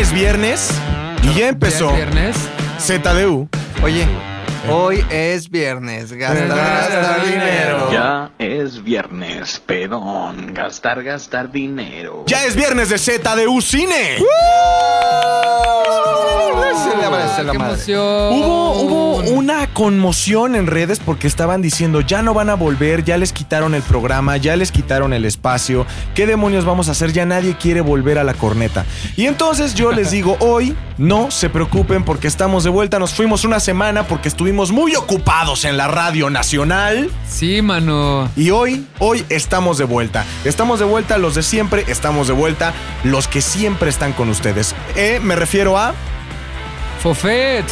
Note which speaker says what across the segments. Speaker 1: es viernes y ya empezó
Speaker 2: ¿Ya es viernes?
Speaker 1: ZDU.
Speaker 3: Oye,
Speaker 2: Eh.
Speaker 3: hoy es viernes. Gastar, gastar dinero.
Speaker 4: Ya es viernes, pedón. Gastar, gastar dinero.
Speaker 1: Ya es viernes de ZDU Cine.
Speaker 3: Se le aparece la
Speaker 2: ¡Qué
Speaker 3: madre.
Speaker 2: emoción!
Speaker 1: Hubo, hubo una conmoción en redes porque estaban diciendo ya no van a volver, ya les quitaron el programa, ya les quitaron el espacio, ¿qué demonios vamos a hacer? Ya nadie quiere volver a la corneta. Y entonces yo les digo hoy, no se preocupen porque estamos de vuelta, nos fuimos una semana porque estuvimos muy ocupados en la radio nacional.
Speaker 2: Sí, mano.
Speaker 1: Y hoy, hoy estamos de vuelta. Estamos de vuelta los de siempre, estamos de vuelta los que siempre están con ustedes. Eh, me refiero a...
Speaker 2: Fofet.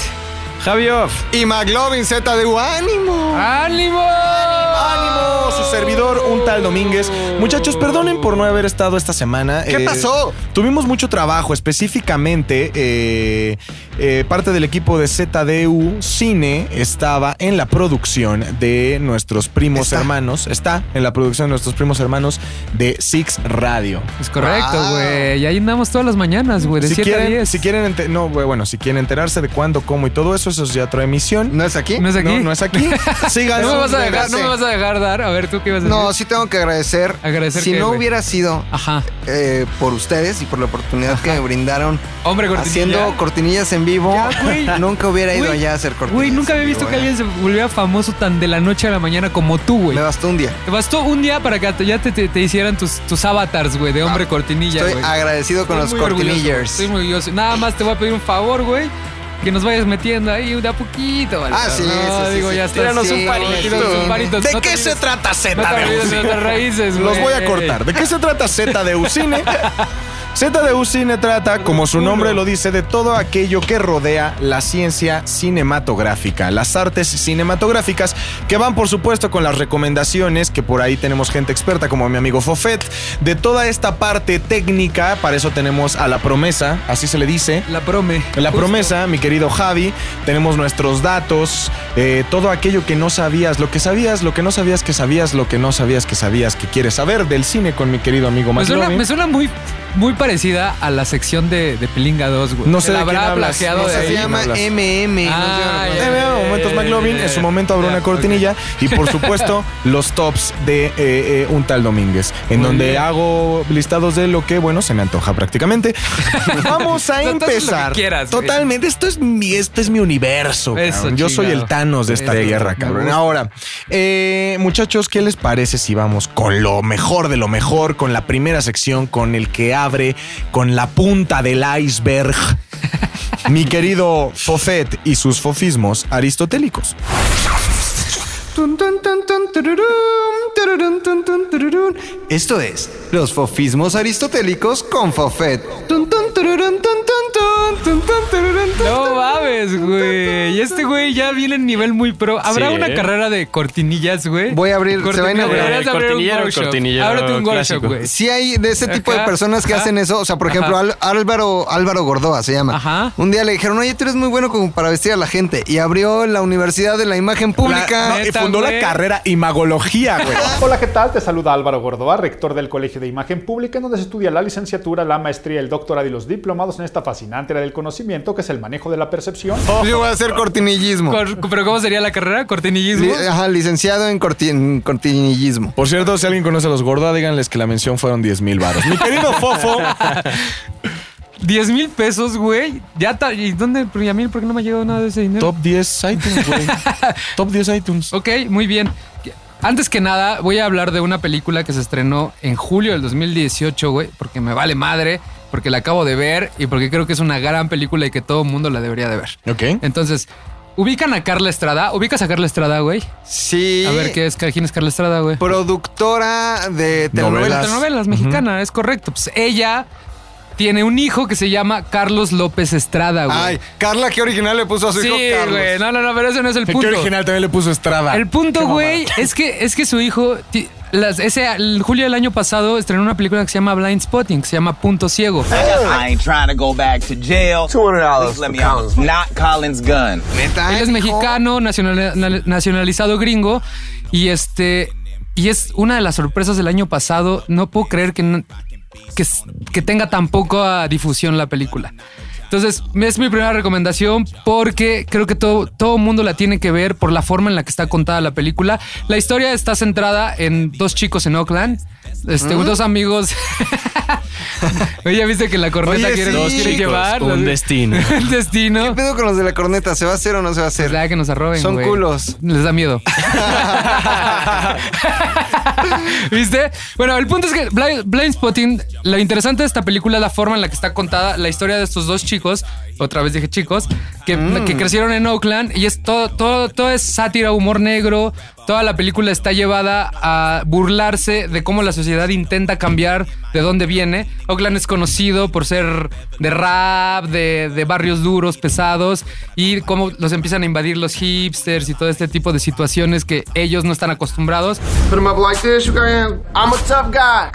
Speaker 1: Javioff.
Speaker 3: Y McLovin Z de ánimo.
Speaker 2: Ah, ¡Ánimo!
Speaker 1: ¡Ánimo! Su servidor, un tal Domínguez. Muchachos, perdonen por no haber estado esta semana.
Speaker 3: ¿Qué
Speaker 1: Eh,
Speaker 3: pasó?
Speaker 1: Tuvimos mucho trabajo, específicamente eh, eh, parte del equipo de ZDU Cine estaba en la producción de nuestros primos
Speaker 3: Está.
Speaker 1: hermanos, está en la producción de nuestros primos hermanos de Six Radio.
Speaker 2: Es correcto,
Speaker 3: Wow.
Speaker 2: güey. Y ahí andamos todas las mañanas, güey. Pues, De
Speaker 1: Ah. Si
Speaker 2: 7 a
Speaker 1: quieren,
Speaker 2: 10.
Speaker 1: si quieren, ente- no, bueno, si quieren enterarse de cuándo, cómo y todo eso, eso es ya otra emisión.
Speaker 3: ¿No es aquí?
Speaker 2: No es aquí.
Speaker 1: No, no es aquí. Sigan.
Speaker 2: No me vas a dejar,
Speaker 3: Gracias.
Speaker 2: no me vas a dejar dar. A ver, ¿tú qué ibas a decir?
Speaker 3: No, sí tengo que agradecer.
Speaker 2: Agradecer
Speaker 3: si
Speaker 2: qué,
Speaker 3: no
Speaker 2: güey.
Speaker 3: hubiera sido
Speaker 2: Ajá.
Speaker 3: eh, por ustedes y por la oportunidad que me brindaron
Speaker 2: Hombre, cortinilla.
Speaker 3: haciendo cortinillas en vivo,
Speaker 2: Ya, güey.
Speaker 3: nunca hubiera ido
Speaker 2: Güey,
Speaker 3: allá a hacer cortinillas.
Speaker 2: Güey, nunca había
Speaker 3: en
Speaker 2: visto
Speaker 3: vivo,
Speaker 2: que
Speaker 3: eh.
Speaker 2: alguien se volviera famoso tan de la noche a la mañana como tú, güey.
Speaker 3: Me bastó un día.
Speaker 2: Te bastó un día para que ya te, te- te hicieran tus, tus avatars, güey, de hombre cortinilla,
Speaker 3: Estoy
Speaker 2: güey.
Speaker 3: agradecido con
Speaker 2: Estoy
Speaker 3: los
Speaker 2: muy orgulloso,
Speaker 3: cortinillers.
Speaker 2: Estoy muy orgulloso. Nada más te voy a pedir un favor, güey. Que nos vayas metiendo ahí de a poquito, ¿vale?
Speaker 3: Ah, sí,
Speaker 2: No,
Speaker 3: sí, sí,
Speaker 2: digo,
Speaker 3: sí.
Speaker 2: ya está.
Speaker 3: Tíranos
Speaker 2: Sí,
Speaker 3: un parito.
Speaker 2: tíranos un parito.
Speaker 1: ¿De
Speaker 2: No te
Speaker 1: qué se
Speaker 2: olvides-
Speaker 1: trata
Speaker 2: No te
Speaker 1: ZDU?
Speaker 2: olvides de nuestras raíces, güey.
Speaker 1: Los voy a cortar. ¿De qué se trata ZDU Cine? ZDU Cine trata, como su nombre lo dice, de todo aquello que rodea la ciencia cinematográfica, las artes cinematográficas, que van por supuesto con las recomendaciones, que por ahí tenemos gente experta como mi amigo Fofet, de toda esta parte técnica, para eso tenemos a la promesa, así se le dice,
Speaker 2: La prome.
Speaker 1: la
Speaker 2: Justo.
Speaker 1: promesa, mi querido Javi, tenemos nuestros datos, eh, todo aquello que no sabías, lo que sabías, lo que no sabías que sabías, lo que no sabías que sabías que quieres saber del cine con mi querido amigo
Speaker 2: Me suena,
Speaker 1: McLovin.
Speaker 2: me suena muy, muy parecida a la sección de, de Pilinga 2, güey.
Speaker 1: No sé
Speaker 2: Se la
Speaker 1: de quién
Speaker 2: habrá
Speaker 1: hablas.
Speaker 2: plagiado
Speaker 1: No
Speaker 2: de
Speaker 1: sé
Speaker 3: Esa
Speaker 2: ahí.
Speaker 3: se
Speaker 1: ahí,
Speaker 3: llama
Speaker 1: me hablas.
Speaker 3: MM. no
Speaker 2: Ah, ya,
Speaker 3: sé, no sé.
Speaker 1: Eh, vea, momentos McLovin, en su momento habrá
Speaker 2: Ya,
Speaker 1: una
Speaker 2: ok.
Speaker 1: cortinilla y por supuesto los tops de eh, eh, un tal Domínguez, en
Speaker 2: Muy
Speaker 1: donde
Speaker 2: bien.
Speaker 1: hago listados de lo que, bueno, se me antoja prácticamente. Vamos a
Speaker 2: O sea, tú haces lo que
Speaker 1: empezar.
Speaker 2: quieras, güey.
Speaker 1: Totalmente, esto es mi, este es mi universo.
Speaker 2: Eso,
Speaker 1: cabrón. Yo soy
Speaker 2: chingado.
Speaker 1: el Thanos de esta
Speaker 2: Eso,
Speaker 1: tierra,
Speaker 2: me
Speaker 1: cabrón.
Speaker 2: gusta.
Speaker 1: Ahora, eh, muchachos, ¿qué les parece si vamos con lo mejor de lo mejor, con la primera sección, con el que abre, con la punta del iceberg? Mi querido Fofet y sus fofismos aristotélicos.
Speaker 3: Tun, tun, tun, tun, tururum, tururum, tun, tun, tururum. Esto es Los Fofismos Aristotélicos con Fofet. Tun, tun, tururum, tun, tun, tun, tun, tun, tururum, tun.
Speaker 2: No mames, güey. Y este güey ya viene en nivel muy pro. ¿Habrá
Speaker 5: Sí,
Speaker 2: una
Speaker 5: ¿eh?
Speaker 2: carrera de cortinillas, güey?
Speaker 3: Voy a abrir,
Speaker 2: Cortinilla-
Speaker 3: se va a inaugurar.
Speaker 2: Deberías abrir un
Speaker 5: Cortinillero,
Speaker 2: workshop.
Speaker 5: cortinillero
Speaker 2: Ábrete un workshop,
Speaker 5: clásico.
Speaker 2: güey.
Speaker 3: Si hay de ese tipo de
Speaker 2: Ajá,
Speaker 3: personas que
Speaker 2: ajá,
Speaker 3: hacen eso. O sea, por
Speaker 2: ajá.
Speaker 3: ejemplo, Al- Álvaro, Álvaro Gordoa se llama.
Speaker 2: Ajá.
Speaker 3: Un día le dijeron, oye, tú eres muy bueno como para vestir a la gente. Y abrió la Universidad de la Imagen Pública.
Speaker 1: La- no, y
Speaker 2: Neta,
Speaker 1: fundó la
Speaker 2: güey.
Speaker 1: carrera imagología, güey.
Speaker 6: Hola, ¿qué tal? Te saluda Álvaro Gordoa, rector del Colegio de Imagen Pública, en donde se estudia la licenciatura, la maestría, el doctorado y los diplomados en esta fascinante área del conocimiento que es el manejo de la percepción.
Speaker 3: Yo voy a hacer cortinillismo.
Speaker 2: Cor- ¿Pero cómo sería la carrera? ¿Cortinillismo?
Speaker 3: Li- eh, ah. ajá, licenciado en, corti- en cortinillismo.
Speaker 1: Por cierto, si alguien conoce a los gorda, díganles que la mención fueron 10 mil baros. Mi querido Fofo,
Speaker 2: 10 mil pesos, güey. Ya ta- ¿Y dónde? Pero, ¿y a mí por qué no me ha llegado nada de ese dinero?
Speaker 1: top 10 iTunes, güey. Top 10 iTunes.
Speaker 2: Ok, muy bien. Antes que nada, voy a hablar de una película que se estrenó en julio del 2018, güey, porque me vale madre, porque la acabo de ver y porque creo que es una gran película y que todo el mundo la debería de ver.
Speaker 1: Ok.
Speaker 2: Entonces, ubican a Carla Estrada. ¿Ubicas a Carla Estrada, güey?
Speaker 3: Sí.
Speaker 2: A ver, ¿qué es? ¿quién es Carla Estrada, güey?
Speaker 3: Productora de
Speaker 2: Novelas.
Speaker 3: telenovelas.
Speaker 2: telenovelas mexicana, es correcto. Pues ella tiene un hijo que se llama Carlos López Estrada, güey.
Speaker 3: Ay, Carla, qué original le puso a su
Speaker 2: sí,
Speaker 3: hijo Carlos.
Speaker 2: güey. No, no, no, pero ese no es el
Speaker 1: Qué
Speaker 2: punto.
Speaker 1: original también le puso Estrada.
Speaker 2: El punto, güey, es que, es que su hijo, ti- las- ese, el julio del año pasado estrenó una película que se llama Blind Spotting, que se llama Punto Ciego.
Speaker 7: I ain't trying to go back to jail. Two hundred dollars. Let me out. Not Colin's gun.
Speaker 3: Neta,
Speaker 2: Él es
Speaker 3: hijo.
Speaker 2: mexicano, nacional- na- nacionalizado gringo, y este, y es una de las sorpresas del año pasado. No puedo creer que no- que, s- que tenga tan poca difusión la película. Entonces, es mi primera recomendación porque creo que todo todo mundo la tiene que ver por la forma en la que está contada la película. La historia está centrada en dos chicos en Oakland, este, dos amigos. Oye, viste que la corneta
Speaker 3: Oye,
Speaker 2: quiere,
Speaker 3: sí.
Speaker 2: nos
Speaker 3: Dos
Speaker 2: quiere
Speaker 3: chicos,
Speaker 2: llevar.
Speaker 1: un
Speaker 2: ¿no?
Speaker 1: destino.
Speaker 2: El destino.
Speaker 3: ¿Qué pedo con los de la corneta? ¿Se va a hacer o no se va a hacer?
Speaker 2: Pues la que nos arroben.
Speaker 3: Son
Speaker 2: güey.
Speaker 3: culos.
Speaker 2: Les da miedo. ¿Viste? Bueno, el punto es que Blind, Blind Spotting, lo interesante de esta película es la forma en la que está contada la historia de estos dos chicos, otra vez dije chicos, que, que crecieron en Oakland y es todo, todo, todo es sátira, humor negro. Toda la película está llevada a burlarse de cómo la sociedad intenta cambiar de dónde viene. Oakland es conocido por ser de rap, de, de barrios duros, pesados, y cómo los empiezan a invadir los hipsters y todo este tipo de situaciones que ellos no están acostumbrados.
Speaker 5: Put him up like this, you can. I'm a tough guy.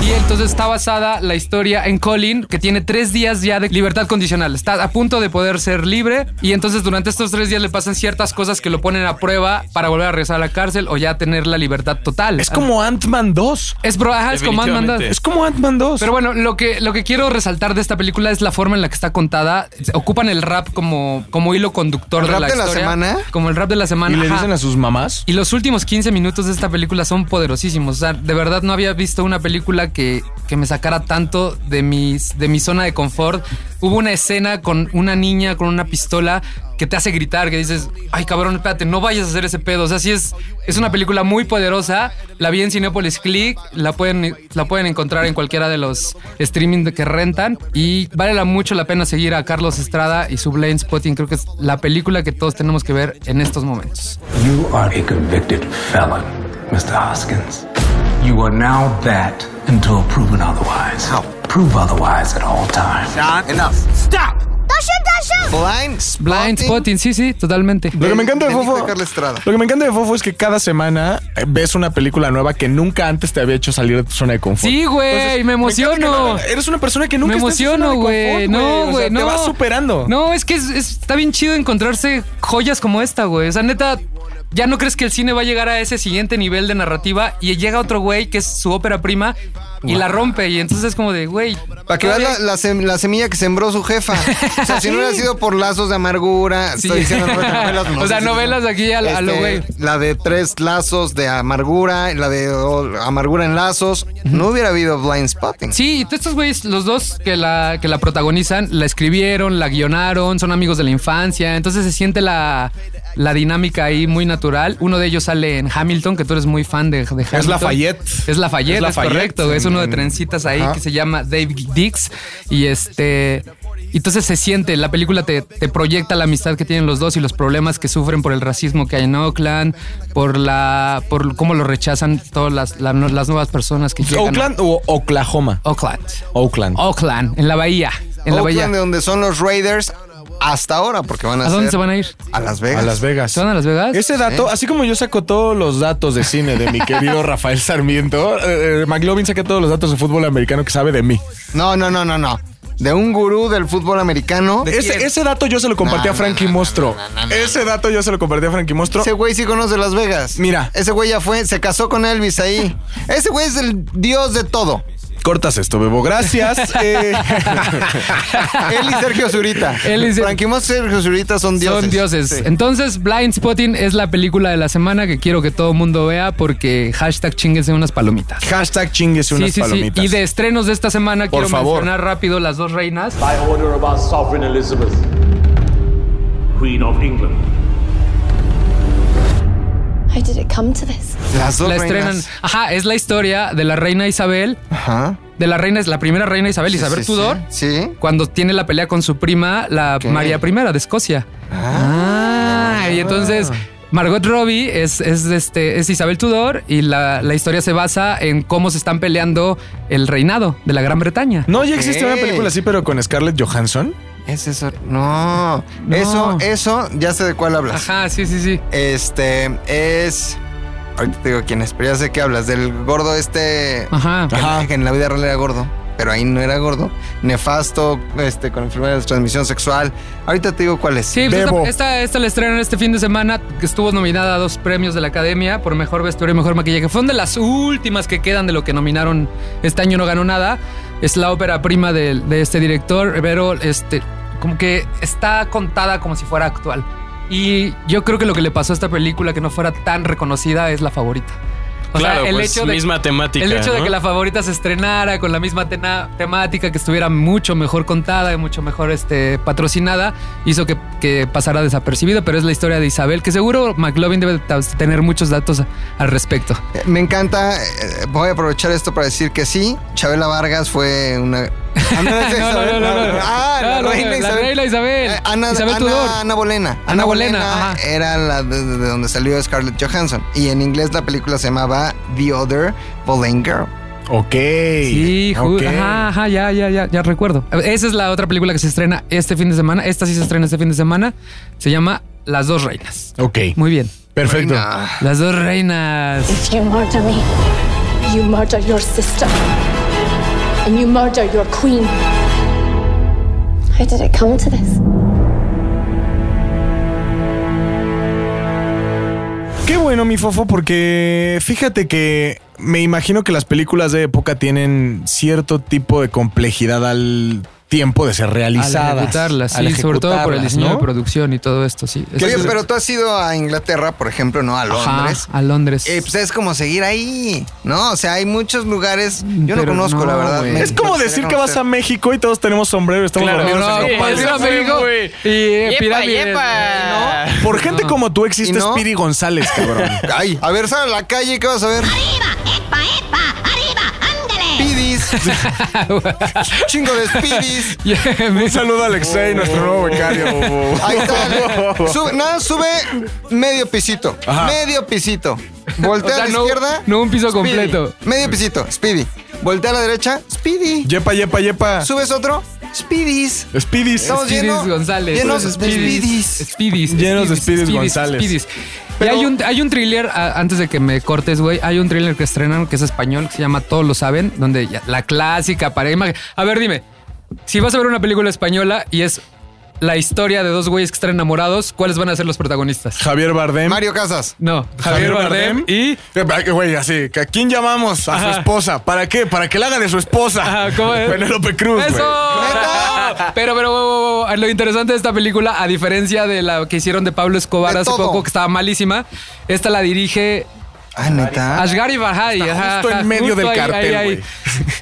Speaker 2: Y entonces está basada la historia en Colin, que tiene tres días ya de libertad condicional. Está a punto de poder ser libre. Y entonces durante estos tres días le pasan ciertas cosas que lo ponen a prueba para volver a regresar a la cárcel o ya tener la libertad total.
Speaker 1: Es como Ant-Man 2.
Speaker 2: Es, bro, ajá, es como Ant-Man
Speaker 8: Definitivamente.
Speaker 1: Es como Ant-Man 2.
Speaker 2: Pero bueno, lo que, lo que quiero resaltar de esta película es la forma en la que está contada. Ocupan el rap como, como hilo conductor
Speaker 3: ¿El
Speaker 2: de
Speaker 3: rap
Speaker 2: la
Speaker 3: de la
Speaker 2: historia.
Speaker 3: semana?
Speaker 2: Como el rap de la semana.
Speaker 1: y le
Speaker 2: ajá.
Speaker 1: dicen a sus mamás.
Speaker 2: Y los últimos 15 minutos de esta película son poderosísimos. O sea, de verdad no había visto una película que, que me sacara tanto de, mis, de mi zona de confort. Hubo una escena con una niña con una pistola que te hace gritar, que dices, ay cabrón, espérate, no vayas a hacer ese pedo. O sea, sí es, es una película muy poderosa. La vi en Cinepolis Click, la pueden, la pueden encontrar en cualquiera de los streaming que rentan. Y vale la- mucho la pena seguir a Carlos Estrada y su Blind Spotting. Creo que es la película que todos tenemos que ver en estos momentos.
Speaker 9: You are a convicted felon, Mr. Hoskins. You are now that until proven otherwise. How? Prove otherwise at all times.
Speaker 7: John, enough. Stop!
Speaker 3: Blind Spotting.
Speaker 2: Blind Spotting, sí, sí, totalmente.
Speaker 1: Lo que me encanta de
Speaker 3: Bendito
Speaker 1: Fofo.
Speaker 3: Carla Estrada.
Speaker 1: Lo que me encanta de Fofo es que cada semana eh, ves una película nueva que nunca antes te había hecho salir de tu zona de confort.
Speaker 2: Sí, güey, me
Speaker 1: encanta que
Speaker 2: emociono.
Speaker 1: la- Eres una persona que
Speaker 2: Me
Speaker 1: nunca está en su zona
Speaker 2: emociono,
Speaker 1: de
Speaker 2: güey.
Speaker 1: confort,
Speaker 2: No,
Speaker 1: O
Speaker 2: güey,
Speaker 1: sea,
Speaker 2: no.
Speaker 1: Te vas superando.
Speaker 2: No, es que es- es- está bien chido encontrarse joyas como esta, güey. O sea, neta, ya no crees que el cine va a llegar a ese siguiente nivel de narrativa y llega otro güey que es su ópera prima y la rompe. Y entonces es como de, güey.
Speaker 3: Para que veas
Speaker 2: todavía-
Speaker 3: la, la sem- la semilla que sembró su jefa. O sea, si no hubiera sido por lazos de amargura.
Speaker 2: Sí.
Speaker 3: Estoy diciendo novelas, no
Speaker 2: O sea,
Speaker 3: sé si-
Speaker 2: novelas aquí a- a lo güey.
Speaker 3: La de tres lazos de amargura, la de oh, amargura en lazos. No hubiera habido blind spotting.
Speaker 2: Sí, y todos estos güeyes, los dos que la, que la protagonizan, la escribieron, la guionaron, son amigos de la infancia, entonces se siente la, la dinámica ahí muy natural. Uno de ellos sale en Hamilton, que tú eres muy fan de, de Hamilton.
Speaker 1: Lafayette.
Speaker 2: Es Lafayette,
Speaker 1: Es
Speaker 2: es,
Speaker 1: Lafayette.
Speaker 2: correcto. güey. Es uno de trencitas ahí que se llama Dave Dix. Y este... y Entonces se siente, la película te, te proyecta la amistad que tienen los dos y los problemas que sufren por el racismo que hay en Oakland, por la por cómo lo rechazan todas las, la- las nuevas personas que llegan. a-
Speaker 1: ¿Oakland o Oklahoma?
Speaker 2: Oakland.
Speaker 1: Oakland.
Speaker 2: Oakland, en la bahía. En la bahía.
Speaker 3: Oakland, de donde son los Raiders hasta ahora, porque van a
Speaker 2: ¿A dónde
Speaker 3: ser-
Speaker 2: se van a ir?
Speaker 3: A Las Vegas.
Speaker 1: A Las Vegas.
Speaker 2: ¿Se van a Las Vegas?
Speaker 1: Ese dato, así como yo saco todos los datos de cine de mi querido Rafael Sarmiento, eh, eh, McLovin saca todos los datos de fútbol americano que sabe de mí.
Speaker 3: No, no, no, no, no. De un gurú del fútbol americano.
Speaker 1: Ese, ese dato yo se lo compartí a Frankie Mostro. Ese dato yo se lo compartí a Frankie Mostro.
Speaker 3: Ese güey sí conoce Las Vegas.
Speaker 1: Mira.
Speaker 3: Ese güey ya fue, se casó con Elvis ahí. Ese güey es el dios de todo.
Speaker 1: Cortas esto, Bebo. Gracias. Eh,
Speaker 3: Él y Sergio Zurita.
Speaker 2: Él y Ser-
Speaker 3: Frankie Mostro y Sergio Zurita son dioses.
Speaker 2: Son dioses.
Speaker 3: Sí.
Speaker 2: Entonces, Blind Spotting es la película de la semana que quiero que todo mundo vea porque hashtag chinguense unas palomitas.
Speaker 1: hashtag chingues unas palomitas.
Speaker 2: Y de estrenos de esta semana
Speaker 1: Por
Speaker 2: quiero
Speaker 1: favor.
Speaker 2: mencionar rápido Las dos reinas.
Speaker 10: By order of our sovereign Elizabeth, Queen of England.
Speaker 11: How did it come to this?
Speaker 3: Las dos
Speaker 2: La
Speaker 3: reinas.
Speaker 2: estrenan. Ajá, es la historia de la reina Isabel.
Speaker 3: Ajá.
Speaker 2: De la reina, es la primera reina Isabel, Isabel
Speaker 3: Sí, sí,
Speaker 2: Tudor.
Speaker 3: Sí. Sí.
Speaker 2: cuando tiene la pelea con su prima, la María I de Escocia. Ah, y entonces Margot Robbie es, es, este, es Isabel Tudor y la, la historia se basa en cómo se están peleando el reinado de la Gran Bretaña.
Speaker 1: No, ya existe una
Speaker 3: Ok.
Speaker 1: película así, pero con Scarlett Johansson.
Speaker 3: Es eso. No. Eso, eso, ya sé de cuál hablas.
Speaker 2: Ajá, sí, sí, sí.
Speaker 3: Este es. Ahorita te digo quién es, pero ya sé qué hablas. Del gordo este.
Speaker 2: Ajá.
Speaker 3: Que, que en la vida real era gordo. pero ahí no era gordo. Nefasto, este, con enfermedades de transmisión sexual. Ahorita te digo cuál es.
Speaker 2: Sí, pues esta, esta, esta la estrenan este fin de semana, que estuvo nominada a dos premios de la Academia por Mejor Vestuario y Mejor Maquillaje. Fue una de las últimas que quedan de lo que nominaron. Este año no ganó nada. Es la ópera prima de, de este director, pero este, como que está contada como si fuera actual. Y yo creo que lo que le pasó a esta película, que no fuera tan reconocida, es la favorita. O sea,
Speaker 8: Claro, pues, misma temática,
Speaker 2: El hecho de
Speaker 8: ¿no?
Speaker 2: que la favorita se estrenara con la misma tena- temática, que estuviera mucho mejor contada y mucho mejor este, patrocinada, hizo que, que pasara desapercibido, pero es la historia de Isabel, que seguro McLovin debe ta- tener muchos datos al respecto.
Speaker 3: Eh, Me encanta, eh, voy a aprovechar esto para decir que sí, Chabela Vargas fue una... Ah, no,
Speaker 2: No,
Speaker 3: es
Speaker 2: no,
Speaker 3: Isabel,
Speaker 2: no, no, no.
Speaker 3: Ah, la
Speaker 2: No, no,
Speaker 3: reina
Speaker 2: la
Speaker 3: Isabel.
Speaker 2: reina Isabel.
Speaker 3: Eh, Ana,
Speaker 2: Isabel
Speaker 3: Ana-
Speaker 2: Tudor.
Speaker 3: Ana Bolena.
Speaker 2: Ana Bolena, ajá.
Speaker 3: era la de, de donde salió Scarlett Johansson. Y en inglés la película se llamaba The Other Boleyn Girl.
Speaker 1: Ok.
Speaker 2: Sí, ju-
Speaker 3: ok.
Speaker 2: ajá, ajá, ya, ya, ya, ya recuerdo. A ver, Esa es la otra película que se estrena este fin de semana. Esta sí se estrena este fin de semana. Se llama Las dos reinas.
Speaker 1: Ok.
Speaker 2: Muy bien.
Speaker 1: Perfecto.
Speaker 2: Las dos reinas.
Speaker 11: If you murder me, you murder your sister. And you murder your queen. How did it come to this?
Speaker 1: Qué bueno, mi fofo, porque fíjate que me imagino que las películas de época tienen cierto tipo de complejidad al tiempo de ser realizadas.
Speaker 2: Al ejecutarlas, sí,
Speaker 1: al
Speaker 2: sobre todo por el
Speaker 1: ejecutarlas,
Speaker 2: diseño
Speaker 1: ¿no?
Speaker 2: de producción y todo esto, sí. Es-
Speaker 3: Oye,
Speaker 2: es-
Speaker 3: pero tú has ido a Inglaterra, por ejemplo, ¿no? A
Speaker 2: Ajá,
Speaker 3: Londres.
Speaker 2: a Londres.
Speaker 3: Eh, pues es como seguir ahí, ¿no? O sea, hay muchos lugares. Yo no
Speaker 2: Pero
Speaker 3: conozco,
Speaker 2: no,
Speaker 3: la verdad.
Speaker 2: güey.
Speaker 3: Me-
Speaker 1: Es como
Speaker 3: me
Speaker 1: decir
Speaker 3: gustaría
Speaker 1: que vas
Speaker 3: conocer.
Speaker 1: a México y todos tenemos sombrero, estamos
Speaker 2: Claro,
Speaker 1: dormidos
Speaker 2: no,
Speaker 1: en
Speaker 2: sí,
Speaker 1: nopales.
Speaker 2: es una México y eh, pirámides, ¿no?
Speaker 1: Por gente como tú
Speaker 3: ¿Y
Speaker 1: existe
Speaker 3: no?
Speaker 1: Speedy González, cabrón.
Speaker 3: Ay, a ver, sal a la calle, ¿qué vas a ver? Pidis. Chingo de Pidis.
Speaker 1: Un saludo a Alexei, nuestro nuevo becario.
Speaker 2: Oh,
Speaker 3: Ahí está. Sube, nada, sube medio pisito.
Speaker 1: Ajá.
Speaker 3: Medio pisito. Voltea
Speaker 2: O sea,
Speaker 3: a la
Speaker 2: no-
Speaker 3: izquierda.
Speaker 2: no un piso
Speaker 3: Speedy.
Speaker 2: completo.
Speaker 3: Medio pisito, Speedy. Voltea a la derecha, Speedy.
Speaker 1: Yepa, yepa, yepa.
Speaker 3: Subes otro, Speedys.
Speaker 1: Speedys.
Speaker 3: Estamos
Speaker 2: Speedys
Speaker 3: lleno-
Speaker 2: González.
Speaker 3: llenos de
Speaker 2: Speedys.
Speaker 3: Speedys.
Speaker 2: Speedys,
Speaker 1: Llenos de Speedys González.
Speaker 2: Speedys.
Speaker 1: Pero-
Speaker 2: y hay un, hay un thriller, a- antes de que me cortes, güey, hay un thriller que estrenaron que es español, que se llama Todos lo saben, donde ya- la clásica para imagen. A ver, dime, si vas a ver una película española y es la historia de dos güeyes que están enamorados, ¿cuáles van a ser los protagonistas?
Speaker 1: Javier Bardem.
Speaker 3: Mario Casas.
Speaker 2: No, Javier, Bardem, y.
Speaker 1: y. Güey, así. ¿A quién llamamos? A su
Speaker 2: Ajá.
Speaker 1: esposa. ¿Para qué? Para que la haga de su esposa.
Speaker 2: Ajá, ¿cómo es?
Speaker 1: Penélope Cruz.
Speaker 2: ¡Eso!
Speaker 1: güey.
Speaker 2: Pero, pero, wow, wow, wow, lo interesante de esta película, a diferencia de la que hicieron de Pablo Escobar
Speaker 3: De
Speaker 2: hace
Speaker 3: todo.
Speaker 2: poco, que estaba malísima, esta la dirige
Speaker 3: Ah, neta.
Speaker 2: Ashgari Barhadi. ajá,
Speaker 1: justo en
Speaker 2: ajá,
Speaker 1: medio
Speaker 2: justo
Speaker 1: del cartel,
Speaker 2: ahí.
Speaker 1: güey.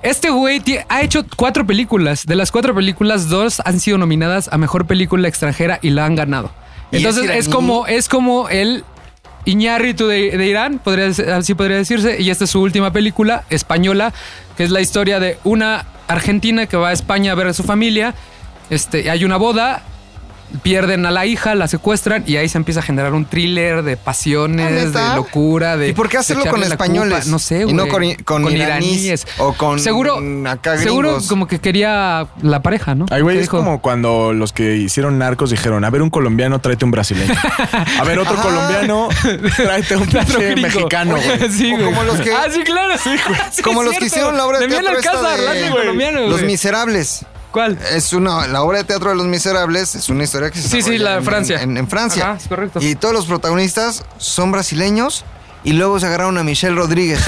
Speaker 2: Este güey ti- ha hecho cuatro películas. De las cuatro películas, dos han sido nominadas a Mejor Película Extranjera y la han ganado.
Speaker 3: ¿Y
Speaker 2: Entonces
Speaker 3: es
Speaker 2: es,
Speaker 3: iraní?
Speaker 2: como, es como el Iñárritu de, de Irán, podría, ser- así podría decirse. Y esta es su última película española, que es la historia de una argentina que va a España a ver a su familia. Este, hay una boda, pierden a la hija, la secuestran y ahí se empieza a generar un thriller de
Speaker 3: ¿Ah,
Speaker 2: pasiones,
Speaker 3: neta?
Speaker 2: de locura, de
Speaker 3: ¿Y por qué hacerlo
Speaker 2: echarle
Speaker 3: con
Speaker 2: la
Speaker 3: españoles?
Speaker 2: culpa? No sé,
Speaker 3: Y
Speaker 2: güey.
Speaker 3: no con- con iraníes o con
Speaker 2: seguro,
Speaker 3: acá
Speaker 2: seguro
Speaker 3: gringos.
Speaker 2: como que quería la pareja, ¿no?
Speaker 1: Ay, güey,
Speaker 2: Que
Speaker 1: es
Speaker 2: dijo,
Speaker 1: como cuando los que hicieron narcos dijeron: A ver, un colombiano, tráete un brasileño. A ver, otro
Speaker 3: Ajá.
Speaker 1: colombiano, tráete un
Speaker 2: "Teatro
Speaker 1: pinche
Speaker 2: gringo".
Speaker 1: mexicano.
Speaker 2: Oye,
Speaker 1: güey.
Speaker 2: sí,
Speaker 3: O
Speaker 2: güey.
Speaker 3: como los que-
Speaker 2: Ah, sí, claro. Sí,
Speaker 3: Como
Speaker 2: es
Speaker 3: los que
Speaker 2: cierto.
Speaker 3: hicieron la obra de
Speaker 2: Damián
Speaker 3: teatro esta
Speaker 2: Alcázar,
Speaker 3: de-
Speaker 2: Latin colombiano,
Speaker 3: Los
Speaker 2: güey.
Speaker 3: Miserables.
Speaker 2: ¿Cuál?
Speaker 3: Es una, la obra de teatro de Los Miserables es una historia que se
Speaker 2: Sí, sí,
Speaker 3: desarrolla
Speaker 2: la de
Speaker 3: en-
Speaker 2: Francia.
Speaker 3: En, en Francia.
Speaker 2: Ajá, es correcto.
Speaker 3: Y todos los protagonistas son brasileños y luego se agarraron a Michelle Rodríguez.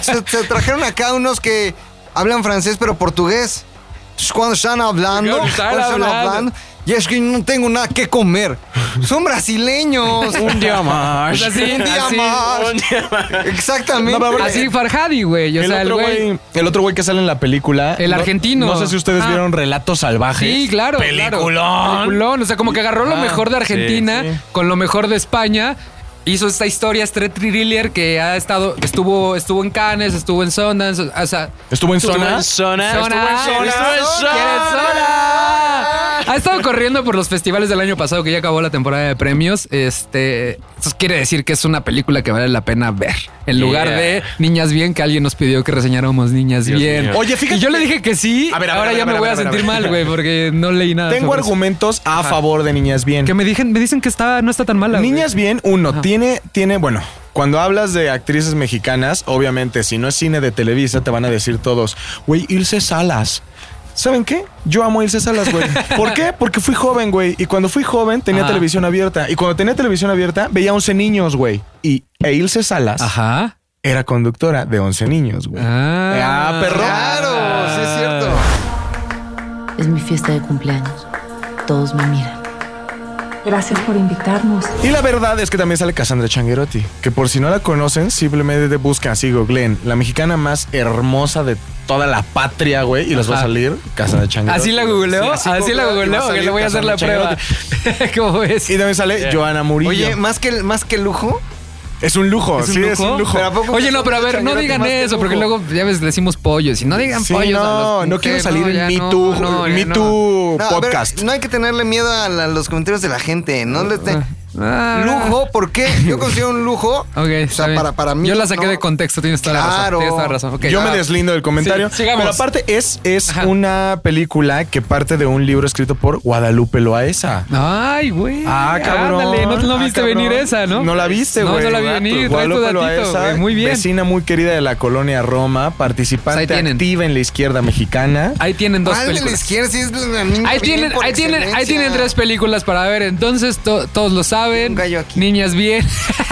Speaker 3: se, se trajeron acá unos que hablan francés pero portugués. Entonces, Cuando están hablando,
Speaker 2: Cuando están
Speaker 3: cuando están
Speaker 2: hablando.
Speaker 3: hablando, y es que no tengo nada que comer. Son brasileños.
Speaker 1: Un día más.
Speaker 2: Pues así,
Speaker 3: Un día
Speaker 2: así,
Speaker 3: más. Exactamente.
Speaker 1: No, pero-
Speaker 2: así Farhadi, güey. O
Speaker 1: el,
Speaker 2: sea, el
Speaker 1: otro
Speaker 2: güey.
Speaker 1: güey, el otro güey que sale en la película.
Speaker 2: El
Speaker 1: no-
Speaker 2: argentino.
Speaker 1: No sé si ustedes
Speaker 2: Ah.
Speaker 1: vieron Relatos Salvajes.
Speaker 2: Sí, claro. claro.
Speaker 1: Peliculón. Ah,
Speaker 2: Peliculón. O sea, como que agarró lo mejor de Argentina
Speaker 1: sí, sí.
Speaker 2: con lo mejor de España. Hizo esta historia, este thriller que ha estado, estuvo, estuvo en Cannes, estuvo en Sundance, o sea,
Speaker 1: Estuvo en zona.
Speaker 8: Zona, zona,
Speaker 2: Zona,
Speaker 8: estuvo en zona.
Speaker 2: ¿Quieres zona? Ha estado corriendo por los festivales del año pasado que ya acabó la temporada de premios. Este, eso quiere decir que es una película que vale la pena ver. En lugar
Speaker 8: Yeah.
Speaker 2: de Niñas Bien, que alguien nos pidió que reseñáramos Niñas
Speaker 8: Dios
Speaker 2: Bien.
Speaker 8: mío.
Speaker 1: Oye, fíjate
Speaker 2: Y yo
Speaker 1: que-
Speaker 2: le dije que sí.
Speaker 1: A ver, a ver,
Speaker 2: ahora
Speaker 1: a ver,
Speaker 2: ya
Speaker 1: a ver,
Speaker 2: me voy
Speaker 1: a
Speaker 2: a,
Speaker 1: ver, a ver.
Speaker 2: sentir mal, güey, porque no leí nada.
Speaker 1: Tengo
Speaker 2: sobre eso.
Speaker 1: argumentos a favor de Niñas Bien.
Speaker 2: Que me dijen, me dicen que está, no está tan mala. güey.
Speaker 1: Niñas Bien, uno,
Speaker 2: Ajá.
Speaker 1: tiene, tiene, bueno, Cuando hablas de actrices mexicanas, obviamente, si no es cine de Televisa, te van a decir todos, güey, Ilse Salas. ¿Saben qué? Yo amo a Ilse Salas, güey. ¿Por qué? Porque fui joven, güey. Y cuando fui joven tenía
Speaker 2: Ajá.
Speaker 1: televisión abierta. Y cuando tenía televisión abierta veía 11 niños, güey. Y e Ilse Salas era conductora de 11 niños, güey. Ah, perro.
Speaker 3: Claro, sí es cierto.
Speaker 12: Es mi fiesta de cumpleaños. Todos me miran.
Speaker 11: Gracias por invitarnos.
Speaker 1: Y la verdad es que también sale Cassandra Changuerotti, que por si no la conocen, simplemente buscan así Glenn, la mexicana más hermosa de toda la patria, güey, y les va a
Speaker 2: Ajá.
Speaker 1: salir Cassandra Changuerotti.
Speaker 2: Así la googleo,
Speaker 1: Sí,
Speaker 2: así la
Speaker 1: y va
Speaker 2: googleo, que
Speaker 1: salir
Speaker 2: le voy a hacer la
Speaker 1: Cassandra
Speaker 2: prueba. ¿Cómo ves?
Speaker 1: Y también sale Joana Murillo.
Speaker 3: Oye, más que, más que lujo,
Speaker 1: Es un lujo,
Speaker 2: ¿Es un
Speaker 1: sí,
Speaker 2: lujo?
Speaker 1: es un lujo.
Speaker 3: Pero ¿a poco
Speaker 2: Oye,
Speaker 3: que
Speaker 2: no,
Speaker 3: son
Speaker 2: pero a ver, no
Speaker 3: changuerote
Speaker 2: digan
Speaker 3: más que
Speaker 2: eso, porque
Speaker 3: lujo?
Speaker 2: luego ya ves, decimos pollos. Y no digan
Speaker 1: este Sí,
Speaker 2: pollos. a
Speaker 1: no,
Speaker 2: las
Speaker 1: no quiero
Speaker 2: mujeres,
Speaker 1: salir en
Speaker 2: ya
Speaker 1: Me
Speaker 2: no,
Speaker 1: Too,
Speaker 2: no, ya
Speaker 1: Me
Speaker 2: no.
Speaker 1: Too
Speaker 3: No, a ver,
Speaker 1: podcast.
Speaker 3: no hay que tenerle miedo a, la- los comentarios de la gente. No le te-
Speaker 2: Ah.
Speaker 3: Lujo, ¿por qué? Yo considero un lujo.
Speaker 2: Ok,
Speaker 3: o sea, para, para mí.
Speaker 2: Yo la saqué
Speaker 3: no.
Speaker 2: de contexto, tienes toda la razón.
Speaker 3: Claro.
Speaker 2: Tienes toda la razón. Ok, ah.
Speaker 1: Yo
Speaker 2: va.
Speaker 1: me deslindo del comentario.
Speaker 2: Sí, sigamos.
Speaker 1: Pero aparte es, es una película que parte de un libro escrito por Guadalupe Loaesa.
Speaker 2: Ay, güey.
Speaker 1: Ah, cabrón.
Speaker 2: Ándale, no, no
Speaker 1: Ah,
Speaker 2: viste
Speaker 1: cabrón.
Speaker 2: venir esa, ¿no?
Speaker 1: No la viste,
Speaker 2: No,
Speaker 1: güey. Ah, pues,
Speaker 2: no la vi venir, trae tu
Speaker 1: Guadalupe
Speaker 2: datito,
Speaker 1: Loaesa,
Speaker 2: güey, muy bien.
Speaker 1: Vecina muy querida de la colonia Roma,
Speaker 3: Pues
Speaker 2: Ahí
Speaker 1: participante
Speaker 2: tienen.
Speaker 1: activa en la izquierda mexicana.
Speaker 2: Ahí tienen dos
Speaker 3: ¿Cuál de la
Speaker 2: películas.
Speaker 3: izquierda? Sí, es la niña
Speaker 2: Ahí
Speaker 3: bien
Speaker 2: tienen,
Speaker 3: por
Speaker 2: ahí tienen, ahí
Speaker 3: excelencia.
Speaker 2: tienen tres películas para ver. Entonces, to- todos lo saben.
Speaker 3: Un gallo aquí.
Speaker 2: Niñas bien.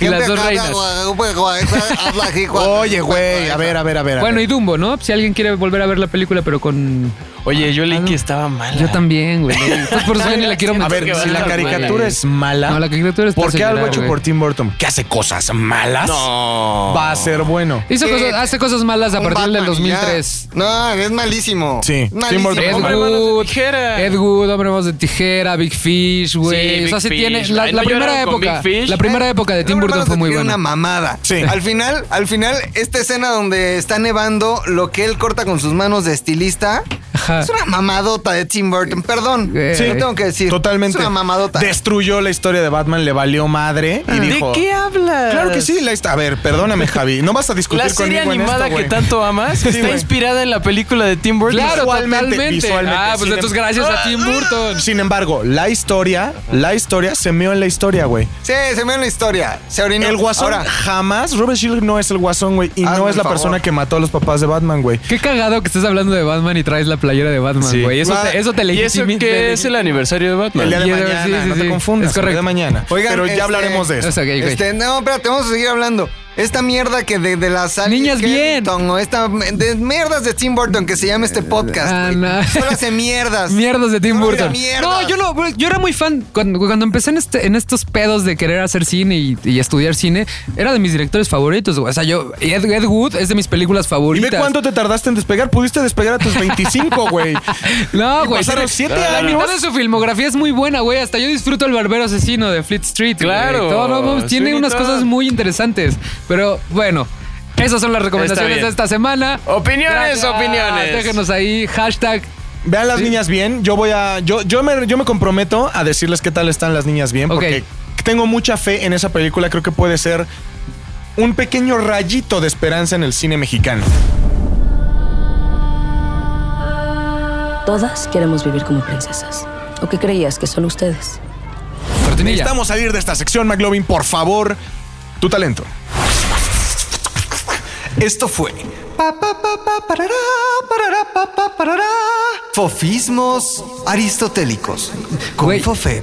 Speaker 2: y las
Speaker 3: Gente
Speaker 2: dos
Speaker 3: acá,
Speaker 2: reinas.
Speaker 3: Guadalupe, Guadalupe, hazla aquí, Guadalupe.
Speaker 1: Oye, güey, a ver, a ver, a ver. a
Speaker 2: Bueno,
Speaker 1: ver.
Speaker 2: y Dumbo, ¿no? Si alguien quiere volver a ver la película, pero con.
Speaker 8: Oye, yo leí que estaba ¿eh? mala.
Speaker 2: Yo también, güey. Entonces, por eso yo ni la quiero
Speaker 1: a
Speaker 2: meter.
Speaker 1: ver,
Speaker 8: que
Speaker 1: si
Speaker 8: van
Speaker 1: la
Speaker 8: a-
Speaker 1: caricatura
Speaker 8: güey.
Speaker 1: es mala,
Speaker 2: No, la caricatura está
Speaker 1: ¿por qué algo
Speaker 2: señora,
Speaker 1: hecho
Speaker 2: güey.
Speaker 1: por Tim Burton que hace cosas malas
Speaker 8: No.
Speaker 1: va a ser bueno?
Speaker 2: Hizo
Speaker 3: ¿Qué?
Speaker 2: cosas, hace cosas malas a
Speaker 3: Un
Speaker 2: partir del
Speaker 3: Batman,
Speaker 2: 2003.
Speaker 3: ya. No, es malísimo.
Speaker 1: Sí, Tim
Speaker 3: Malísimo.
Speaker 2: Ed
Speaker 1: Burton.
Speaker 3: Hombre,
Speaker 1: Hombre,
Speaker 2: Wood,
Speaker 8: tijera.
Speaker 2: Ed Wood, Hombre Manos de Tijera, Big Fish, güey.
Speaker 8: Sí,
Speaker 2: o sea,
Speaker 8: Big
Speaker 2: sí
Speaker 8: Fish.
Speaker 2: tiene. La,
Speaker 8: Ay,
Speaker 2: la
Speaker 8: ¿no
Speaker 2: primera
Speaker 8: lloraron con
Speaker 2: época.
Speaker 8: Big Fish?
Speaker 2: La primera época de Tim
Speaker 3: Hombre,
Speaker 2: Burton fue muy
Speaker 3: Eh, tiene
Speaker 2: buena.
Speaker 3: una mamada.
Speaker 1: Sí.
Speaker 3: Al final, al final, esta escena donde está nevando, lo que él corta con sus manos de estilista,
Speaker 2: Ajá.
Speaker 3: es una mamadota de Tim Burton. Perdón,
Speaker 2: Sí.
Speaker 3: lo tengo que decir.
Speaker 1: Totalmente.
Speaker 3: Es una mamadota.
Speaker 1: Destruyó la historia de Batman, le valió madre y dijo.
Speaker 8: hablas?
Speaker 1: Claro que sí, la hist- A ver, perdóname, Javi. No vas a discutir
Speaker 8: La serie
Speaker 1: conmigo en
Speaker 8: animada
Speaker 1: esto,
Speaker 8: que
Speaker 1: güey.
Speaker 8: tanto amas está
Speaker 1: güey.
Speaker 8: inspirada en la película de Tim Burton.
Speaker 2: Claro,
Speaker 1: visualmente,
Speaker 2: totalmente.
Speaker 1: visualmente,
Speaker 2: ah, pues
Speaker 1: sin
Speaker 2: entonces
Speaker 1: em-
Speaker 2: gracias a Tim Burton.
Speaker 1: Sin embargo, la historia, la historia se meó en la historia, güey.
Speaker 3: Sí, se me dio la historia. Se orinó.
Speaker 1: El guasón
Speaker 3: Ahora,
Speaker 1: jamás, Robert Shield no es el guasón, güey. Y
Speaker 3: Hazme
Speaker 1: no es
Speaker 3: el
Speaker 1: la
Speaker 3: favor.
Speaker 1: persona que mató a los papás de Batman, güey.
Speaker 2: Qué cagado que estés hablando de Batman y traes la playera de Batman,
Speaker 1: Sí.
Speaker 2: güey. Eso,
Speaker 1: Ah,
Speaker 2: te, eso te
Speaker 8: ¿Y eso
Speaker 2: legitimi- te
Speaker 8: qué es el aniversario de Batman?
Speaker 1: El día de
Speaker 2: Y el-
Speaker 1: mañana,
Speaker 2: sí, sí,
Speaker 1: no
Speaker 2: sí.
Speaker 1: te confundas.
Speaker 2: Es
Speaker 1: el día
Speaker 2: correcto.
Speaker 1: de mañana.
Speaker 3: Oigan,
Speaker 1: Pero
Speaker 3: este-
Speaker 1: ya hablaremos de
Speaker 2: legitimi-
Speaker 1: esto.
Speaker 2: Es ok, güey.
Speaker 3: este, no, espérate, vamos a seguir hablando. Esta mierda que de, de las Alice
Speaker 2: Niñas bien.
Speaker 3: Hamilton, o esta de mierdas de Tim Burton que se llama este podcast.
Speaker 2: Ah,
Speaker 3: güey.
Speaker 2: no.
Speaker 3: Solo hace mierdas.
Speaker 2: Mierdas de Tim
Speaker 3: Solo
Speaker 2: Burton.
Speaker 3: hace mierdas.
Speaker 2: No, yo no, güey, yo era muy fan. Cuando, cuando empecé en, este- en estos pedos de querer hacer cine y, y estudiar cine, era de mis directores favoritos. güey. O sea, yo, Ed, Ed Wood es de mis películas
Speaker 1: Y ve
Speaker 2: favoritas.
Speaker 1: cuánto te tardaste en despegar. Pudiste despegar a tus 25, güey.
Speaker 2: No,
Speaker 1: Y
Speaker 2: güey.
Speaker 1: pasaron
Speaker 2: tiene-
Speaker 1: siete
Speaker 2: La
Speaker 1: años.
Speaker 2: mitad de su filmografía es muy buena, güey. Hasta yo disfruto El Barbero Asesino de Fleet Street. güey.
Speaker 8: Claro,
Speaker 2: Todo, no, mames,
Speaker 8: es
Speaker 2: tiene
Speaker 8: un
Speaker 2: unas
Speaker 8: hito.
Speaker 2: cosas muy interesantes. Pero bueno. Esas son las recomendaciones
Speaker 8: bien.
Speaker 2: de esta semana.
Speaker 8: Opiniones, opiniones.
Speaker 2: Déjenos ahí. Hashtag.
Speaker 1: Vean las niñas bien. Yo voy a. Yo, yo, me, yo me comprometo a decirles qué tal están las niñas bien.
Speaker 2: Ok.
Speaker 1: Porque tengo mucha fe en esa película. Creo que puede ser un pequeño rayito de esperanza en el cine mexicano.
Speaker 12: Todas queremos vivir como princesas. ¿O qué creías que solo ustedes?
Speaker 2: Cortinilla.
Speaker 1: Necesitamos salir de esta sección, McLovin, por favor. Tu talento.
Speaker 3: Esto fue. pa, pa, pa, pa, parará, parará, pa, pa, parará. Fofismos aristotélicos. Con
Speaker 2: Güey.
Speaker 3: Fofet.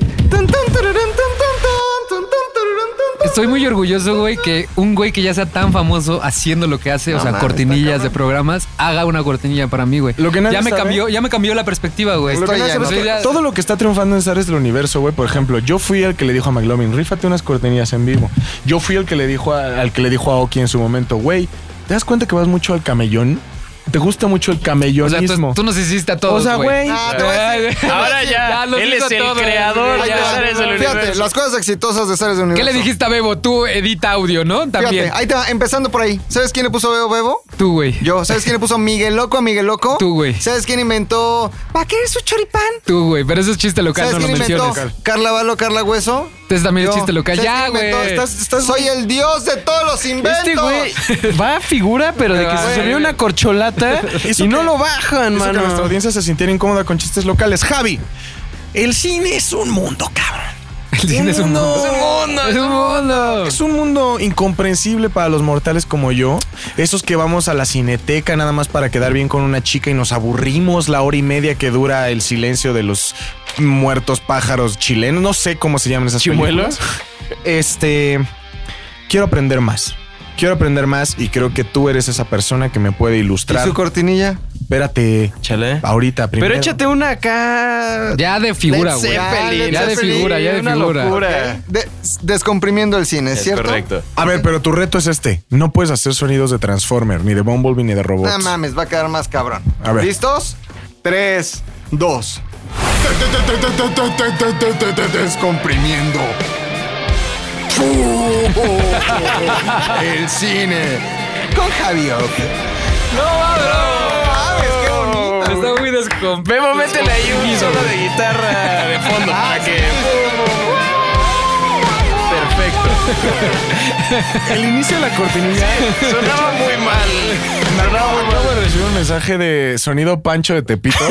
Speaker 2: Estoy muy orgulloso, güey, que un güey que ya sea tan famoso haciendo lo que hace, o sea,
Speaker 3: mames,
Speaker 2: cortinillas de programas, haga una cortinilla para mí, güey.
Speaker 1: Lo que nadie
Speaker 2: ya me
Speaker 1: sabe-
Speaker 2: cambió, ya me cambió la perspectiva, güey.
Speaker 1: Lo que
Speaker 2: Estoy
Speaker 1: nadie
Speaker 2: ya-
Speaker 1: sabe es
Speaker 2: estoy
Speaker 1: que
Speaker 2: ya-
Speaker 1: Todo lo que está triunfando en Zares del Universo, güey. Por ejemplo, yo fui el que le dijo a McLovin, rífate unas cortinillas en vivo. Yo fui el que le dijo a- al que le dijo a Oki en su momento, güey, ¿te das cuenta que vas mucho al camellón? ¿Te gusta mucho el
Speaker 2: o sea,
Speaker 1: camellonismo?
Speaker 2: tú, tú nos hiciste a
Speaker 1: o
Speaker 2: todos,
Speaker 1: sea, güey.
Speaker 3: Ah, te voy a decir-
Speaker 8: Ahora ya,
Speaker 2: los
Speaker 8: él
Speaker 2: hizo
Speaker 8: es el
Speaker 2: todos,
Speaker 8: creador
Speaker 2: güey,
Speaker 8: de
Speaker 2: ya.
Speaker 8: Zares del Universo.
Speaker 3: Fíjate, las cosas exitosas de Seres del Universo.
Speaker 2: ¿Qué le dijiste a Bebo? Tú edita audio, ¿no? También.
Speaker 3: Fíjate, ahí te va, empezando por ahí. ¿Sabes quién le puso Bebo Bebo?
Speaker 2: Tú, güey.
Speaker 3: Yo. ¿Sabes quién le puso Miguel Loco a Miguel Loco?
Speaker 2: Tú, güey.
Speaker 3: ¿Sabes quién inventó. ¿Para qué eres un choripán?
Speaker 2: Tú, güey. Pero eso es chiste local,
Speaker 3: ¿Sabes
Speaker 2: no lo
Speaker 3: quién inventó?
Speaker 2: menciones.
Speaker 3: Carla Balo, Carla Hueso.
Speaker 2: Entonces también es
Speaker 3: Yo.
Speaker 2: chiste local.
Speaker 3: ¿Sabes
Speaker 2: Ya,
Speaker 3: quién
Speaker 2: güey.
Speaker 3: inventó? Estás- estás- Soy el dios de todos los inventos.
Speaker 8: Este güey va a figura, pero de que
Speaker 2: Güey.
Speaker 8: se subió una corcholata
Speaker 1: Hizo
Speaker 8: y no
Speaker 1: que-
Speaker 8: lo bajan,
Speaker 1: Hizo que
Speaker 8: mano.
Speaker 1: nuestra audiencia se sintiera incómoda con chistes locales. Javi, el cine es un mundo, cabrón.
Speaker 2: El cine es un mundo.
Speaker 1: Es un mundo. Es un mundo. Es un mundo incomprensible para los mortales como yo. Esos que vamos a la cineteca nada más para quedar bien con una chica y nos aburrimos la hora y media que dura el silencio de los muertos pájaros chilenos. No sé cómo se llaman esas
Speaker 7: ¿Chimuelos?
Speaker 1: películas. Este. Quiero aprender más. Quiero aprender más y creo que tú eres esa persona que me puede ilustrar.
Speaker 3: ¿Y su cortinilla?
Speaker 1: Espérate. Chale. Ahorita primero.
Speaker 3: Pero échate una acá.
Speaker 2: Ya de figura, güey. Ya de figura, ya de figura.
Speaker 3: De- descomprimiendo el cine, ¿cierto?
Speaker 1: A ver, pero tu reto es este. No puedes hacer sonidos de Transformer, ni de Bumblebee, ni de robots.
Speaker 3: No mames, va a quedar más cabrón.
Speaker 1: A ver.
Speaker 3: ¿Listos? Tres, dos. Descomprimiendo. El cine. Con Javier.
Speaker 2: Está muy descom...
Speaker 7: Memo, métele ahí un solo de guitarra de fondo
Speaker 1: Ah,
Speaker 7: para que. Perfecto.
Speaker 1: El inicio de la cortinilla.
Speaker 7: Sonaba muy mal. Sonaba muy
Speaker 1: Acabo de recibir un mensaje de sonido Pancho de Tepito.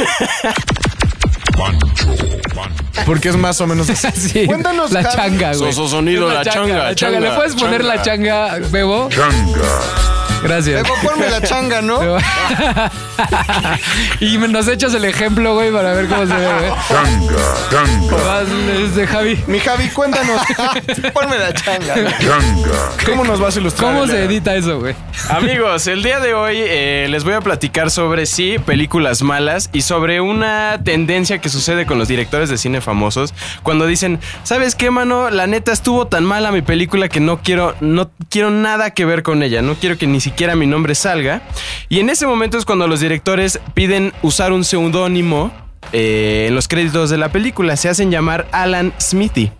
Speaker 1: Porque es más o menos así.
Speaker 2: Sí,
Speaker 1: Cuéntanos,
Speaker 2: la
Speaker 1: Javi.
Speaker 2: changa, güey.
Speaker 7: Soso sonido, la changa,
Speaker 2: la
Speaker 7: changa,
Speaker 2: ¿Le puedes poner la changa, Bebo? Gracias.
Speaker 3: Bebo, ponme la changa, ¿no?
Speaker 2: Bebo. y me- nos echas el ejemplo, güey, para ver cómo se ve, güey. Vas, este, Javi.
Speaker 3: Mi Javi, cuéntanos. Ponme la changa.
Speaker 1: ¿Cómo nos vas a ilustrar?
Speaker 2: ¿Cómo se
Speaker 1: el-
Speaker 2: edita eso, güey?
Speaker 7: Amigos, el día de hoy eh, les voy a platicar sobre sí películas malas y sobre una tendencia que sucede con los directores de cine famosos cuando dicen, ¿sabes qué, mano? La neta estuvo tan mala mi película que no quiero, no quiero nada que ver con ella, no quiero que ni siquiera mi nombre salga. Y en ese momento es cuando los directores piden usar un seudónimo eh, en los créditos de la película, se hacen llamar Alan Smithy.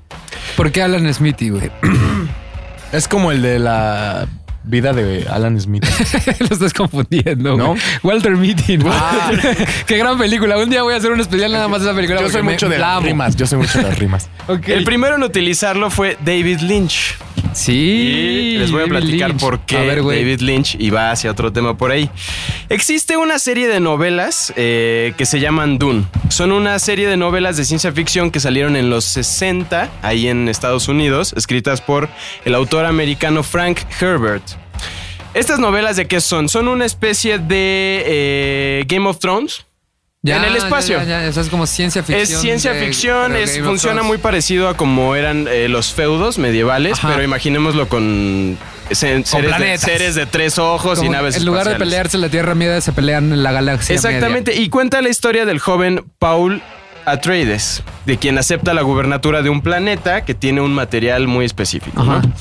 Speaker 2: ¿Por qué Alan Smithy, güey?
Speaker 1: Es como el de la vida de Alan Smith.
Speaker 2: Lo estás confundiendo,
Speaker 1: ¿No? Ah.
Speaker 2: ¿No? Walter Mitty, ¿no? Qué gran película. Un día voy a hacer un especial nada más de esa película.
Speaker 1: Yo
Speaker 2: porque
Speaker 1: soy
Speaker 2: me-
Speaker 1: mucho de
Speaker 2: la
Speaker 1: las
Speaker 2: amo.
Speaker 1: rimas. Yo soy mucho de las rimas.
Speaker 2: Ok.
Speaker 7: El primero en utilizarlo fue David Lynch.
Speaker 2: Sí.
Speaker 7: Y les voy a
Speaker 2: David
Speaker 7: platicar
Speaker 2: Lynch.
Speaker 7: por qué
Speaker 2: A ver, güey.
Speaker 7: David Lynch y va hacia otro tema por ahí. Existe una serie de novelas eh, que se llaman Dune. Son una serie de novelas de ciencia ficción que salieron en los 60 ahí en Estados Unidos, escritas por el autor americano Frank Herbert. Estas novelas de qué son? Son una especie de eh, Game of Thrones. en el espacio.
Speaker 2: Ya, ya, ya. O sea, es como ciencia ficción.
Speaker 7: Es ciencia
Speaker 2: de-
Speaker 7: ficción,
Speaker 2: pero
Speaker 7: es-
Speaker 2: Game of
Speaker 7: funciona
Speaker 2: Thrones.
Speaker 7: muy parecido a como eran eh, los feudos medievales,
Speaker 2: Ajá.
Speaker 7: pero imaginémoslo con, se- seres, de,
Speaker 2: planetas.
Speaker 7: seres de tres ojos y
Speaker 2: Como
Speaker 7: naves
Speaker 2: En lugar de
Speaker 7: espaciales.
Speaker 2: pelearse la Tierra Media, se pelean en la galaxia.
Speaker 7: Exactamente, y cuenta la historia del joven Paul Atreides, de quien acepta la gubernatura de un planeta que tiene un material muy específico.
Speaker 2: Media.
Speaker 7: ¿no?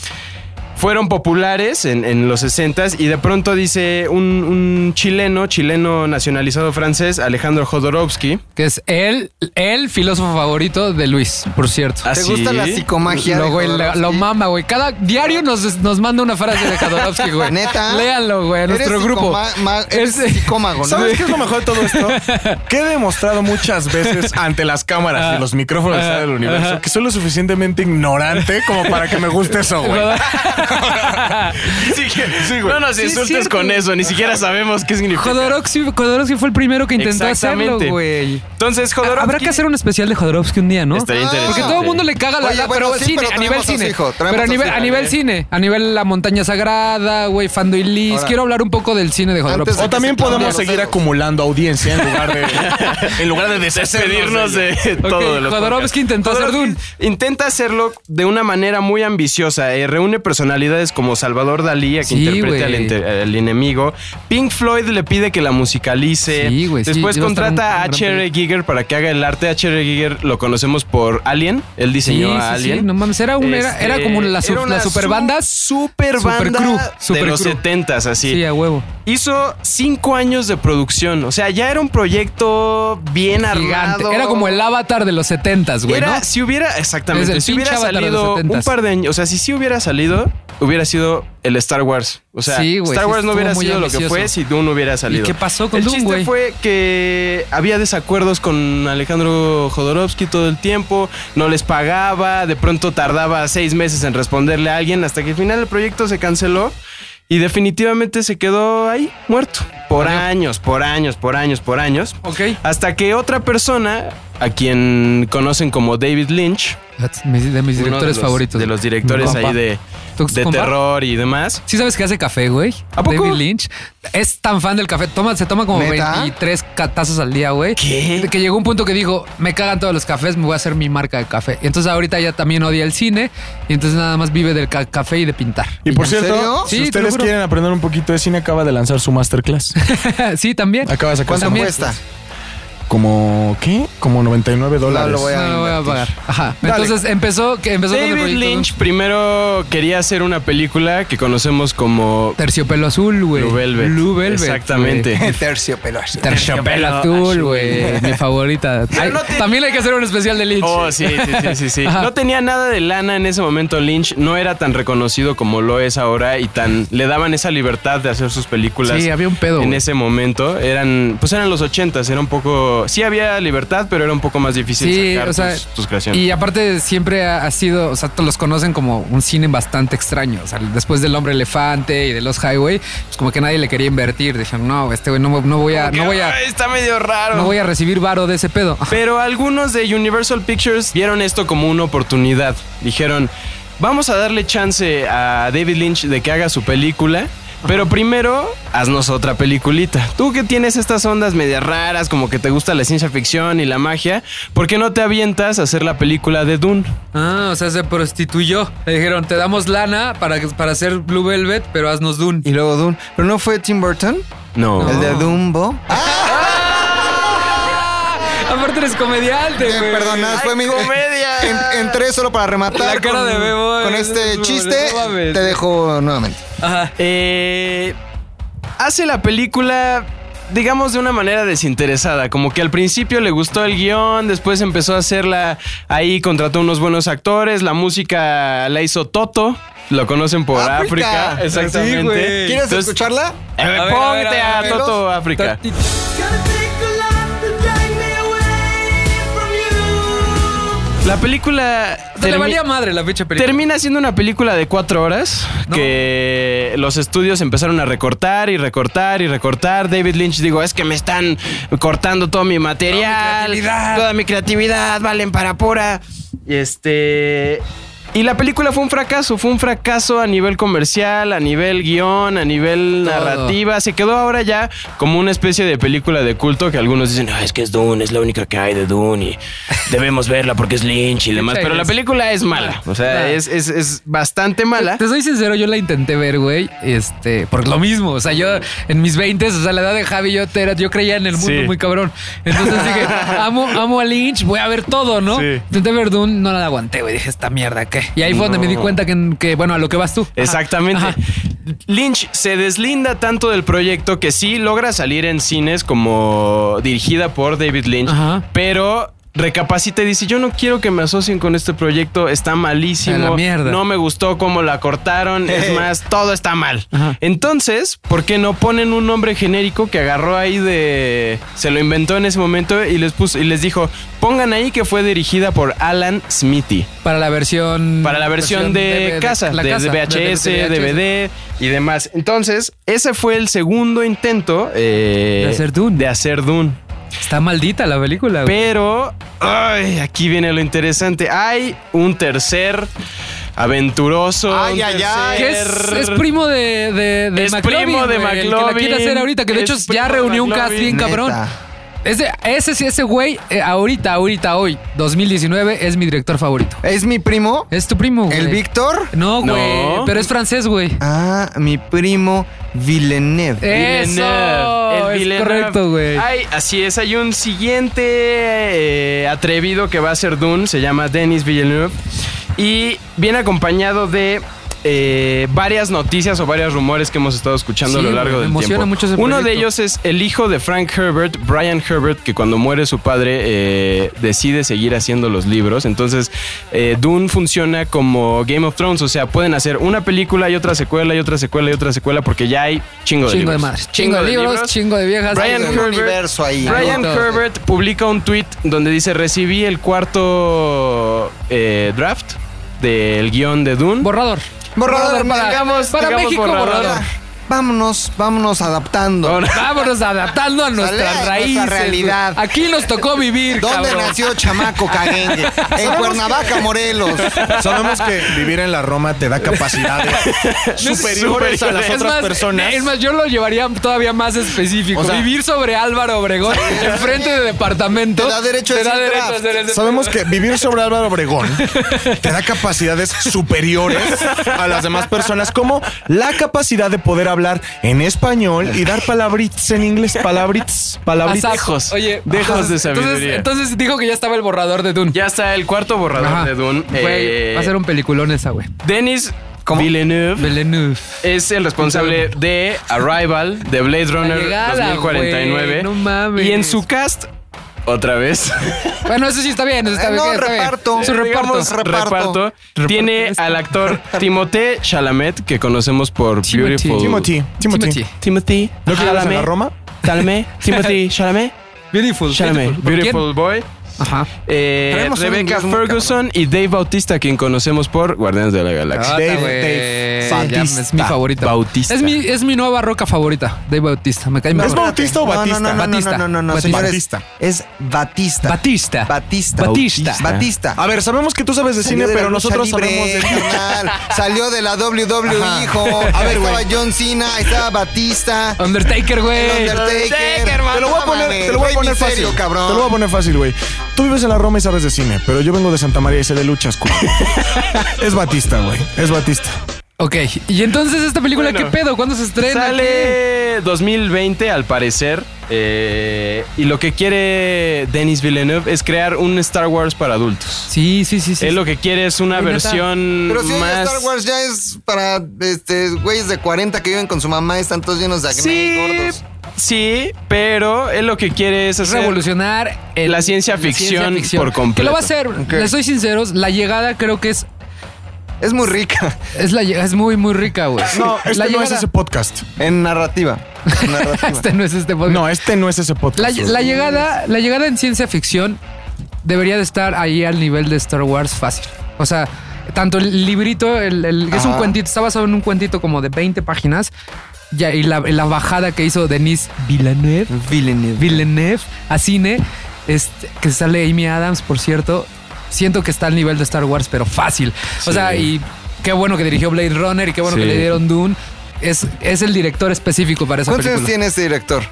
Speaker 7: fueron populares en, en los 60s y de pronto dice un, un chileno, chileno nacionalizado francés, Alejandro Jodorowsky.
Speaker 2: Que es el, el filósofo favorito de Luis, por cierto.
Speaker 7: ¿Te
Speaker 3: gusta la psicomagia de
Speaker 2: ¿Ah, Lo, güey, la-
Speaker 3: Jodorowsky?
Speaker 2: lo mama, güey. Cada diario nos, nos manda una frase de Jodorowsky, güey.
Speaker 3: ¿Neta?
Speaker 2: Léanlo, güey, a
Speaker 3: Eres
Speaker 2: nuestro grupo.
Speaker 3: psicoma- ma- eres
Speaker 2: Es-
Speaker 3: psicómago, ¿no?
Speaker 1: ¿Sabes qué es lo mejor de todo esto? Que he demostrado muchas veces ante las cámaras y los micrófonos de Sala del universo que soy lo suficientemente ignorante como para que me guste eso, güey.
Speaker 7: Sí, No nos
Speaker 2: Sí, es
Speaker 7: insultes
Speaker 2: cierto.
Speaker 7: con eso, ni siquiera sabemos qué significa.
Speaker 2: Jodorowsky, Jodorowsky fue el primero que intentó hacerlo,
Speaker 7: Exactamente.
Speaker 2: güey.
Speaker 7: Entonces, Jodorowsky.
Speaker 2: Habrá que hacer un especial de Jodorowsky un día, ¿no?
Speaker 7: Estaría
Speaker 2: Porque
Speaker 7: interesante.
Speaker 2: todo el mundo le caga la
Speaker 3: Oye,
Speaker 2: la-
Speaker 3: bueno,
Speaker 2: pero
Speaker 3: sí,
Speaker 2: cine,
Speaker 3: pero
Speaker 2: a nivel
Speaker 3: traemos a su
Speaker 2: cine.
Speaker 3: hijo, traemos
Speaker 2: pero a
Speaker 3: a su
Speaker 2: nivel,
Speaker 3: hijo,
Speaker 2: a nivel
Speaker 3: ¿eh?
Speaker 2: cine, a nivel La Montaña Sagrada, güey, Fanduilis.
Speaker 3: Ahora.
Speaker 2: Quiero hablar un poco del cine de
Speaker 3: Antes
Speaker 2: Jodorowsky.
Speaker 1: O también podemos seguir acumulando audiencia en lugar de, en lugar de deshacernos
Speaker 7: despedirnos de
Speaker 2: Ok,
Speaker 7: todo de los
Speaker 2: Jodorowsky
Speaker 7: podcasts.
Speaker 2: intentó hacer
Speaker 7: Jodorowsky Intenta hacerlo de una manera muy ambiciosa. eh, reúne personalidades como Salvador Dalí, a quien
Speaker 2: Sí,
Speaker 7: interpreta al,
Speaker 2: güey.
Speaker 7: ente- al enemigo. Pink Floyd le pide que la musicalice.
Speaker 2: Sí, güey, sí,
Speaker 7: Después
Speaker 2: iba a estar un-
Speaker 7: contrata a
Speaker 2: un gran
Speaker 7: H.R. Giger para que haga el arte. H.R. Giger lo conocemos por Alien. Él
Speaker 2: Sí,
Speaker 7: diseñó a
Speaker 2: sí, sí,
Speaker 7: Alien.
Speaker 2: no mames, era, un, era,
Speaker 7: Este,
Speaker 2: era como la, su-
Speaker 7: era una
Speaker 2: la superbanda. Super
Speaker 7: Super banda
Speaker 2: crew,
Speaker 7: de
Speaker 2: super
Speaker 7: los
Speaker 2: crew.
Speaker 7: 70s, así.
Speaker 2: Sí, a huevo.
Speaker 7: Hizo cinco años de producción. O sea, ya era un proyecto bien
Speaker 2: Gigante.
Speaker 7: armado.
Speaker 2: Era como el avatar de los 70s, güey,
Speaker 7: Era-
Speaker 2: ¿no?
Speaker 7: Si hubiera,
Speaker 2: Es
Speaker 7: exactamente,
Speaker 2: el
Speaker 7: si hubiera
Speaker 2: pinche avatar de los
Speaker 7: salido un
Speaker 2: 70s.
Speaker 7: par de años, o sea, si sí hubiera salido, hubiera sido el Star Wars. O sea,
Speaker 2: Sí, güey,
Speaker 7: Star
Speaker 2: sí
Speaker 7: Wars no
Speaker 2: estuvo
Speaker 7: hubiera
Speaker 2: muy
Speaker 7: sido lo que
Speaker 2: ambicioso.
Speaker 7: fue si Dune no hubiera salido.
Speaker 2: qué pasó con
Speaker 7: el
Speaker 2: Dune,
Speaker 7: chiste
Speaker 2: güey?
Speaker 7: fue que había desacuerdos con Alejandro Jodorowsky todo el tiempo, no les pagaba, de pronto tardaba seis meses en responderle a alguien, hasta que al final el proyecto se canceló. Y definitivamente se quedó ahí, muerto. Por años, por años, por años, por años.
Speaker 2: Ok.
Speaker 7: Hasta que otra persona
Speaker 8: a quien conocen como David Lynch.
Speaker 2: Mis- de mis
Speaker 8: uno de
Speaker 2: directores
Speaker 8: los-
Speaker 2: favoritos.
Speaker 8: De los directores
Speaker 2: Compa.
Speaker 8: ahí de,
Speaker 2: ¿Tu
Speaker 8: de
Speaker 2: compa?
Speaker 8: terror y demás.
Speaker 2: ¿Sí sabes que hace café, güey?
Speaker 8: ¿A poco?
Speaker 2: David Lynch es tan fan del café. Toma, se toma como
Speaker 3: ¿Neta?
Speaker 2: 23 ca- tazas al día, güey. ¿Qué? Que llegó un punto que dijo, me cagan todos los cafés, me voy a hacer mi marca de café. Y entonces ahorita ya también odia el cine y entonces nada más vive del ca- café y de pintar.
Speaker 1: Y por
Speaker 2: ¿En
Speaker 1: cierto,
Speaker 2: serio?
Speaker 1: si
Speaker 2: Sí, te lo
Speaker 1: ustedes
Speaker 2: juro.
Speaker 1: quieren aprender un poquito de cine, acaba de lanzar su masterclass.
Speaker 2: sí, también.
Speaker 1: Acaba de sacar
Speaker 2: ¿Cuánto
Speaker 1: su
Speaker 2: cuesta?
Speaker 1: Como, ¿qué? Como 99 dólares.
Speaker 2: No lo voy a pagar. Ajá.
Speaker 8: Dale.
Speaker 2: Entonces empezó, que empezó con el
Speaker 8: David
Speaker 2: proyecto de un
Speaker 8: Lynch primero quería hacer una película que conocemos como
Speaker 2: Terciopelo azul, güey.
Speaker 8: Blue Velvet.
Speaker 2: Blue Velvet,
Speaker 8: Exactamente.
Speaker 2: güey.
Speaker 3: Terciopelo azul.
Speaker 2: Terciopelo azul, güey. Mi favorita. Ay, También hay que hacer un especial de Lynch.
Speaker 8: Oh, sí, sí, sí, sí, sí.
Speaker 2: Ajá.
Speaker 8: No tenía nada de lana en ese momento Lynch, no era tan reconocido como lo es ahora y tan le daban esa libertad de hacer sus películas.
Speaker 2: Sí, había un pedo,
Speaker 8: En
Speaker 2: güey.
Speaker 8: ese momento eran pues eran los 80 era un poco sí había libertad, pero era un poco más difícil
Speaker 2: Sí,
Speaker 8: sacar
Speaker 2: o sea,
Speaker 8: tus, tus creaciones.
Speaker 2: Y aparte siempre ha, ha sido, o sea, te los conocen como un cine bastante extraño. O sea, después del Hombre Elefante y de Los Highway, pues como que nadie le quería invertir. Dijeron, no, este güey no, no voy a, no voy a,
Speaker 8: Ay, está medio raro.
Speaker 2: no voy a recibir varo de ese pedo.
Speaker 8: Pero algunos de Universal Pictures vieron esto como una oportunidad. Dijeron, vamos a darle chance a David Lynch de que haga su película. Pero primero, haznos otra peliculita. Tú que tienes estas ondas medias raras, como que te gusta la ciencia ficción y la magia, ¿por qué no te avientas a hacer la película de Dune?
Speaker 2: Ah, o sea, se prostituyó. Le dijeron, te damos lana para, para hacer Blue Velvet, pero haznos Dune.
Speaker 3: Y luego Dune. ¿Pero no fue Tim Burton?
Speaker 8: No.
Speaker 3: ¿El de Dumbo?
Speaker 2: Ah, Aparte eres comediante,
Speaker 3: Eh,
Speaker 2: güey.
Speaker 3: perdona, fue mi comedia. En, entré solo para rematar.
Speaker 2: La cara
Speaker 3: con,
Speaker 2: de Bebo,
Speaker 3: Con
Speaker 2: eh,
Speaker 3: este
Speaker 2: no,
Speaker 3: chiste,
Speaker 2: no mames.
Speaker 3: te dejo nuevamente.
Speaker 8: Eh, hace la película, digamos, de una manera desinteresada. Como que al principio le gustó el guión, después empezó a hacerla. Ahí contrató unos buenos actores, la música la hizo Toto. Lo conocen por África.
Speaker 3: Sí,
Speaker 8: exactamente.
Speaker 3: güey. ¿Quieres
Speaker 8: Entonces,
Speaker 3: escucharla?
Speaker 8: eh,
Speaker 3: A ver, a ver,
Speaker 8: ponte
Speaker 3: a ver,
Speaker 8: a,
Speaker 3: a ver.
Speaker 8: Toto África. La película.
Speaker 2: Te le
Speaker 8: termi-
Speaker 2: valía madre la pinche película.
Speaker 8: Termina siendo una película de cuatro horas que los estudios empezaron a recortar y recortar y recortar. David Lynch digo, es que me están cortando todo mi material, toda mi creatividad, valen para pura. Y este... Y la película fue un fracaso, fue un fracaso a nivel comercial, a nivel guión, a nivel
Speaker 2: Todo.
Speaker 8: narrativa. Se quedó ahora ya como una especie de película de culto que algunos dicen, "Ah, es que es Dune, es la única que hay de Dune y debemos verla porque es Lynch y demás. Pero la película es mala. O sea,
Speaker 2: Ah.
Speaker 8: es, es, es bastante mala.
Speaker 2: Te soy sincero, yo la intenté ver, güey, este, por lo mismo. O sea, yo en mis 20, o sea, la edad de Javi, yo, te era- yo creía en el mundo
Speaker 8: Sí.
Speaker 2: muy cabrón. Entonces dije, amo, amo a Lynch, voy a ver todo, ¿no?
Speaker 8: Sí.
Speaker 2: Intenté ver Dune, no la aguanté, güey. Dije, esta mierda, ¿qué? Y ahí fue donde me di
Speaker 8: No.
Speaker 2: cuenta que, que, bueno, a lo que vas tú.
Speaker 8: Exactamente. Lynch se deslinda tanto del proyecto que sí logra salir en cines como dirigida por David Lynch, pero recapacita y dice, yo no quiero que me asocien con este proyecto, está malísimo,
Speaker 2: A la mierda.
Speaker 8: no me gustó cómo la cortaron, es más, todo está mal.
Speaker 2: Ajá.
Speaker 8: Entonces, ¿por qué no ponen un nombre genérico que agarró ahí de... se lo inventó en ese momento y les, puso, y les dijo, pongan ahí que fue dirigida por Alan Smithy.
Speaker 2: Para la versión.
Speaker 8: Para la versión de, casa,
Speaker 2: la
Speaker 8: de,
Speaker 2: casa,
Speaker 8: de VHS, DVD y demás. Entonces, ese fue el segundo intento eh,
Speaker 2: De hacer Dune.
Speaker 8: de hacer Dune.
Speaker 2: Está maldita la película, güey.
Speaker 8: Pero, ay, aquí viene lo interesante. Hay un tercer aventuroso.
Speaker 3: Ay,
Speaker 8: un
Speaker 3: ay, ay.
Speaker 2: Que es,
Speaker 8: tercer-
Speaker 2: es primo de, de, de
Speaker 8: Es
Speaker 2: McLovin,
Speaker 8: primo de
Speaker 2: güey, el Que
Speaker 8: McLovin.
Speaker 2: la quiere hacer ahorita, que de hecho ya
Speaker 8: Es primo de
Speaker 2: reunió un cast
Speaker 8: McLovin.
Speaker 2: bien cabrón.
Speaker 3: Neta.
Speaker 2: Ese, ese, sí, ese güey, eh, ahorita, ahorita, hoy, 2019, es mi director favorito.
Speaker 3: Es mi primo,
Speaker 2: Es tu primo, güey.
Speaker 3: el Víctor.
Speaker 2: No, güey,
Speaker 8: No.
Speaker 2: pero es francés, güey.
Speaker 3: Ah, mi primo Villeneuve.
Speaker 2: Eso,
Speaker 8: Villeneuve, el
Speaker 2: es
Speaker 8: Villeneuve.
Speaker 2: correcto, güey.
Speaker 8: Ay, así es, hay un siguiente eh, atrevido que va a ser Dune, se llama Denis Villeneuve. Y viene acompañado de eh, varias noticias o varios rumores que hemos estado
Speaker 2: Sí,
Speaker 8: escuchando a lo
Speaker 2: güey,
Speaker 8: largo
Speaker 2: me
Speaker 8: del
Speaker 2: emociona
Speaker 8: tiempo.
Speaker 2: mucho ese
Speaker 8: Uno de
Speaker 2: proyecto.
Speaker 8: ellos es el hijo de Frank Herbert, Brian Herbert, que cuando muere su padre eh, decide seguir haciendo los libros. Entonces, eh, Dune funciona como Game of Thrones, o sea, pueden hacer una película y otra secuela y otra secuela y otra secuela porque ya hay chingo de
Speaker 2: Chingo de
Speaker 8: libros.
Speaker 2: madres, chingo de libros, chingo de viejas.
Speaker 8: Brian
Speaker 2: chingo de-
Speaker 3: Un universo ahí.
Speaker 8: Brian
Speaker 2: Todo.
Speaker 8: Herbert publica un tweet donde dice recibí el cuarto eh, draft del guión de Dune.
Speaker 2: Borrador.
Speaker 3: Borrador,
Speaker 2: para,
Speaker 3: digamos-
Speaker 2: para
Speaker 8: digamos
Speaker 2: México, borrador.
Speaker 8: borrador.
Speaker 3: vámonos, vámonos adaptando.
Speaker 2: Vámonos adaptando a nuestras
Speaker 3: Sale, a nuestra
Speaker 2: raíces. güey.
Speaker 3: realidad.
Speaker 2: Aquí nos tocó vivir.
Speaker 3: ¿Dónde
Speaker 2: cabrón.
Speaker 3: nació Chamaco Caguengue? En Cuernavaca, Morelos.
Speaker 1: Sabemos que vivir en la Roma te da capacidades superiores a las
Speaker 2: Es
Speaker 1: otras
Speaker 2: más,
Speaker 1: personas.
Speaker 2: Es más, yo lo llevaría todavía más específico.
Speaker 1: O sea-
Speaker 2: vivir sobre Álvaro Obregón enfrente de departamento.
Speaker 3: Te da derecho a
Speaker 2: Te da
Speaker 3: decir
Speaker 2: derecho a
Speaker 3: draft.
Speaker 2: hacer ese
Speaker 1: Sabemos que vivir sobre Álvaro Obregón te da capacidades superiores a las demás personas, como la capacidad de poder hablar en español y dar palabritas en inglés, palabritas, palabritas.
Speaker 8: Dejos.
Speaker 2: Oye,
Speaker 8: Dejos de
Speaker 2: entonces- Entonces,
Speaker 8: sabiduría.
Speaker 2: entonces dijo que ya estaba el borrador de Dune.
Speaker 8: ya está el cuarto borrador
Speaker 2: Ajá.
Speaker 8: de Dune.
Speaker 2: Güey,
Speaker 8: Eh,
Speaker 2: va a ser un peliculón esa, güey.
Speaker 8: Denis Villeneuve
Speaker 2: Villeneuve.
Speaker 8: es el responsable de Arrival, de Blade Runner
Speaker 2: llegada,
Speaker 8: 2049.
Speaker 2: güey, no mames.
Speaker 8: Y en su cast, otra vez.
Speaker 2: Bueno, eso sí está bien, eso está
Speaker 3: Eh,
Speaker 2: bien.
Speaker 3: no,
Speaker 2: está bien.
Speaker 3: reparto.
Speaker 2: Su Ah, reparto.
Speaker 8: Digamos, reparto.
Speaker 3: Reparto.
Speaker 8: Tiene al actor Timothée Chalamet, que conocemos por
Speaker 2: Timothée.
Speaker 8: Beautiful.
Speaker 1: Timothy, Uh. Timothy.
Speaker 2: Timothy.
Speaker 8: Timothy.
Speaker 1: ¿No que hablas en la Roma?
Speaker 8: Chalamet. Timothy Chalamet.
Speaker 2: Beautiful.
Speaker 8: Chalamet.
Speaker 2: ¿Por quién?
Speaker 8: Beautiful Boy.
Speaker 2: Ajá.
Speaker 8: Eh,
Speaker 3: Traemos un
Speaker 8: Rebecca
Speaker 3: inglés muy
Speaker 8: Ferguson y Dave Bautista, quien conocemos por Guardianes de la Galaxia.
Speaker 2: Dave,
Speaker 1: Dave, Dave Bautista.
Speaker 2: es mi favorita.
Speaker 8: Bautista.
Speaker 2: Es mi, es mi nueva roca favorita, Dave Bautista. Me cae
Speaker 1: ¿Es
Speaker 2: mejor.
Speaker 1: Bautista o
Speaker 3: No,
Speaker 1: Batista?
Speaker 3: No, no, no,
Speaker 2: Batista.
Speaker 3: no, no, no, no,
Speaker 2: Batista.
Speaker 3: señores.
Speaker 1: Batista.
Speaker 3: Es Batista.
Speaker 2: Batista.
Speaker 3: Batista.
Speaker 2: Batista.
Speaker 3: Batista.
Speaker 1: A ver, sabemos que tú sabes Ah, de
Speaker 3: Salió
Speaker 1: cine,
Speaker 3: de la
Speaker 1: pero
Speaker 3: lucha
Speaker 1: nosotros
Speaker 3: libre,
Speaker 1: sabemos de
Speaker 3: carnal. Salió de la WWE,
Speaker 1: Ajá.
Speaker 3: hijo.
Speaker 1: A
Speaker 3: A
Speaker 1: ver,
Speaker 3: ver, estaba
Speaker 1: güey.
Speaker 3: John Cena, ahí estaba Batista.
Speaker 2: Undertaker, güey.
Speaker 3: El Undertaker.
Speaker 1: Te lo voy a
Speaker 3: No
Speaker 1: poner,
Speaker 3: mames,
Speaker 1: te lo voy a
Speaker 3: güey,
Speaker 1: poner
Speaker 3: mi
Speaker 1: fácil.
Speaker 3: serio, cabrón.
Speaker 1: Te lo voy a poner fácil, güey. Tú vives en la Roma y sabes de cine, pero yo vengo de Santa María y sé de luchas, culo. es Batista, güey. Es Batista.
Speaker 2: Ok, y entonces esta película,
Speaker 8: Bueno.
Speaker 2: ¿qué pedo? ¿Cuándo se estrena?
Speaker 8: Sale 2020 al parecer. eh, y lo que quiere Denis Villeneuve es crear un Star Wars para adultos.
Speaker 2: Sí, sí, sí, sí.
Speaker 8: Él lo que quiere es una
Speaker 2: Ay, neta.
Speaker 8: versión
Speaker 3: Pero si hoy
Speaker 8: más...
Speaker 3: Star Wars ya es para este güeyes de 40 que viven con su mamá y están todos llenos de acné
Speaker 8: Sí,
Speaker 3: gordos.
Speaker 8: sí, pero él lo que quiere es hacer...
Speaker 2: revolucionar
Speaker 8: La ciencia ficción por completo.
Speaker 2: Que lo va a hacer,
Speaker 3: Ok.
Speaker 2: les soy sinceros, la llegada creo que es
Speaker 3: Es muy rica
Speaker 2: es la llegada es muy muy rica, güey.
Speaker 1: No,
Speaker 2: La
Speaker 1: este no es
Speaker 2: llegada-
Speaker 1: ese podcast.
Speaker 3: en narrativa. En narrativa.
Speaker 2: este no es este podcast.
Speaker 1: No, este no es ese podcast.
Speaker 2: La,
Speaker 1: güey.
Speaker 2: la llegada, la llegada en ciencia ficción debería de estar ahí al nivel de Star Wars fácil. O sea, tanto el librito, el, el- es un
Speaker 3: Ajá.
Speaker 2: cuentito, está basado en un cuentito como de 20 páginas. Ya, y la, la bajada que hizo Denise Villeneuve,
Speaker 3: Villeneuve.
Speaker 2: Villeneuve a cine, este, que sale Amy Adams, por cierto, siento que está al nivel de Star Wars, pero fácil. O sea, y qué bueno que dirigió Blade Runner y qué bueno
Speaker 8: Sí.
Speaker 2: que le dieron Dune. Es, es el director específico para esa
Speaker 3: ¿Cuántos años
Speaker 2: película.
Speaker 3: tiene este director?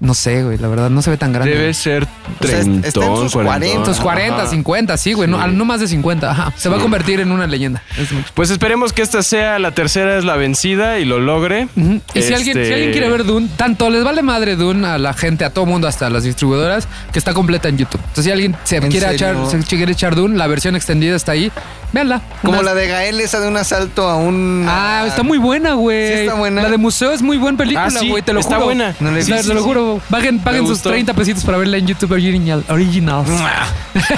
Speaker 2: No sé, güey, la verdad, no se ve tan grande.
Speaker 8: Debe ser
Speaker 3: O sea, está en sus 40,
Speaker 8: treintón,
Speaker 2: Sus
Speaker 8: cuarentón.
Speaker 2: 40, 50, sí, güey. No, al- no más de 50. Ajá. Se va a convertir en una leyenda. Es mucho.
Speaker 8: Pues esperemos que esta sea la tercera es la vencida y lo logre.
Speaker 2: Ujú. Y si, alguien,
Speaker 8: Este-
Speaker 2: si alguien quiere ver Dune, tanto les vale madre Dune a la gente, a todo mundo, hasta a las distribuidoras, que está completa en YouTube. Entonces, si alguien se
Speaker 3: ¿En
Speaker 2: quiere echar,
Speaker 3: serio?
Speaker 2: se quiere echar Dune, la versión extendida está ahí. Véanla.
Speaker 3: Como
Speaker 2: Una-
Speaker 3: la de Gael, esa de un asalto a un.
Speaker 2: Ah, está muy buena, güey.
Speaker 3: Sí está buena.
Speaker 2: La de museo es muy buena película,
Speaker 8: Ah, sí,
Speaker 2: güey. te lo
Speaker 8: está
Speaker 2: juro.
Speaker 8: buena.
Speaker 3: No la he
Speaker 2: Sí,
Speaker 3: visto.
Speaker 2: te lo juro. Paguen, paguen sus
Speaker 8: gustó.
Speaker 2: 30 pesitos para verla en YouTube original. Originals.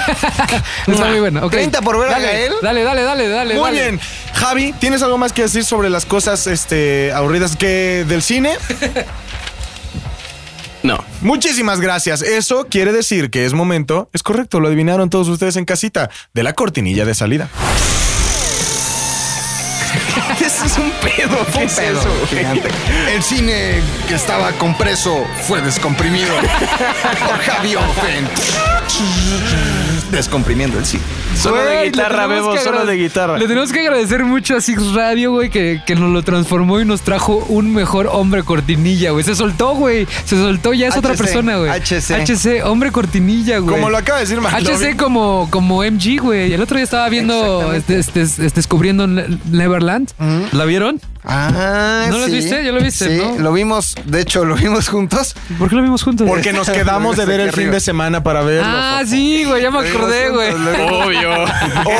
Speaker 2: está muy buena. ok.
Speaker 3: 30 por ver a
Speaker 2: dale,
Speaker 3: Gael.
Speaker 2: Dale, dale, dale, dale.
Speaker 1: Muy
Speaker 2: dale.
Speaker 1: bien. Javi, ¿tienes algo más que decir sobre las cosas este, aburridas que del cine?
Speaker 8: No.
Speaker 1: Muchísimas gracias. Eso quiere decir que es momento, es correcto, lo adivinaron todos ustedes en casita, de la cortinilla de salida.
Speaker 3: Ese es un pedo. ¿Qué es eso, gigante. El cine que estaba compreso fue descomprimido. Por Javi Ofen. Descomprimiendo el cine.
Speaker 8: Solo de
Speaker 2: Güey, le
Speaker 8: guitarra,
Speaker 2: tenemos
Speaker 8: Bebo,
Speaker 2: que
Speaker 8: solo
Speaker 2: agrade-
Speaker 8: de guitarra.
Speaker 2: Le tenemos que agradecer mucho a Six Radio, güey, que, que nos lo transformó y nos trajo un mejor hombre cortinilla, güey. Se soltó, güey. Se soltó, ya es otra
Speaker 3: HC,
Speaker 2: persona, güey.
Speaker 3: HC.
Speaker 2: HC, hombre cortinilla, güey.
Speaker 1: Como lo acaba de decir Maclovin.
Speaker 2: HC como, como MG, güey. El otro día estaba viendo, este, este- este- descubriendo Ne- Neverland. ¿La vieron?
Speaker 3: Ah,
Speaker 2: ¿No lo
Speaker 3: sí.
Speaker 2: viste? Ya lo viste,
Speaker 3: Sí,
Speaker 2: ¿no?
Speaker 3: lo vimos. De hecho, lo vimos juntos.
Speaker 2: ¿Por qué lo vimos juntos?
Speaker 1: Porque nos quedamos
Speaker 3: Este
Speaker 1: de ver el fin de semana para verlo.
Speaker 2: Ah, sí, güey, ya me acordé, güey.
Speaker 8: Obvio.